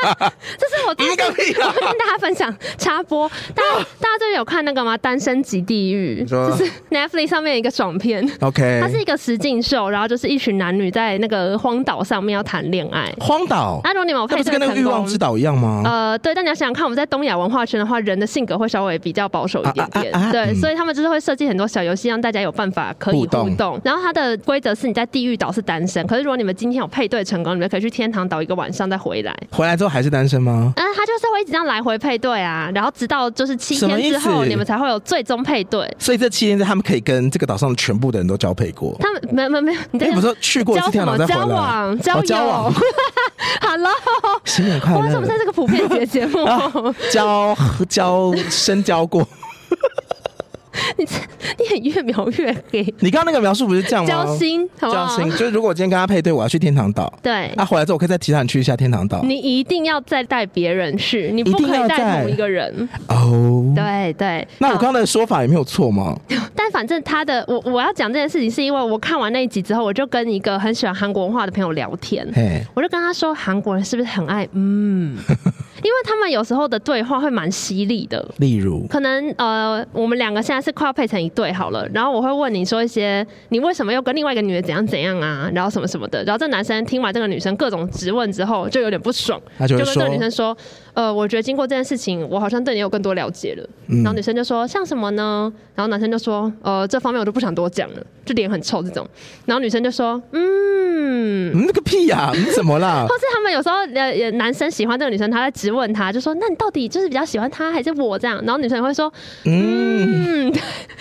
[SPEAKER 1] 这是我最
[SPEAKER 3] 嗯
[SPEAKER 1] 近
[SPEAKER 3] 个屁啊
[SPEAKER 1] 我会跟大家分享插播。大家大家最近有看那个吗？《单身即地狱
[SPEAKER 3] 你》说哎
[SPEAKER 1] 就是 Netflix 上面一个爽片，它是
[SPEAKER 3] OK，
[SPEAKER 1] 一个实境秀，然后就是一群男女在那个荒岛上面要谈恋爱。
[SPEAKER 3] 荒岛，
[SPEAKER 1] 那如果你们有
[SPEAKER 3] 那
[SPEAKER 1] 配
[SPEAKER 3] 不是
[SPEAKER 1] 对
[SPEAKER 3] 跟那个
[SPEAKER 1] 成
[SPEAKER 3] 欲望
[SPEAKER 1] 功
[SPEAKER 3] 之。岛一样吗？
[SPEAKER 1] 呃，对，但你要想想看，我们在东亚文化圈的话，人的性格会稍微比较保守一点点，
[SPEAKER 3] 啊啊啊啊
[SPEAKER 1] 对，
[SPEAKER 3] 嗯
[SPEAKER 1] 所以他们就是会设计很多小游戏，让大家有办法可以
[SPEAKER 3] 互
[SPEAKER 1] 互
[SPEAKER 3] 动
[SPEAKER 1] 动。然后它的规则是你在地狱岛是单身，可是如果你们今天有配对成功，你们可以去天堂岛一个晚上再回来。
[SPEAKER 3] 回来之后还是单身吗？
[SPEAKER 1] 嗯，他就是会一直这样来回配对啊，然后直到就是七
[SPEAKER 3] 什么
[SPEAKER 1] 天
[SPEAKER 3] 意
[SPEAKER 1] 之后，
[SPEAKER 3] 思
[SPEAKER 1] 你们才会有最终配对。
[SPEAKER 3] 所以这期间，他们可以跟这个岛上全部的人都交配过。
[SPEAKER 1] 他们没没没，你在
[SPEAKER 3] 哎，不是说去过一
[SPEAKER 1] 交
[SPEAKER 3] 次天
[SPEAKER 1] 什
[SPEAKER 3] 堂再
[SPEAKER 1] 么
[SPEAKER 3] 回
[SPEAKER 1] 交
[SPEAKER 3] 来，
[SPEAKER 1] 往交
[SPEAKER 3] 哦
[SPEAKER 1] 友、
[SPEAKER 3] 交 往
[SPEAKER 1] ？Hello，
[SPEAKER 3] 新年快
[SPEAKER 1] 我们是不是在
[SPEAKER 3] 乐！
[SPEAKER 1] 这个普遍级的节目？
[SPEAKER 3] 啊交 交深交过，
[SPEAKER 1] 你很越描越黑，
[SPEAKER 3] 你刚刚那个描述不是这样吗？
[SPEAKER 1] 交心好不
[SPEAKER 3] 哦交
[SPEAKER 1] 好
[SPEAKER 3] 心，？啊就是如果我今天跟他配对，我要去天堂岛，
[SPEAKER 1] 对，
[SPEAKER 3] 那回来之后我可以再其他人去一下天堂岛。
[SPEAKER 1] 你一定要再带别人去，你不
[SPEAKER 3] 一定
[SPEAKER 1] 可
[SPEAKER 3] 要
[SPEAKER 1] 以
[SPEAKER 3] 带
[SPEAKER 1] 带同一个人。
[SPEAKER 3] 哦，
[SPEAKER 1] 对嗯对，
[SPEAKER 3] 那我
[SPEAKER 1] 好
[SPEAKER 3] 刚刚的说法也没有错吗？
[SPEAKER 1] 但反正他的我我要讲这件事情，是因为我看完那一集之后，我就跟一个很喜欢韩国文化的朋友聊天，
[SPEAKER 3] 嘿，
[SPEAKER 1] 我就跟他说，韩国人是不是很爱 嗯？因为他们有时候的对话会蛮犀利的。
[SPEAKER 3] 例如，
[SPEAKER 1] 可能呃，我们两个现在是快要配成一对好了，然后我会问你说一些你为什么又跟另外一个女的怎样怎样啊，然后什么什么的，然后这男生听完这个女生各种质问之后，就有点不爽，
[SPEAKER 3] 他就会
[SPEAKER 1] 跟这
[SPEAKER 3] 说
[SPEAKER 1] 个女生说，呃，我觉得经过这件事情，我好像对你有更多了解了。
[SPEAKER 3] 嗯
[SPEAKER 1] 然后女生就说像什么呢？然后男生就说，呃，这方面我都不想多讲了，就脸很臭这种。然后女生就说，嗯。
[SPEAKER 3] 嗯，那个屁呀，嗯怎么 啦？
[SPEAKER 1] 或是他们有时候呃，也男生喜欢这个女生，他在质问她，就说：“那你到底就是比较喜欢她还是我这样？”然后女生也会说：“
[SPEAKER 3] 嗯，
[SPEAKER 1] 嗯。”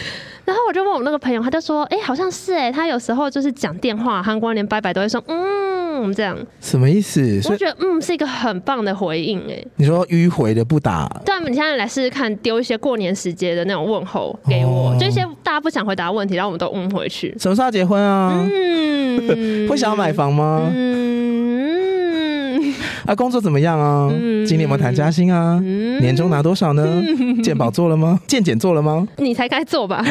[SPEAKER 1] 然后我就问我那个朋友，他就说：“哎、好像是哎、他有时候就是讲电话，韩国人连拜拜都会说嗯这样。”
[SPEAKER 3] 什么意思？
[SPEAKER 1] 我
[SPEAKER 3] 所以
[SPEAKER 1] 觉得嗯是一个很棒的回应哎、
[SPEAKER 3] 你说迂回的不打，
[SPEAKER 1] 对啊，你现在来试试看，丢一些过年时节的那种问候给我，
[SPEAKER 3] 哦
[SPEAKER 1] 就一些大家不想回答的问题，然后我们都问回去。
[SPEAKER 3] 什么时候要结婚啊？
[SPEAKER 1] 嗯
[SPEAKER 3] 会想要买房吗？
[SPEAKER 1] 嗯
[SPEAKER 3] 啊，工作怎么样啊？
[SPEAKER 1] 嗯
[SPEAKER 3] 今年有没有谈加薪啊？
[SPEAKER 1] 嗯
[SPEAKER 3] 年终拿多少呢？健保做了吗？健检做了 吗？
[SPEAKER 1] 你才该做吧。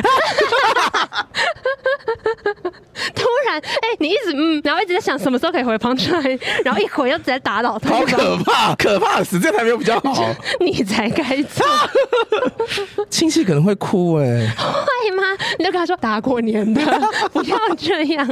[SPEAKER 1] 突然，哎、你一直嗯，然后一直在想什么时候可以回 p u n c h l i 然后一回又直接打倒他，
[SPEAKER 3] 好可怕，可怕死！这样还没有比较 好。
[SPEAKER 1] 你才该做
[SPEAKER 3] 亲戚可能会哭哎、
[SPEAKER 1] 会吗？你就跟他说打过年的，不要这样，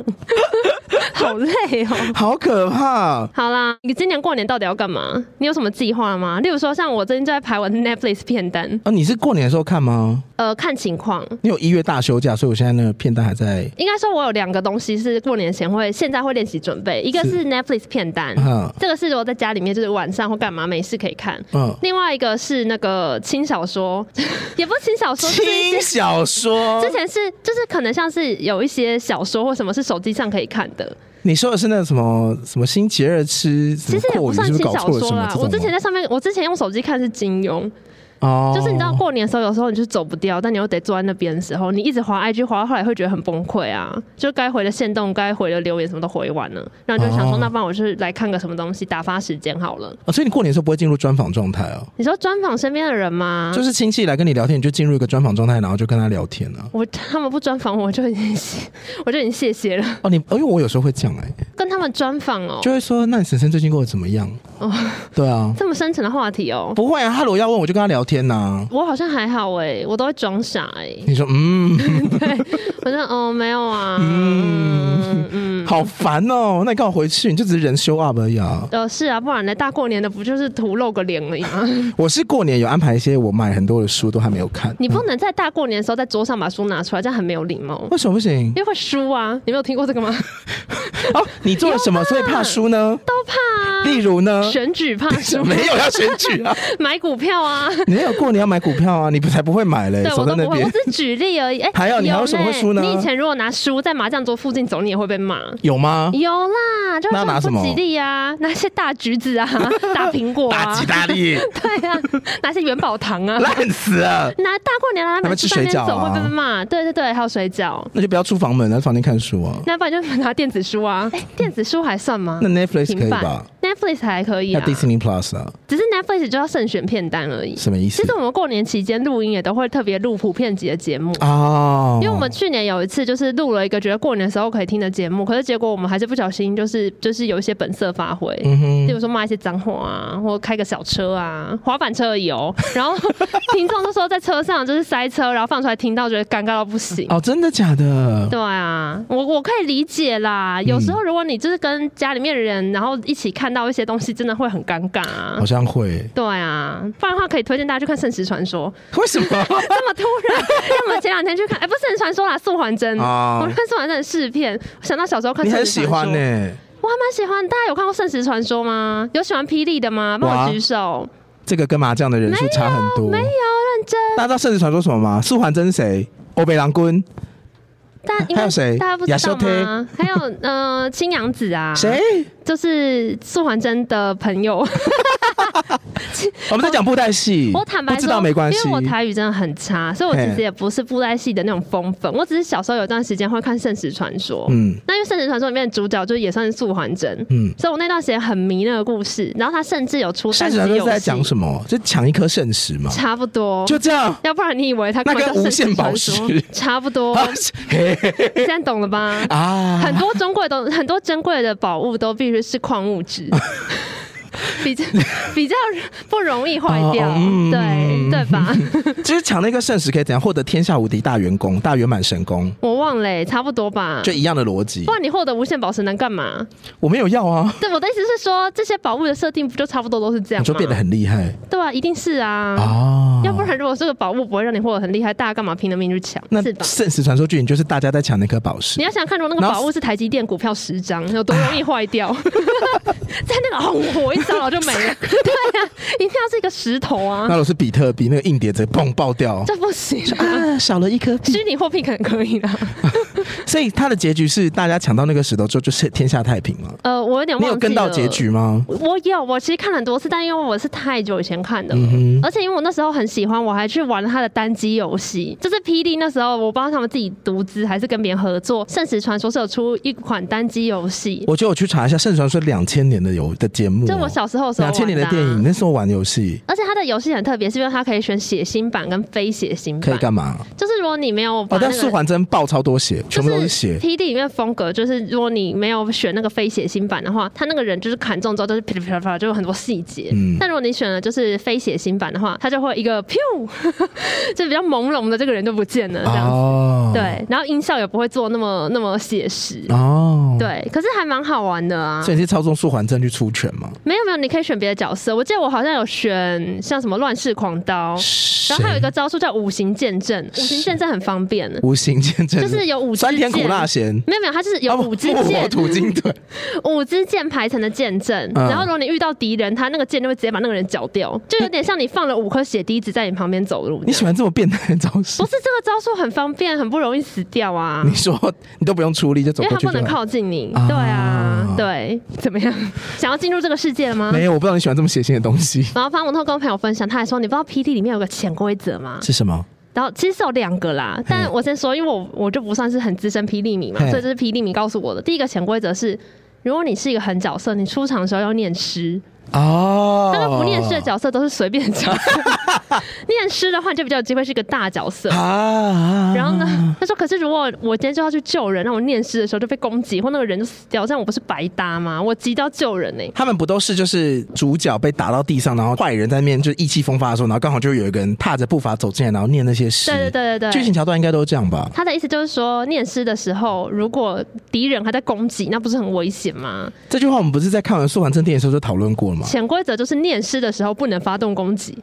[SPEAKER 1] 好累哦。
[SPEAKER 3] 好可怕！
[SPEAKER 1] 好啦，你今年过年到底要干嘛？你有什么计划吗？例如说，像我最近就在排我的 Netflix 片单，
[SPEAKER 3] 啊，你是过年的时候看吗？
[SPEAKER 1] 呃，看情况。
[SPEAKER 3] 你有一月大休假，所以我现在那个片段还在。
[SPEAKER 1] 应该说，我有两个东西是过年前会现在会练习准备，一个是 Netflix 片单，
[SPEAKER 3] 嗯
[SPEAKER 1] 这个是我在家里面就是晚上或干嘛没事可以看。
[SPEAKER 3] 嗯，
[SPEAKER 1] 另外一个是那个轻小说， 也不是轻小说，就是一些
[SPEAKER 3] 轻小说
[SPEAKER 1] 之，前是就是可能像是有一些小说或什么是手机上可以看的，
[SPEAKER 3] 你说的是那个什么什么星期二吃什
[SPEAKER 1] 其
[SPEAKER 3] 么
[SPEAKER 1] 实也
[SPEAKER 3] 阔
[SPEAKER 1] 不
[SPEAKER 3] 鱼，是
[SPEAKER 1] 算
[SPEAKER 3] 不是
[SPEAKER 1] 轻
[SPEAKER 3] 搞
[SPEAKER 1] 小
[SPEAKER 3] 错了
[SPEAKER 1] 说
[SPEAKER 3] 什么
[SPEAKER 1] 啦
[SPEAKER 3] 这。种吗？啊
[SPEAKER 1] 我之前在上面，我之前用手机看是金庸，
[SPEAKER 3] 哦，
[SPEAKER 1] 就是你知道过年的时候有时候你就是走不掉，但你又得坐在那边的时候，你一直滑 IG 滑到后来会觉得很崩溃啊，就该回的线动、该回的留言什么都回完了，然后就想
[SPEAKER 3] 哦
[SPEAKER 1] 说那不然我就来看个什么东西打发时间好了。
[SPEAKER 3] 哦，所以你过年的时候不会进入专访状态哦，
[SPEAKER 1] 你说专访身边的人吗？
[SPEAKER 3] 就是亲戚来跟你聊天，你就进入一个专访状态，然后就跟他聊天啊。
[SPEAKER 1] 我他们不专访我就已经谢，我就已经谢谢了。
[SPEAKER 3] 哦，你因为我有时候会这样哎、
[SPEAKER 1] 跟他们专访哦，
[SPEAKER 3] 就会说，那你婶婶最近过得怎么样？
[SPEAKER 1] 哦
[SPEAKER 3] 对啊，
[SPEAKER 1] 这么深沉的话题哦。
[SPEAKER 3] 不会啊，他如果要问我就跟他聊天呐、
[SPEAKER 1] 我好像还好哎、我都会装傻哎、
[SPEAKER 3] 你说， 嗯，
[SPEAKER 1] 我说哦没有啊，嗯嗯，
[SPEAKER 3] 好烦哦，那你干嘛回去？你就只是人修 up 而已啊。
[SPEAKER 1] 呃是啊，不然呢大过年的不就是图露个脸而已吗？
[SPEAKER 3] 我是过年有安排一些我买很多的书都还没有看，
[SPEAKER 1] 你不能在大过年的时候在桌上把书拿出来，这样很没有礼貌。
[SPEAKER 3] 为什么不行
[SPEAKER 1] 因？为会输啊！你没有听过 这个吗？
[SPEAKER 3] 哦，你做了什么所以怕输呢？
[SPEAKER 1] 都怕
[SPEAKER 3] 例如呢？
[SPEAKER 1] 啊，选举怕 输，
[SPEAKER 3] 没有要选举 啊，
[SPEAKER 1] 买股票啊，
[SPEAKER 3] 你有过年要买股票啊，你不才不会买嘞，
[SPEAKER 1] 对
[SPEAKER 3] 守
[SPEAKER 1] 我
[SPEAKER 3] 在
[SPEAKER 1] 都
[SPEAKER 3] 哎那
[SPEAKER 1] 不会，我
[SPEAKER 3] 边
[SPEAKER 1] 只是举例而已。哎、
[SPEAKER 3] 还有你还有
[SPEAKER 1] 呢
[SPEAKER 3] 什么会输呢
[SPEAKER 1] 你以前如果拿书在麻将桌附近走，你也会被骂。
[SPEAKER 3] 有吗？
[SPEAKER 1] 有啦，就会
[SPEAKER 3] 那
[SPEAKER 1] 说
[SPEAKER 3] 拿
[SPEAKER 1] 你
[SPEAKER 3] 什么
[SPEAKER 1] 不吉利啊，拿些大橘子 啊，大苹果啊，
[SPEAKER 3] 大 利，
[SPEAKER 1] 对啊，拿些元宝糖啊，
[SPEAKER 3] 烂死了。
[SPEAKER 1] 拿大过年拿
[SPEAKER 3] 他
[SPEAKER 1] 来
[SPEAKER 3] 们
[SPEAKER 1] 买
[SPEAKER 3] 吃
[SPEAKER 1] 饭
[SPEAKER 3] 水饺
[SPEAKER 1] 边
[SPEAKER 3] 啊
[SPEAKER 1] 走会被骂，对对对，还有水饺。
[SPEAKER 3] 那就不要出房门了，在房间看书啊。
[SPEAKER 1] 那不然就拿电子书啊，哎电子书还算吗
[SPEAKER 3] 那？Netflix 可以
[SPEAKER 1] 平板
[SPEAKER 3] 吧？
[SPEAKER 1] Netflix 还可以
[SPEAKER 3] 那
[SPEAKER 1] 啊，
[SPEAKER 3] Disney Plus 啊，
[SPEAKER 1] 只是 Netflix 就要慎选片单而已。
[SPEAKER 3] 什么意思
[SPEAKER 1] 其实我们过年期间录音也都会特别录普遍级的节目。
[SPEAKER 3] 哦，
[SPEAKER 1] 因为我们去年有一次就是录了一个觉得过年的时候可以听的节目，可是结果我们还是不小心就是就是有一些本色发挥，
[SPEAKER 3] 嗯
[SPEAKER 1] 例
[SPEAKER 3] 哼，
[SPEAKER 1] 如说骂一些脏话啊，或开个小车啊，滑板车而已哦。然后 听众都说在车上就是塞车，然后放出来听到觉得尴尬到不行。
[SPEAKER 3] 哦，真的假的？
[SPEAKER 1] 对啊，我我可以理解
[SPEAKER 3] 嗯
[SPEAKER 1] 啦。有时候如果你就是跟家里面的人，然后一起看到一些东西，真的会很尴尬、啊
[SPEAKER 3] 好。像会，
[SPEAKER 1] 对啊，不然的话可以推荐大家去看《圣石传 说》。
[SPEAKER 3] 为 什么？
[SPEAKER 1] 这么突然，因为我们前两天去看，哎、不是《圣石传说》啦，《素还真》
[SPEAKER 3] 啊
[SPEAKER 1] 我看《素还真》的试片，我想到小时候看《
[SPEAKER 3] 你
[SPEAKER 1] 圣
[SPEAKER 3] 很
[SPEAKER 1] 石传
[SPEAKER 3] 喜
[SPEAKER 1] 说》，
[SPEAKER 3] 欢呢、
[SPEAKER 1] 我还蛮喜欢。大家有看过《圣石传说》吗？有喜欢霹雳的吗？帮
[SPEAKER 3] 哇
[SPEAKER 1] 我举
[SPEAKER 3] 哦
[SPEAKER 1] 手。
[SPEAKER 3] 这个跟麻将的人数差很多。
[SPEAKER 1] 没有认真，
[SPEAKER 3] 大家知道《圣子传说》什么吗？素还真谁？欧北郎君
[SPEAKER 1] 大家应
[SPEAKER 3] 还有
[SPEAKER 1] 该
[SPEAKER 3] 谁
[SPEAKER 1] 大家不知
[SPEAKER 3] 亚瑟
[SPEAKER 1] 道
[SPEAKER 3] 贴
[SPEAKER 1] 吗？还有呃，青阳子啊，
[SPEAKER 3] 谁？
[SPEAKER 1] 就是素还真的朋友。
[SPEAKER 3] 我们在讲布袋戏，
[SPEAKER 1] 我坦白
[SPEAKER 3] 不
[SPEAKER 1] 说，
[SPEAKER 3] 知道没关系，
[SPEAKER 1] 因为我台语真的很差，所以我其实也不是布袋戏的那种风粉，我只是小时候有一段时间会看《圣石传说》。
[SPEAKER 3] 嗯
[SPEAKER 1] 那因为《圣石传说》里面的主角就也算是素还真，
[SPEAKER 3] 嗯。
[SPEAKER 1] 所以我那段时间很迷那个故事。然后他甚至有出
[SPEAKER 3] 《圣
[SPEAKER 1] 单
[SPEAKER 3] 子
[SPEAKER 1] 机
[SPEAKER 3] 传说》是
[SPEAKER 1] 游
[SPEAKER 3] 在
[SPEAKER 1] 戏
[SPEAKER 3] 讲，什么？就抢一颗圣石嘛，
[SPEAKER 1] 差不多。
[SPEAKER 3] 就这样。
[SPEAKER 1] 要不然你以为他干嘛
[SPEAKER 3] 那
[SPEAKER 1] 叫
[SPEAKER 3] 跟无
[SPEAKER 1] 圣石
[SPEAKER 3] 限
[SPEAKER 1] 传
[SPEAKER 3] 宝
[SPEAKER 1] 说
[SPEAKER 3] 石？
[SPEAKER 1] 差 不多，
[SPEAKER 3] 啊嘿嘿嘿
[SPEAKER 1] 现在懂了吧？
[SPEAKER 3] 啊，
[SPEAKER 1] 很多珍贵的东，很多珍贵的宝物都必须是矿物 质，比较比较不容易坏掉，
[SPEAKER 3] 哦嗯
[SPEAKER 1] 对对吧？
[SPEAKER 3] 就是抢那个圣石可以怎样获得天下无敌大圆功、大圆满神功，
[SPEAKER 1] 我忘了、欸差不多吧
[SPEAKER 3] 就。一样的逻辑
[SPEAKER 1] 不。然你获得无限宝石能干嘛？
[SPEAKER 3] 我没有要啊，
[SPEAKER 1] 对，我的意思是说，这些宝物的设定不就差不多都是这样
[SPEAKER 3] 你就
[SPEAKER 1] 吗？
[SPEAKER 3] 变得很厉害
[SPEAKER 1] 对啊，一定是啊。
[SPEAKER 3] 啊。
[SPEAKER 1] 要不然，如果这个宝物不会让你获得很厉害，大家干嘛拼了命去抢？
[SPEAKER 3] 那
[SPEAKER 1] 是吧？
[SPEAKER 3] 圣石传说剧情就是大家在抢那颗宝石
[SPEAKER 1] 你，要想看，如果那个
[SPEAKER 3] 然后
[SPEAKER 1] 宝物是台积电股票十张，有多容易坏 掉？在那个红火一烧，然后就没了。对呀、一定要是一个石头啊
[SPEAKER 3] 那，如果是比特币，那个硬碟直接砰爆掉。
[SPEAKER 1] 这不行啊、
[SPEAKER 3] 啊，少了一颗币，
[SPEAKER 1] 虚拟货币可能可以啦。
[SPEAKER 3] 所以它的结局是大家抢到那个石头之后就是天下太平了。
[SPEAKER 1] 呃，我有点忘
[SPEAKER 3] 你
[SPEAKER 1] 记
[SPEAKER 3] 有跟到
[SPEAKER 1] 了
[SPEAKER 3] 结局吗？
[SPEAKER 1] 我有，我其实看了很多次，但因为我是太久以前看
[SPEAKER 3] 嗯
[SPEAKER 1] 的了，而且因为我那时候很喜欢，我还去玩了他的单机游戏，就是霹雳那时候，我不知道他们自己独资还是跟别人合作，《圣石传说》是有出一款单机游戏，
[SPEAKER 3] 我觉得我去查一下《圣传说》两千年的游的节目哦，
[SPEAKER 1] 就我小时候的时候
[SPEAKER 3] 两
[SPEAKER 1] 玩
[SPEAKER 3] 千年的
[SPEAKER 1] 啊
[SPEAKER 3] 电影，。那时候玩游戏
[SPEAKER 1] 而且它的游戏很特别，是因为它可以选血腥版跟非血腥
[SPEAKER 3] 可以
[SPEAKER 1] 版，
[SPEAKER 3] 干嘛？
[SPEAKER 1] 就是如果你没有把
[SPEAKER 3] 哦，
[SPEAKER 1] 那
[SPEAKER 3] 但
[SPEAKER 1] 个
[SPEAKER 3] 素还真爆超多血，全部都是血
[SPEAKER 1] T D 里面风格就是，如果你没有选那个非血腥版的话，它那个人就是砍中之后就是噼里啪啦啪啦，就有很多细节。
[SPEAKER 3] 嗯
[SPEAKER 1] 但如果你选了就是非血腥版的话，它就会一个 pew，就比较朦胧的这个人就不见了这样子。
[SPEAKER 3] 哦，
[SPEAKER 1] 对，然后音效也不会做那么那么写实。
[SPEAKER 3] 哦，，
[SPEAKER 1] 对，可是还蛮好玩的啊
[SPEAKER 3] 所。以你是操纵素环证去出拳吗？
[SPEAKER 1] 没有没有，你可以选别的角色。我记得我好像有选像什么乱世狂刀，然后还有一个招数叫五行剑阵，五行剑阵很方便，
[SPEAKER 3] 无形剑阵，
[SPEAKER 1] 就是有五支
[SPEAKER 3] 酸甜苦
[SPEAKER 1] 箭
[SPEAKER 3] 辣咸。
[SPEAKER 1] 没有没有，它就是有
[SPEAKER 3] 啊不
[SPEAKER 1] 五支
[SPEAKER 3] 木火
[SPEAKER 1] 箭，
[SPEAKER 3] 土金 腿，
[SPEAKER 1] 五支箭排成的剑阵，
[SPEAKER 3] 嗯
[SPEAKER 1] 然后如果你遇到敌人，他那个箭就会直接把那个人绞掉，就有点像你放了五颗血滴子在你旁边走路。
[SPEAKER 3] 你喜欢这么变态的招式
[SPEAKER 1] 不？是这个招数很方便，很不容易死掉啊
[SPEAKER 3] 你，说你都不用出力就走
[SPEAKER 1] 因为
[SPEAKER 3] 过
[SPEAKER 1] 他
[SPEAKER 3] 去
[SPEAKER 1] 不
[SPEAKER 3] 就
[SPEAKER 1] 能
[SPEAKER 3] 好。
[SPEAKER 1] 靠近你。
[SPEAKER 3] 啊
[SPEAKER 1] 对啊，对，怎么样？想要进入这个世界了吗？
[SPEAKER 3] 没有，我不知道你喜欢这么血腥的东西
[SPEAKER 1] 然后方文透跟我朋友分享，他还说你不知道 P D 里面有个潜规则吗？
[SPEAKER 3] 是什么？
[SPEAKER 1] 然后其实是有两个啦，但我先说，因为我我就不算是很资深霹雳迷嘛，
[SPEAKER 3] 嘿
[SPEAKER 1] 所以这是霹雳迷告诉我的。第一个潜规则是，如果你是一个狠角色，你出场的时候要念诗，
[SPEAKER 3] 哦，
[SPEAKER 1] 那个不念诗的角色都是随 便角色，念诗的话就比较有机会是个大角色。
[SPEAKER 3] 啊，
[SPEAKER 1] 然后呢，他说：“可是如果我今天就要去救人，那我念诗的时候就被攻击，或那个人就死掉，这样我不是白搭吗？我急到救人欸呢、
[SPEAKER 3] 他们不都是就是主角被打到地上，然后坏人在那边就意气风发的时候，然后刚好就有一个人踏着步伐走进来，然后念那些诗。
[SPEAKER 1] 对对对对
[SPEAKER 3] 剧
[SPEAKER 1] 对。
[SPEAKER 3] 情桥段应该都是这样吧？
[SPEAKER 1] 他的意思就是说，念诗的时候，如果敌人还在攻击，那不是很危险吗？
[SPEAKER 3] 这句话我们不是在看完《素还真》电影的时候就讨论过了吗？
[SPEAKER 1] 潜规则就是念诗的时候不能发动攻 击，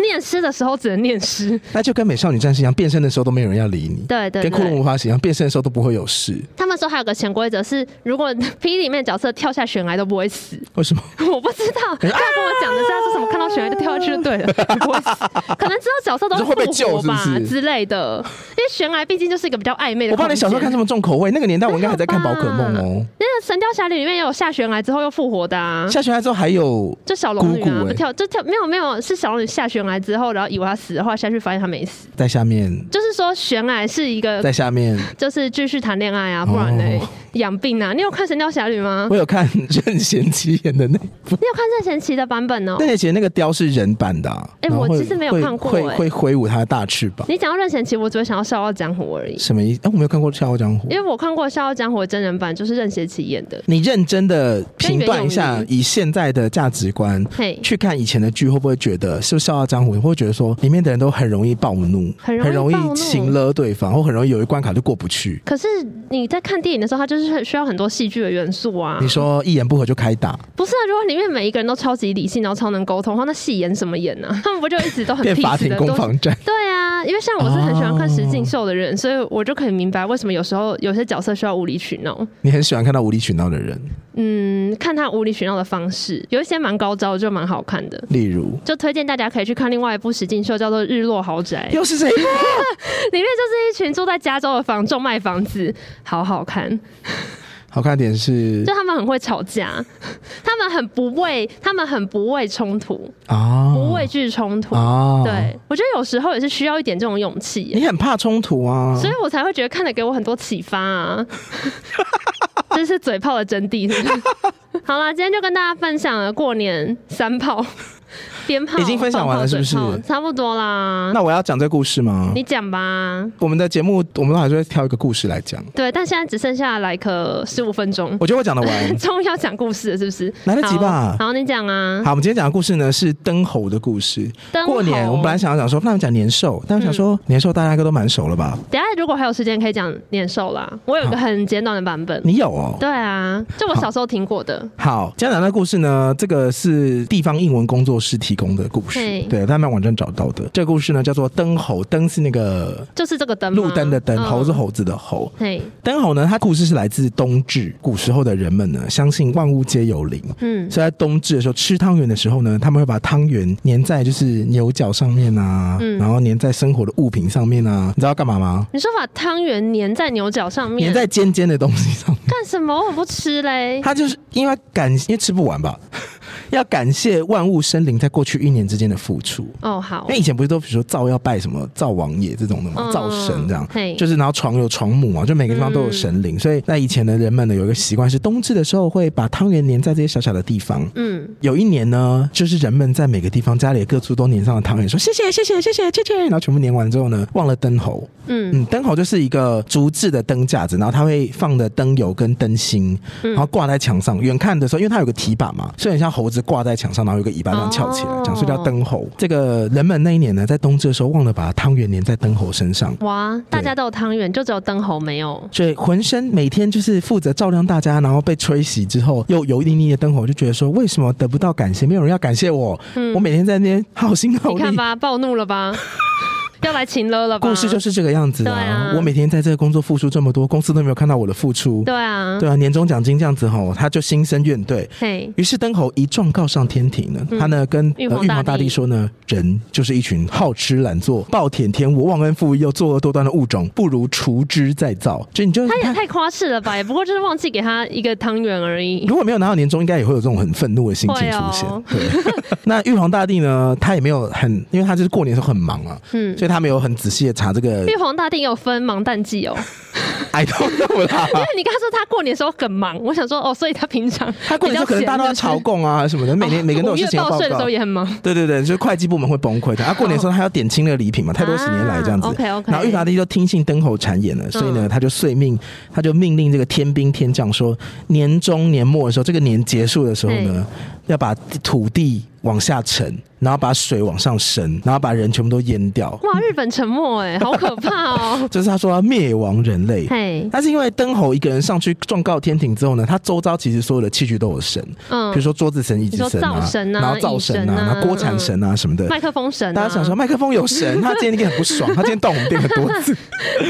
[SPEAKER 1] 念诗的时候只能念诗。
[SPEAKER 3] 那就跟美少女战士一样，变身的时候都没有人要理你，
[SPEAKER 1] 对对对，
[SPEAKER 3] 跟骷髅魔法使一样，变身的时候都不会有事。
[SPEAKER 1] 他们说还有个潜规则是，如果 P 里面角色跳下悬崖都不会死，
[SPEAKER 3] 为什么？
[SPEAKER 1] 我不知道，他
[SPEAKER 3] 啊
[SPEAKER 1] 跟我讲的是他说什么看到悬崖就跳下去 就对了，不会死，可能知道角色都
[SPEAKER 3] 你说会被
[SPEAKER 1] 复活
[SPEAKER 3] 救是不
[SPEAKER 1] 吧
[SPEAKER 3] 是
[SPEAKER 1] 之类的，因为悬崖毕竟就是一个比较暧昧的。
[SPEAKER 3] 我帮你小时候看这么重口味，那个年代我应该还在看宝可梦
[SPEAKER 1] 没
[SPEAKER 3] 哦。
[SPEAKER 1] 那个《神雕侠侣》里面也有下悬崖之后又复活的啊。
[SPEAKER 3] 下学来之后还有
[SPEAKER 1] 就小龙女
[SPEAKER 3] 姑
[SPEAKER 1] 啊，
[SPEAKER 3] 姑欸
[SPEAKER 1] 就跳就跳，没有没有，是小龙女下悬崖之后，然后以为她死的话，下去发现她没死。
[SPEAKER 3] 在下面，
[SPEAKER 1] 就是说悬崖是一个，
[SPEAKER 3] 在下面，
[SPEAKER 1] 就是继续谈恋爱啊，不然呢
[SPEAKER 3] 哦
[SPEAKER 1] 养病啊。你有看《神雕侠侣》吗？
[SPEAKER 3] 我有看任贤齐演的那部，
[SPEAKER 1] 你有看任贤齐的版本哦、
[SPEAKER 3] 任贤齐那个雕是人版的、啊，
[SPEAKER 1] 哎
[SPEAKER 3] 然后
[SPEAKER 1] 我
[SPEAKER 3] 会
[SPEAKER 1] 其实没有
[SPEAKER 3] 会
[SPEAKER 1] 看过
[SPEAKER 3] 会
[SPEAKER 1] 哎
[SPEAKER 3] 会挥舞他的大翅膀。
[SPEAKER 1] 你讲到任贤齐，我只会想到《笑傲江湖》而已，
[SPEAKER 3] 什么意思？哎、我没有看过《笑傲江湖
[SPEAKER 1] 因》。为我看过《笑傲江湖》的真人版，就是任贤齐演的。
[SPEAKER 3] 你认真的评断一
[SPEAKER 1] 跟
[SPEAKER 3] 下
[SPEAKER 1] 袁咏，
[SPEAKER 3] 以现在的价值观
[SPEAKER 1] 嘿，
[SPEAKER 3] 去看以前的剧，会不会觉得是不是《笑傲江湖》？你会不会觉得说里面的人都很容易暴怒，
[SPEAKER 1] 很容易暴怒
[SPEAKER 3] 情勒对方，或很容易有一关卡就过不去？
[SPEAKER 1] 可是你在看电影的时候，它就是很需要很多戏剧的元素啊。
[SPEAKER 3] 你说一言不合就开打，
[SPEAKER 1] 不是啊？如果里面每一个人都超级理性，然后超能沟通，然后那戏演什么演呢、啊？他们不就一直都很
[SPEAKER 3] 变法
[SPEAKER 1] peace
[SPEAKER 3] 庭
[SPEAKER 1] 的
[SPEAKER 3] 攻
[SPEAKER 1] 都
[SPEAKER 3] 防战？
[SPEAKER 1] 对啊，因为像我是很喜欢看实境秀的人，所以我就可以明白为什么有时候有些角色需要无理取闹。
[SPEAKER 3] 你很喜欢看到无理取闹的人，
[SPEAKER 1] 嗯，看他无理取闹的方式，有一些蛮高招，就蛮好看的。
[SPEAKER 3] 例如
[SPEAKER 1] 就推荐大家可以去看另外一部实境秀，叫做《日落豪宅》，
[SPEAKER 3] 又是谁？
[SPEAKER 1] 里面就是一群住在加州的房仲卖房子，好好看。
[SPEAKER 3] 好看的点是
[SPEAKER 1] 就他们很会吵架， 他们很不畏，他们很不畏冲突，
[SPEAKER 3] 啊
[SPEAKER 1] 不畏惧冲突。
[SPEAKER 3] 啊，，
[SPEAKER 1] 对，我觉得有时候也是需要一点这种勇气耶。
[SPEAKER 3] 你很怕冲突啊
[SPEAKER 1] 所。以我才会觉得看了给我很多启 发啊。这是嘴炮的真谛 是不是好啦，今天就跟大家分享了过年三炮、 鞭炮，
[SPEAKER 3] 已经分享完了
[SPEAKER 1] 放炮
[SPEAKER 3] 是不是
[SPEAKER 1] 嘴炮差不多啦，
[SPEAKER 3] 那我要讲这故事吗？
[SPEAKER 1] 你讲吧。
[SPEAKER 3] 我们的节目，我们都还是会挑一个故事来讲。
[SPEAKER 1] 对，但现在只剩下来个十五分钟，，
[SPEAKER 3] 我觉得我讲得完
[SPEAKER 1] 终于要讲故事了，是不是？
[SPEAKER 3] 来得及吧
[SPEAKER 1] 好，好你讲啊。
[SPEAKER 3] 好，我们今天讲的故事呢是灯猴的故事。
[SPEAKER 1] 灯猴
[SPEAKER 3] 过年，我们本来想要讲说，那我们讲年兽，但我想
[SPEAKER 1] 嗯
[SPEAKER 3] 说、年兽大家应该都蛮熟了吧？
[SPEAKER 1] 等一下如果还有时间可以讲年兽啦，我有一个很简短的版本。
[SPEAKER 3] 你有哦。
[SPEAKER 1] 对啊，就我小时候听过的。
[SPEAKER 3] 好，今天讲的故事呢，这个是地方英文工作室提供的故事
[SPEAKER 1] 嘿，
[SPEAKER 3] 对，他们网站找到的。这个故事呢叫做灯猴，灯是那个
[SPEAKER 1] 就是这个灯吗，
[SPEAKER 3] 路灯的灯，
[SPEAKER 1] 嗯
[SPEAKER 3] 猴是。猴子的猴。
[SPEAKER 1] 嘿，
[SPEAKER 3] 灯猴呢，它故事是来自冬至，古时候的人们呢相信万物皆有灵，
[SPEAKER 1] 嗯，
[SPEAKER 3] 所以在冬至的时候吃汤圆的时候呢，他们会把汤圆粘在就是牛角上面啊，
[SPEAKER 1] 嗯
[SPEAKER 3] 然后粘在生活的物品上面啊，你知道干嘛吗？
[SPEAKER 1] 你说把汤圆粘在牛角上面，哎
[SPEAKER 3] 粘在尖尖的东西上面，
[SPEAKER 1] 干什么？我不吃嘞。
[SPEAKER 3] 它就是因为感因为吃不完吧， 要感谢万物生灵在过去一年之间的付出。
[SPEAKER 1] 哦，好
[SPEAKER 3] 因为，以前不是都比如说灶要拜什么灶王爷这种的嘛，
[SPEAKER 1] 嗯
[SPEAKER 3] 灶神这样，
[SPEAKER 1] 嘿
[SPEAKER 3] 就是然后床有床母啊嘛，就每个地方都有神灵，所以在以前的人们呢有一个习惯是冬至的时候会把汤圆粘在这些小小的地方。
[SPEAKER 1] 嗯，
[SPEAKER 3] 有一年呢，就是人们在每个地方家里的各处都粘上了汤圆，说谢谢谢谢谢谢谢谢，然后全部粘完之后呢，忘了灯侯。
[SPEAKER 1] 嗯
[SPEAKER 3] 嗯，灯侯就是一个竹制的灯架子，然后它会放的灯油跟灯芯，然后挂在墙上。远看的时候，因为它有个提把嘛，所以很像猴子挂在墙上，然后有个尾巴这样翘起来，这样、所以叫灯侯。这个人们那一年呢，在冬至的时候忘了把汤圆粘在灯侯身上。
[SPEAKER 1] 哇，大家都有汤圆，就只有灯侯没有。
[SPEAKER 3] 所以浑身每天就是负责照亮大家，然后被吹熄之后又油腻腻的灯火，就觉得说为什么得不到感谢，没有人要感谢我，我每天在那边好心好
[SPEAKER 1] 嗯你
[SPEAKER 3] 力。
[SPEAKER 1] 看吧，暴怒 了吧，要来勤了了吧？
[SPEAKER 3] 故事就是这个样子
[SPEAKER 1] 对啊
[SPEAKER 3] 我每天在这个工作付出这么多，公司都没有看到我的付出。
[SPEAKER 1] 对啊，
[SPEAKER 3] 对啊，年终奖金这样子吼，他就心生怨怼。
[SPEAKER 1] 嘿，
[SPEAKER 3] 于是灯侯一状告上天庭呢，他呢跟
[SPEAKER 1] 嗯
[SPEAKER 3] 呃
[SPEAKER 1] 玉
[SPEAKER 3] 玉
[SPEAKER 1] 皇
[SPEAKER 3] 皇,、
[SPEAKER 1] 大帝
[SPEAKER 3] 大帝说呢，人就是一群好吃懒做、暴殄天物、忘恩负义又作恶多端的物种，不如除之再造。就你就
[SPEAKER 1] 他也
[SPEAKER 3] 他
[SPEAKER 1] 太夸饰了吧？也不过就是忘记给他一个汤圆而已。
[SPEAKER 3] 如果没有拿到年终，应该也会有这种很愤怒的心情出现。
[SPEAKER 1] 会哦
[SPEAKER 3] 对， 那玉皇大帝呢，他也没有很，因为他就是过年的时候很忙啊，
[SPEAKER 1] 嗯，
[SPEAKER 3] 所以他没有很仔细的查这个
[SPEAKER 1] 玉 皇大帝有分忙淡季哦，
[SPEAKER 3] I don't know 啦。
[SPEAKER 1] 因为你刚刚说他过年的时候很忙，我想说哦，所以他平常
[SPEAKER 3] 他过年的时候可能大家都要朝贡啊什么的，
[SPEAKER 1] 哦
[SPEAKER 3] 每年每个人都有事情要
[SPEAKER 1] 报
[SPEAKER 3] 报
[SPEAKER 1] 税的
[SPEAKER 3] 告
[SPEAKER 1] 时
[SPEAKER 3] 啊
[SPEAKER 1] 候。也很忙，
[SPEAKER 3] 对对对，就是会计部门会崩溃的。啊，过年的时候他要点清那个礼品嘛，太多十年来这样子。
[SPEAKER 1] OK OK，
[SPEAKER 3] 然后玉皇大帝就听信灯侯谗言了，所以
[SPEAKER 1] 嗯
[SPEAKER 3] 呢，他就遂命，他就命令这个天兵天将说，年终年末的时候，这个年结束的时候呢，要把土地往下沉，然后把水往上升，然后把人全部都淹掉。。
[SPEAKER 1] 哇，日本沉没哎、好可怕 哦
[SPEAKER 3] 这是他说要灭亡人类。
[SPEAKER 1] 嘿，
[SPEAKER 3] 但是因为灯侯一个人上去状告天庭之后呢，他周遭其实所有的器具都有神，
[SPEAKER 1] 嗯
[SPEAKER 3] 比如，说桌子神、椅子神
[SPEAKER 1] 你说灶
[SPEAKER 3] 啊，
[SPEAKER 1] 神啊
[SPEAKER 3] 然后灶神
[SPEAKER 1] 椅神啊
[SPEAKER 3] 然后锅铲神啊什么的。
[SPEAKER 1] 麦克风神、啊，
[SPEAKER 3] 大家想说麦克风有 神，他今天一定很不爽，他今天动我们店很多次，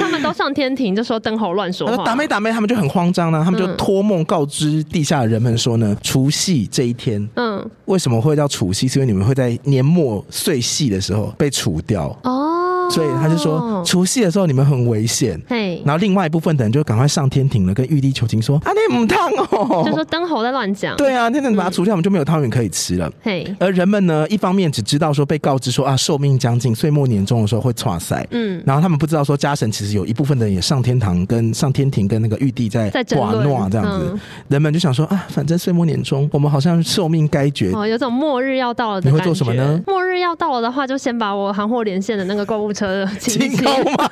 [SPEAKER 1] 他们都上天庭就说灯侯乱说
[SPEAKER 3] 他说
[SPEAKER 1] 话，
[SPEAKER 3] 打妹打妹，他们就很慌张
[SPEAKER 1] 嗯
[SPEAKER 3] 呢、他们就托梦告知地下人们说呢，除夕这一天
[SPEAKER 1] 嗯，
[SPEAKER 3] 为什么会叫除夕？是因为你们会在年末岁夕的时候被除掉，
[SPEAKER 1] 哦，
[SPEAKER 3] 所以他就说，除夕的时候你们很危险。
[SPEAKER 1] 嘿，
[SPEAKER 3] 然后另外一部分的人就赶快上天庭了，跟玉帝求情说：“啊，你母烫哦！”
[SPEAKER 1] 就说嗯灯侯在乱讲，，
[SPEAKER 3] 对啊，那天把它除掉，我们就没有汤圆可以吃了。
[SPEAKER 1] 嘿，
[SPEAKER 3] 而人们呢，一方面只知道说被告知说啊寿命将近，岁末年终的时候会岔塞，
[SPEAKER 1] 嗯，
[SPEAKER 3] 然后他们不知道说家神其实有一部分的人也上天堂跟上天庭跟那个玉帝在
[SPEAKER 1] 在争论
[SPEAKER 3] 诺这样子，
[SPEAKER 1] 嗯
[SPEAKER 3] 人们就想说啊，反正岁末年终，我们好像寿命该绝。
[SPEAKER 1] 哦，有种末日要到了的
[SPEAKER 3] 你
[SPEAKER 1] 感
[SPEAKER 3] 会
[SPEAKER 1] 觉。
[SPEAKER 3] 做什么呢
[SPEAKER 1] 末日要到了的话，就先把我行货连线的那个购物车的 清
[SPEAKER 3] 清
[SPEAKER 1] 清。
[SPEAKER 3] 空吗？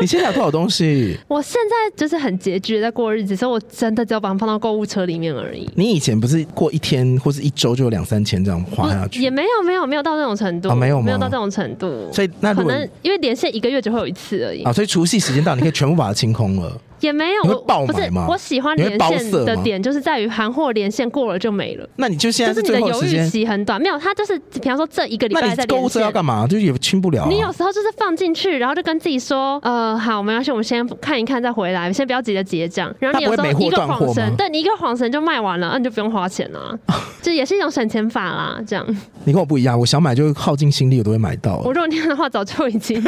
[SPEAKER 3] 你现在有多少东西？
[SPEAKER 1] 我现在就是很拮据地在过日子，所以我真的只有把它放到购物车里面而已。
[SPEAKER 3] 你以前不是过一天或是一周就有两三千这样花下
[SPEAKER 1] 嗯也
[SPEAKER 3] 去？
[SPEAKER 1] 没有没有没有到那种程度，
[SPEAKER 3] 哦没有吗
[SPEAKER 1] 没有到这种程度，
[SPEAKER 3] 所以那
[SPEAKER 1] 可
[SPEAKER 3] 如果
[SPEAKER 1] 能因为连线一个月只会有一次而已，
[SPEAKER 3] 啊，所以除夕时间到，你可以全部把它清空了。
[SPEAKER 1] 也没有。
[SPEAKER 3] 你会
[SPEAKER 1] 我
[SPEAKER 3] 爆
[SPEAKER 1] 不是
[SPEAKER 3] 买吗
[SPEAKER 1] 我喜欢
[SPEAKER 3] 你会
[SPEAKER 1] 连
[SPEAKER 3] 包
[SPEAKER 1] 线
[SPEAKER 3] 色
[SPEAKER 1] 的
[SPEAKER 3] 吗
[SPEAKER 1] 点就是在于韩货连线过了就没了，
[SPEAKER 3] 那你就现在
[SPEAKER 1] 就是你
[SPEAKER 3] 最
[SPEAKER 1] 的
[SPEAKER 3] 后的
[SPEAKER 1] 犹
[SPEAKER 3] 时
[SPEAKER 1] 豫
[SPEAKER 3] 间，
[SPEAKER 1] 期很短。没有，他就是比方说这一个礼
[SPEAKER 3] 那
[SPEAKER 1] 拜
[SPEAKER 3] 你
[SPEAKER 1] 在
[SPEAKER 3] 购物
[SPEAKER 1] 连
[SPEAKER 3] 车要
[SPEAKER 1] 线。
[SPEAKER 3] 干嘛？就是也清不了、啊。
[SPEAKER 1] 你有时候就是放进去，然后就跟自己说，呃，好，没关系，我们先看一看再回来，先不要急着结账。然后你有时
[SPEAKER 3] 那
[SPEAKER 1] 候
[SPEAKER 3] 不会
[SPEAKER 1] 一
[SPEAKER 3] 没
[SPEAKER 1] 个
[SPEAKER 3] 货断货
[SPEAKER 1] 晃神
[SPEAKER 3] 吗，
[SPEAKER 1] 对你一个晃神就卖完了，那、你就不用花钱 了，这也是一种省钱法啦。这样，
[SPEAKER 3] 你跟我不一样，我想买就耗尽心力，我都会买到。
[SPEAKER 1] 我如果那样的话，早就 已经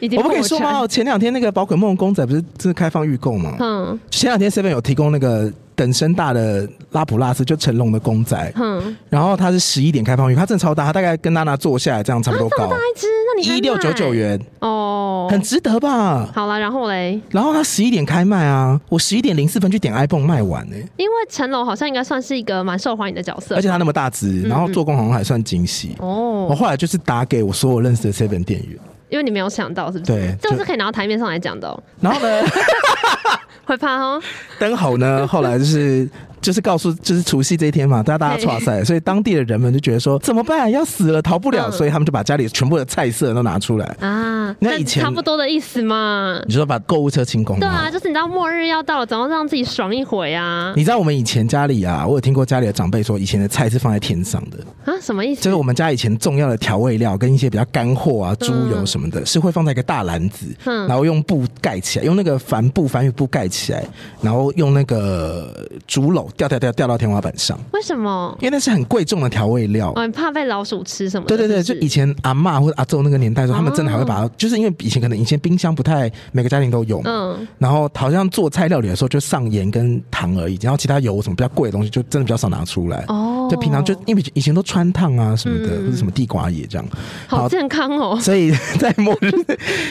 [SPEAKER 1] 已经
[SPEAKER 3] 我不
[SPEAKER 1] 破
[SPEAKER 3] 跟你说吗？
[SPEAKER 1] 产。
[SPEAKER 3] 我前两天那个宝可梦公仔不是正开放预购吗？
[SPEAKER 1] 嗯
[SPEAKER 3] 前两天 Seven 有提供那个等身大的拉普拉斯，就成龙的公仔，
[SPEAKER 1] 哼，
[SPEAKER 3] 然后它是十一点开放预购，它真的超大，它大概跟娜娜坐下来这样差不多高，
[SPEAKER 1] 那一只，那你还
[SPEAKER 3] 一六九九
[SPEAKER 1] 买
[SPEAKER 3] 元，
[SPEAKER 1] 哦，
[SPEAKER 3] 很值得吧？
[SPEAKER 1] 好了，然后嘞，
[SPEAKER 3] 然后它十一点开卖啊，我十一点零四分去点 iPhone 卖完呢、
[SPEAKER 1] 因为成龙好像应该算是一个蛮受欢迎的角色
[SPEAKER 3] 而且它那么大只，然后做工好像还算精细。我
[SPEAKER 1] 哦，
[SPEAKER 3] 后来就是打给我所有认识的 Seven 店员，
[SPEAKER 1] 因为你没有想到是不是？
[SPEAKER 3] 对
[SPEAKER 1] 这个
[SPEAKER 3] 就是
[SPEAKER 1] 可以拿到台面上来讲的、哦，
[SPEAKER 3] 然后呢？
[SPEAKER 1] 会怕哦。
[SPEAKER 3] 灯侯 呢，后来就是就是告诉，就是除夕这一天嘛，大家大家出赛，所以当地的人们就觉得 说怎么办，啊要死了，逃不了，
[SPEAKER 1] 嗯
[SPEAKER 3] 所以他们就把家里全部的菜色都拿出来。
[SPEAKER 1] 啊，
[SPEAKER 3] 那
[SPEAKER 1] 那
[SPEAKER 3] 以前嗯
[SPEAKER 1] 差不多的意思嘛。
[SPEAKER 3] 你说把购物车清空
[SPEAKER 1] 对
[SPEAKER 3] 吗？
[SPEAKER 1] 啊，就是你知道末日要到了，总要让自己爽一回啊！
[SPEAKER 3] 你知道我们以前家里啊，我有听过家里的长辈说，以前的菜是放在天上的，
[SPEAKER 1] 啊，什么意
[SPEAKER 3] 就
[SPEAKER 1] 思
[SPEAKER 3] 是？我们家以前重要的调味料跟一些比较干货啊、猪油什么的，是会放在一个大篮子，
[SPEAKER 1] 嗯
[SPEAKER 3] 然后用布盖起来，用那个帆布、帆布布盖起来，然后用那个竹篓吊吊吊吊到天花板上，
[SPEAKER 1] 为什么？哦
[SPEAKER 3] 因为那是很贵重的调味料。
[SPEAKER 1] 哦，你怕被老鼠吃什么
[SPEAKER 3] 对
[SPEAKER 1] 的？
[SPEAKER 3] 对对，
[SPEAKER 1] 是
[SPEAKER 3] 就
[SPEAKER 1] 哦不是
[SPEAKER 3] 以前阿嬷或者阿昼那个年代的时候，他们真的还会把它就是因为以前可能以前冰箱不太每个家庭都有嘛，
[SPEAKER 1] 嗯，
[SPEAKER 3] 然后好像做菜料理的时候就上盐跟糖而已，然后其他油什么比较贵的东西就真的比较少拿出来。
[SPEAKER 1] 哦，
[SPEAKER 3] 就平常就因为以前都穿烫啊什么的，
[SPEAKER 1] 嗯
[SPEAKER 3] 或者什么地瓜叶这样，
[SPEAKER 1] 好
[SPEAKER 3] 好
[SPEAKER 1] 健康哦，
[SPEAKER 3] 所以在末日，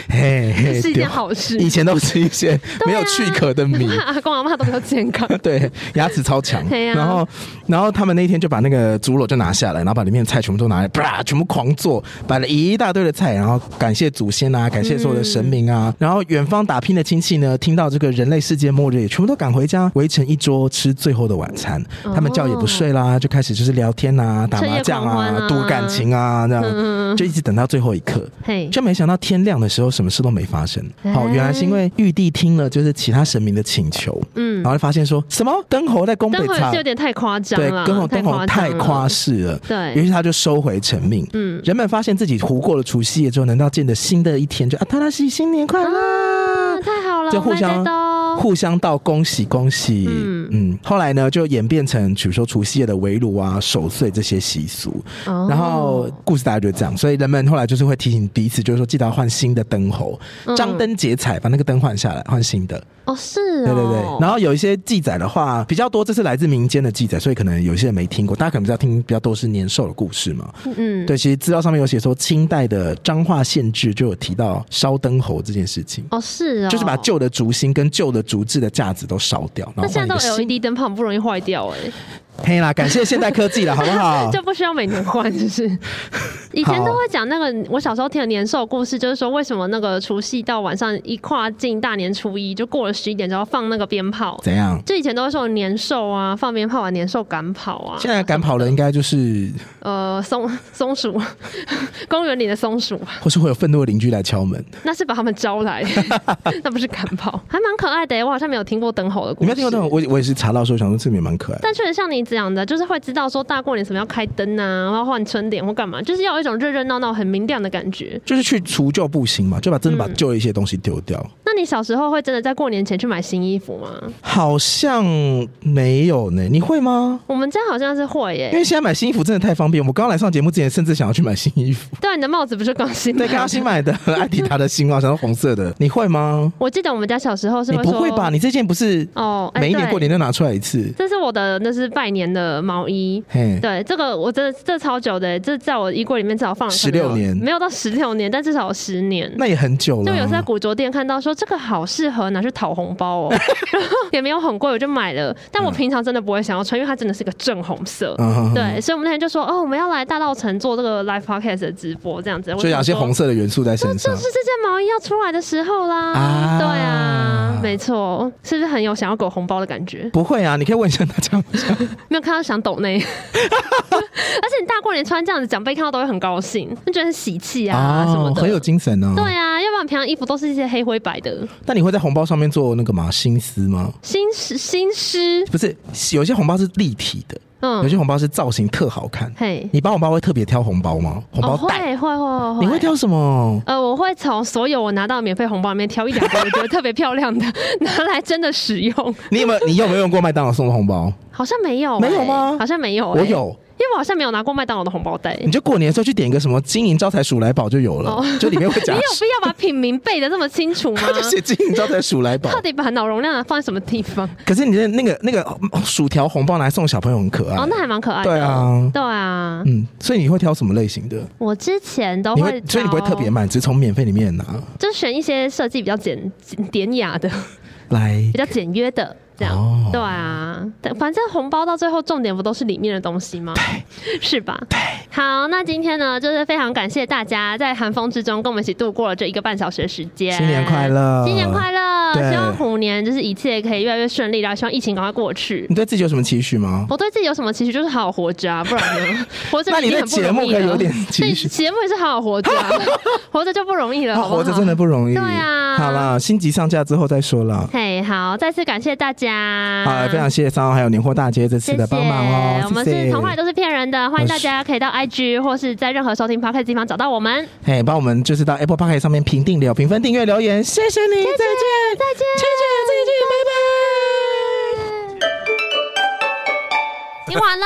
[SPEAKER 3] 嘿嘿，
[SPEAKER 1] 是一
[SPEAKER 3] 哎对
[SPEAKER 1] 件好事。啊
[SPEAKER 3] 以前都是一些没有去壳的米
[SPEAKER 1] 不，怕 阿公阿妈都比较健 康。
[SPEAKER 3] 对，牙齿超强。
[SPEAKER 1] 对呀
[SPEAKER 3] 然后，然后他们那天就把那个猪肉就拿下来，然后把里面的菜全部都拿来，啪，全部狂做，摆了一大堆的菜，然后感谢祖先啊，感谢所有的神明
[SPEAKER 1] 嗯
[SPEAKER 3] 啊。然后远方打拼的亲戚呢，听到这个人类世界末日，也全部都赶回家，围成一桌吃最后的晚餐。
[SPEAKER 1] 哦
[SPEAKER 3] 他们觉也不睡啦，就开始就是聊天啊，打麻将
[SPEAKER 1] 趁夜狂欢啊
[SPEAKER 3] 啊，赌感情啊，这样。
[SPEAKER 1] 嗯，
[SPEAKER 3] 就一直等到最后一刻，
[SPEAKER 1] 嘿，
[SPEAKER 3] 就没想到天亮的时候什么事都没发生。
[SPEAKER 1] 哎
[SPEAKER 3] 好，原来是因为玉帝听了就是其他神明的请求，
[SPEAKER 1] 嗯
[SPEAKER 3] 然，后就发现说什么灯侯在宫北
[SPEAKER 1] 灯会
[SPEAKER 3] 差
[SPEAKER 1] 是有，点太夸张
[SPEAKER 3] 对
[SPEAKER 1] 了，，
[SPEAKER 3] 灯侯灯侯太夸
[SPEAKER 1] 张
[SPEAKER 3] 饰了，
[SPEAKER 1] 了，
[SPEAKER 3] 于
[SPEAKER 1] 对，
[SPEAKER 3] 是他就收回成命。
[SPEAKER 1] 嗯，
[SPEAKER 3] 人们发现自己糊过了除夕夜之后，能到见的新的一天，就啊，塔拉西新年快乐
[SPEAKER 1] 那，太好了，
[SPEAKER 3] 就互相
[SPEAKER 1] 我们来这都
[SPEAKER 3] 互相道恭喜恭喜。
[SPEAKER 1] 嗯
[SPEAKER 3] 嗯后来呢，就演变成比如说除夕夜的围炉啊、守岁这些习俗。
[SPEAKER 1] 哦
[SPEAKER 3] 然后故事大概就这样，所以人们后来就是会提醒彼此，就是说记得要换新的灯侯，
[SPEAKER 1] 嗯
[SPEAKER 3] 张灯结彩，把那个灯换下来，换新的。
[SPEAKER 1] 哦是哦，
[SPEAKER 3] 对对对。然后有一些记载的话比较多，这是来自民间的记载，所以可能有些人没听过，大家可能比较听比较多是年兽的故事嘛。
[SPEAKER 1] 嗯，
[SPEAKER 3] 对，其实资料上面有写说，清代的彰化县志就有提到烧灯侯这件事情。
[SPEAKER 1] 哦是哦，
[SPEAKER 3] 就是把旧的竹芯跟旧的竹制的架子都烧掉，然
[SPEAKER 1] 那
[SPEAKER 3] 后换
[SPEAKER 1] 现
[SPEAKER 3] 一
[SPEAKER 1] 在
[SPEAKER 3] 个
[SPEAKER 1] 都有
[SPEAKER 3] 新。
[SPEAKER 1] LED 灯泡很不容易坏掉哎，
[SPEAKER 3] 嘿啦，感谢现代科技了，好不好？
[SPEAKER 1] 就不需要每年换，就是 以前都会讲那个，我小时候听的年兽故事，就是说为什么那个除夕到晚上一跨进大年初一，就过了十一点之后放那个鞭炮。
[SPEAKER 3] 怎样？
[SPEAKER 1] 就以前都会说年兽啊，放鞭炮啊，年兽赶跑啊，
[SPEAKER 3] 现在赶跑的应该就是，
[SPEAKER 1] 呃松松鼠， 公园里的松鼠，啊
[SPEAKER 3] 或是会有愤怒的邻居来敲门。
[SPEAKER 1] 那是把他们招 来，那不是赶跑，还蛮可爱的耶。我好像没有听过灯猴的故
[SPEAKER 3] 你
[SPEAKER 1] 事，
[SPEAKER 3] 没有听过这种？我我也是查到说，想说这个也蛮可爱的。
[SPEAKER 1] 但确实像你讲的，就是会知道说大过年什么要开灯啊，然后换春联或干嘛，就是要有一种热热闹闹、很明亮的感觉。
[SPEAKER 3] 就是去除旧布新嘛，就把真的
[SPEAKER 1] 嗯
[SPEAKER 3] 把旧的一些东西丢掉。
[SPEAKER 1] 那你小时候会真的在过年前去买新衣服吗？
[SPEAKER 3] 好像没有呢，你会吗？
[SPEAKER 1] 我们家好像是会耶、
[SPEAKER 3] 因为现在买新衣服真的太方便。我刚刚来上节目之前，甚至想要去买新衣 服，
[SPEAKER 1] 对啊，你的帽子不是刚新买
[SPEAKER 3] 对，
[SPEAKER 1] 的
[SPEAKER 3] 刚刚新买的 艾迪达的新帽，想要红色的，你会吗？
[SPEAKER 1] 我记得我们家小时候是
[SPEAKER 3] 你
[SPEAKER 1] 会
[SPEAKER 3] 不
[SPEAKER 1] 说，
[SPEAKER 3] 会吧？？你这件不是
[SPEAKER 1] 哦，哎
[SPEAKER 3] 每一年过。
[SPEAKER 1] 对
[SPEAKER 3] 年都拿出来一次？
[SPEAKER 1] 这是我的，那是拜年的毛衣。
[SPEAKER 3] 嘿，
[SPEAKER 1] 对，这个我真的这超久的，这在我衣柜里面至少放了
[SPEAKER 3] 16
[SPEAKER 1] 可能有
[SPEAKER 3] 年
[SPEAKER 1] 没有到十六年，但至少有十年。
[SPEAKER 3] 那也很久了
[SPEAKER 1] 就
[SPEAKER 3] 啊。
[SPEAKER 1] 有时在古着店看到说这个好适合拿去讨红包哦， 然后也没有很贵，我就买了。但我平常真的不会想要穿，因为它真的是个正红色。
[SPEAKER 3] 嗯，
[SPEAKER 1] 对，所以我们那天就说哦，我们要来大道城做这个 live podcast 的直播，这样子。
[SPEAKER 3] 就有些红
[SPEAKER 1] 色，
[SPEAKER 3] 色的元素在身
[SPEAKER 1] 就
[SPEAKER 3] 上
[SPEAKER 1] 是。这件毛衣要出来的时候啦。
[SPEAKER 3] 啊
[SPEAKER 1] 对啊，没错，是不是很有想要狗红包的感觉？
[SPEAKER 3] 不会啊，你可以问一下大家。
[SPEAKER 1] 没有看到想抖内， 而且你大过年穿这样子，长辈看到都会很高兴，就觉得很喜气啊、什么
[SPEAKER 3] 哦
[SPEAKER 1] 的。
[SPEAKER 3] 很有精神哦。
[SPEAKER 1] 对啊，要不然平常衣服都是一些黑灰白的。
[SPEAKER 3] 但你会在红包上面做那个吗？心思吗？
[SPEAKER 1] 新诗新诗，
[SPEAKER 3] 不是，有些红包是立体的，有
[SPEAKER 1] 嗯，
[SPEAKER 3] 些红包是造型特好看。
[SPEAKER 1] 嘿，
[SPEAKER 3] 你包红包会特别挑红包吗？红包
[SPEAKER 1] 哦，会
[SPEAKER 3] 袋？
[SPEAKER 1] 会会会会，
[SPEAKER 3] 你会挑什么？
[SPEAKER 1] 呃，我会从所有我拿到的免费红包里面挑一两个我觉得特别漂亮的， 拿来真的使用。
[SPEAKER 3] 你有 没有？你有没有用过麦当劳送的红包？
[SPEAKER 1] 好像没有、欸，
[SPEAKER 3] 没有吗
[SPEAKER 1] 好像没有、欸，
[SPEAKER 3] 我，有，嗯
[SPEAKER 1] 因为我好像没有拿过麦当劳的红包袋。
[SPEAKER 3] 你就过年的时候去点一个什么金银招财鼠来宝就哦有了，就里面会
[SPEAKER 1] 你
[SPEAKER 3] 讲，
[SPEAKER 1] 有必要把品名背的这么清楚吗
[SPEAKER 3] 他？ 就写金银招财鼠来宝
[SPEAKER 1] 到。底把脑容量放在什么地方？
[SPEAKER 3] 可是你的那个那个哦薯条红包拿来送小朋友很可爱
[SPEAKER 1] 哦，，那还蛮可爱的。
[SPEAKER 3] 对啊
[SPEAKER 1] 对啊，
[SPEAKER 3] 嗯，所以你会挑什么类型的？
[SPEAKER 1] 我之前都
[SPEAKER 3] 你
[SPEAKER 1] 会
[SPEAKER 3] 会，，所以你不会特别
[SPEAKER 1] 买，
[SPEAKER 3] 买，只是从免费里面拿
[SPEAKER 1] 就选一些设计比较简简典雅的。
[SPEAKER 3] 来
[SPEAKER 1] 比较简约的这样。
[SPEAKER 3] 哦
[SPEAKER 1] 对啊，但反正红包到最后重点不都是里面的东西吗？ 是吧？对。好，那今天呢，就是非常感谢大家在寒风之中跟我们一起度过了这一个半小时的时间。
[SPEAKER 3] 新年快乐
[SPEAKER 1] 新年快乐！
[SPEAKER 3] 对
[SPEAKER 1] 希望虎年就是一切可以越来越顺利，然后希望疫情赶快过去
[SPEAKER 3] 你。对自己有什么期许吗？
[SPEAKER 1] 我对自己有什么期许，就是好好活着啊，不然 呢，活着
[SPEAKER 3] 那
[SPEAKER 1] 已
[SPEAKER 3] 你
[SPEAKER 1] 经
[SPEAKER 3] 对
[SPEAKER 1] 很不
[SPEAKER 3] 节
[SPEAKER 1] 容
[SPEAKER 3] 目
[SPEAKER 1] 易哦
[SPEAKER 3] 可以有
[SPEAKER 1] 了。
[SPEAKER 3] 点
[SPEAKER 1] 对，
[SPEAKER 3] 期许。
[SPEAKER 1] 节目也是好好活着、 啊，活着就不容易了，
[SPEAKER 3] 啊，
[SPEAKER 1] 好不好
[SPEAKER 3] 活着真的不容易。
[SPEAKER 1] 对啊
[SPEAKER 3] 好啦，新集上架之后再说啦。
[SPEAKER 1] 嘿，好，再次感谢大家。
[SPEAKER 3] 好，非常谢谢三号还有年货大街这次
[SPEAKER 1] 啊谢谢，
[SPEAKER 3] 的帮忙哦，
[SPEAKER 1] 我们
[SPEAKER 3] 谢呃
[SPEAKER 1] 是
[SPEAKER 3] 谢
[SPEAKER 1] 童话里都是骗人的，欢迎大家可以到 IG 或是在任何收听 Podcast 的地方找到我们。
[SPEAKER 3] 嘿，帮我们就是到 Apple Park 上面评定、留评分、订阅、留言，谢谢你，再见，再见，再见，拜拜。
[SPEAKER 1] 听完了。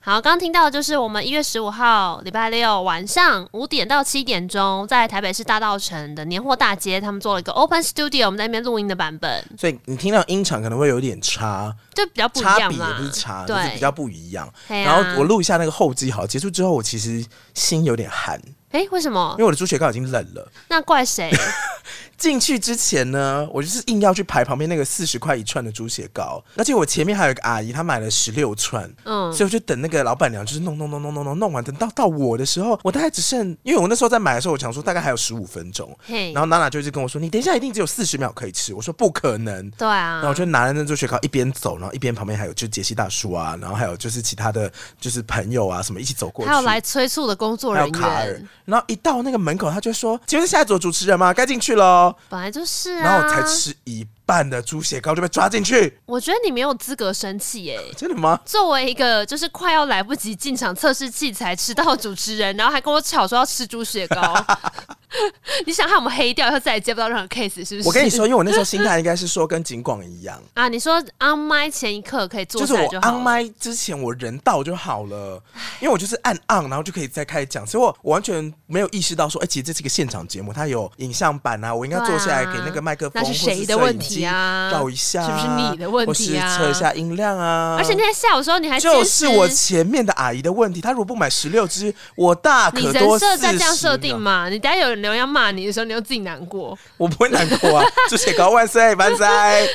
[SPEAKER 2] 好，刚刚听到的就是我们一月十五号礼拜六晚上五点到七点钟，在台北市大道城的年货大街，他们做了一个 Open Studio，我们在那边录音的版本，
[SPEAKER 3] 所以你听到音场可能会有点差，
[SPEAKER 2] 就比较不一
[SPEAKER 3] 差
[SPEAKER 2] 样
[SPEAKER 3] 别也
[SPEAKER 2] 嘛
[SPEAKER 3] 不是。差，就是
[SPEAKER 2] 对
[SPEAKER 3] 比较不一样。
[SPEAKER 2] 嘿啊
[SPEAKER 3] 然后我录一下那个后记，好，结束之后我其实心有点寒，
[SPEAKER 1] 哦
[SPEAKER 2] 哎、为什么
[SPEAKER 3] 因？为我的猪血糕已经冷了。
[SPEAKER 2] 那怪 谁？
[SPEAKER 3] 进去之前呢，我就是硬要去排旁边那个四十块一串的猪血糕，而且我前面还有一个阿姨，她买了十六串，
[SPEAKER 2] 嗯
[SPEAKER 3] 所以我就等那个老板娘就是弄弄弄弄弄弄弄完，等到到我的时候，我大概只剩，因为我那时候在买的时候，我想说大概还有十五分钟，
[SPEAKER 2] 嘿
[SPEAKER 3] 然后娜娜就一直跟我说，你等一下一定只有四十秒可以吃，我说不可能。
[SPEAKER 2] 对啊，
[SPEAKER 3] 然后我就拿着那座雪糕一边走，然后一边旁边还有就是杰西大叔啊，然后还有就是其他的就是朋友啊什么一起走过去，
[SPEAKER 2] 还有来催促的工作
[SPEAKER 3] 还
[SPEAKER 2] 人
[SPEAKER 3] 有卡尔
[SPEAKER 2] 员，，
[SPEAKER 3] 然后一到那个门口，他就说：“请问是下一组主持人吗？该进去喽。”
[SPEAKER 2] 本来就是啊。
[SPEAKER 3] 然后我才吃一半的猪血糕就被抓进去，
[SPEAKER 2] 我觉得你没有资格生气耶、
[SPEAKER 3] 真的吗？
[SPEAKER 2] 作为一个就是快要来不及进场测试器材迟到的主持人，然后还跟我吵说要吃猪血糕， 你想害我们黑掉，以后再也接不到任何 case 是不是？
[SPEAKER 3] 我跟你说，因为我那时候心态应该是说跟景广一样，
[SPEAKER 2] 啊，你说 on my 前一刻可以坐
[SPEAKER 3] 就是
[SPEAKER 2] 下
[SPEAKER 3] 我
[SPEAKER 2] 来就好
[SPEAKER 3] on 麦之前我人到就好了，因为我就是按 on，然后就可以再开始讲，所以我我完全没有意识到说，哎、其实这是一个现场节目，它有影像版啊，我应该坐下来给那个麦克风、
[SPEAKER 2] 那是谁的问题啊
[SPEAKER 3] 照一下、
[SPEAKER 2] 是不是你的问题啊
[SPEAKER 3] 或是测一下音量啊，
[SPEAKER 2] 而且那天下午的时候你还坚持
[SPEAKER 3] 就是我前面的阿姨的问题，她如果不买十六只，我大
[SPEAKER 2] 你
[SPEAKER 3] 可
[SPEAKER 2] 人
[SPEAKER 3] 多
[SPEAKER 2] 设再这样
[SPEAKER 3] 40
[SPEAKER 2] 设定
[SPEAKER 3] 秒
[SPEAKER 2] 嘛？你等下有人留言骂你的时候，你又自己难过。
[SPEAKER 3] 我不会难过啊！猪血糕万岁， 万岁，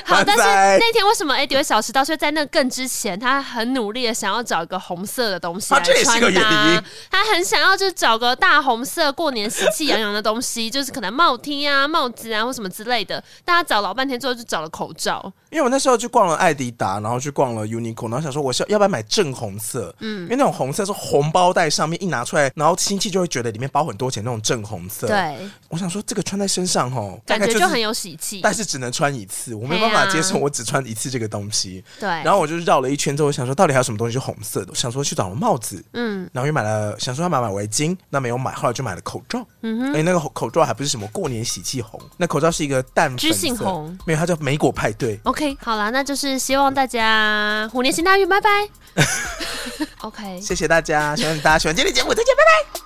[SPEAKER 2] 好，
[SPEAKER 3] 万
[SPEAKER 2] 但是
[SPEAKER 3] 岁！
[SPEAKER 2] 那天为什么 Eddie 会小迟到？是因为在那更之前，他很努力的想要找一个红色的东西来
[SPEAKER 3] 啊这也
[SPEAKER 2] 穿
[SPEAKER 3] 是个
[SPEAKER 2] 搭，
[SPEAKER 3] 原因
[SPEAKER 2] 他很想要就是找个大红色过年喜气洋洋的东西，就是可能帽 T 啊、帽子啊或什么之类的。但他找老半天之后，就找了口罩。
[SPEAKER 3] 因为我那时候去逛了艾迪达，然后去逛了 Uniqlo，然后想说我是要不要买正红色？嗯，因为那种红色是红包袋上面一拿出来，然后亲戚就会觉得里面包很多钱那种正红色。，
[SPEAKER 2] 对，
[SPEAKER 3] 我想说这个穿在身上吼，
[SPEAKER 2] 感
[SPEAKER 3] 大概
[SPEAKER 2] 觉
[SPEAKER 3] 就
[SPEAKER 2] 就是很有喜气。
[SPEAKER 3] 但是只能穿一次，我没办法
[SPEAKER 2] 对啊
[SPEAKER 3] 接受我只穿一次这个东西。
[SPEAKER 2] 对，
[SPEAKER 3] 然后我就绕了一圈之后，我想说到底还有什么东西是红色的？我想说去找帽子，
[SPEAKER 2] 嗯，
[SPEAKER 3] 然后又买了，想说要买买围巾，那没有买，后来就买了口罩。嗯哼，哎，那个口口罩还不是什么过年喜气红，那口罩是一个淡粉色
[SPEAKER 2] 知性红，
[SPEAKER 3] 没有，它叫莓果派对。
[SPEAKER 2] OK，好啦，那就是希望大家虎年行大运，拜拜。OK，
[SPEAKER 3] 谢谢大家，希望大家喜欢今天的节目，再见，拜拜。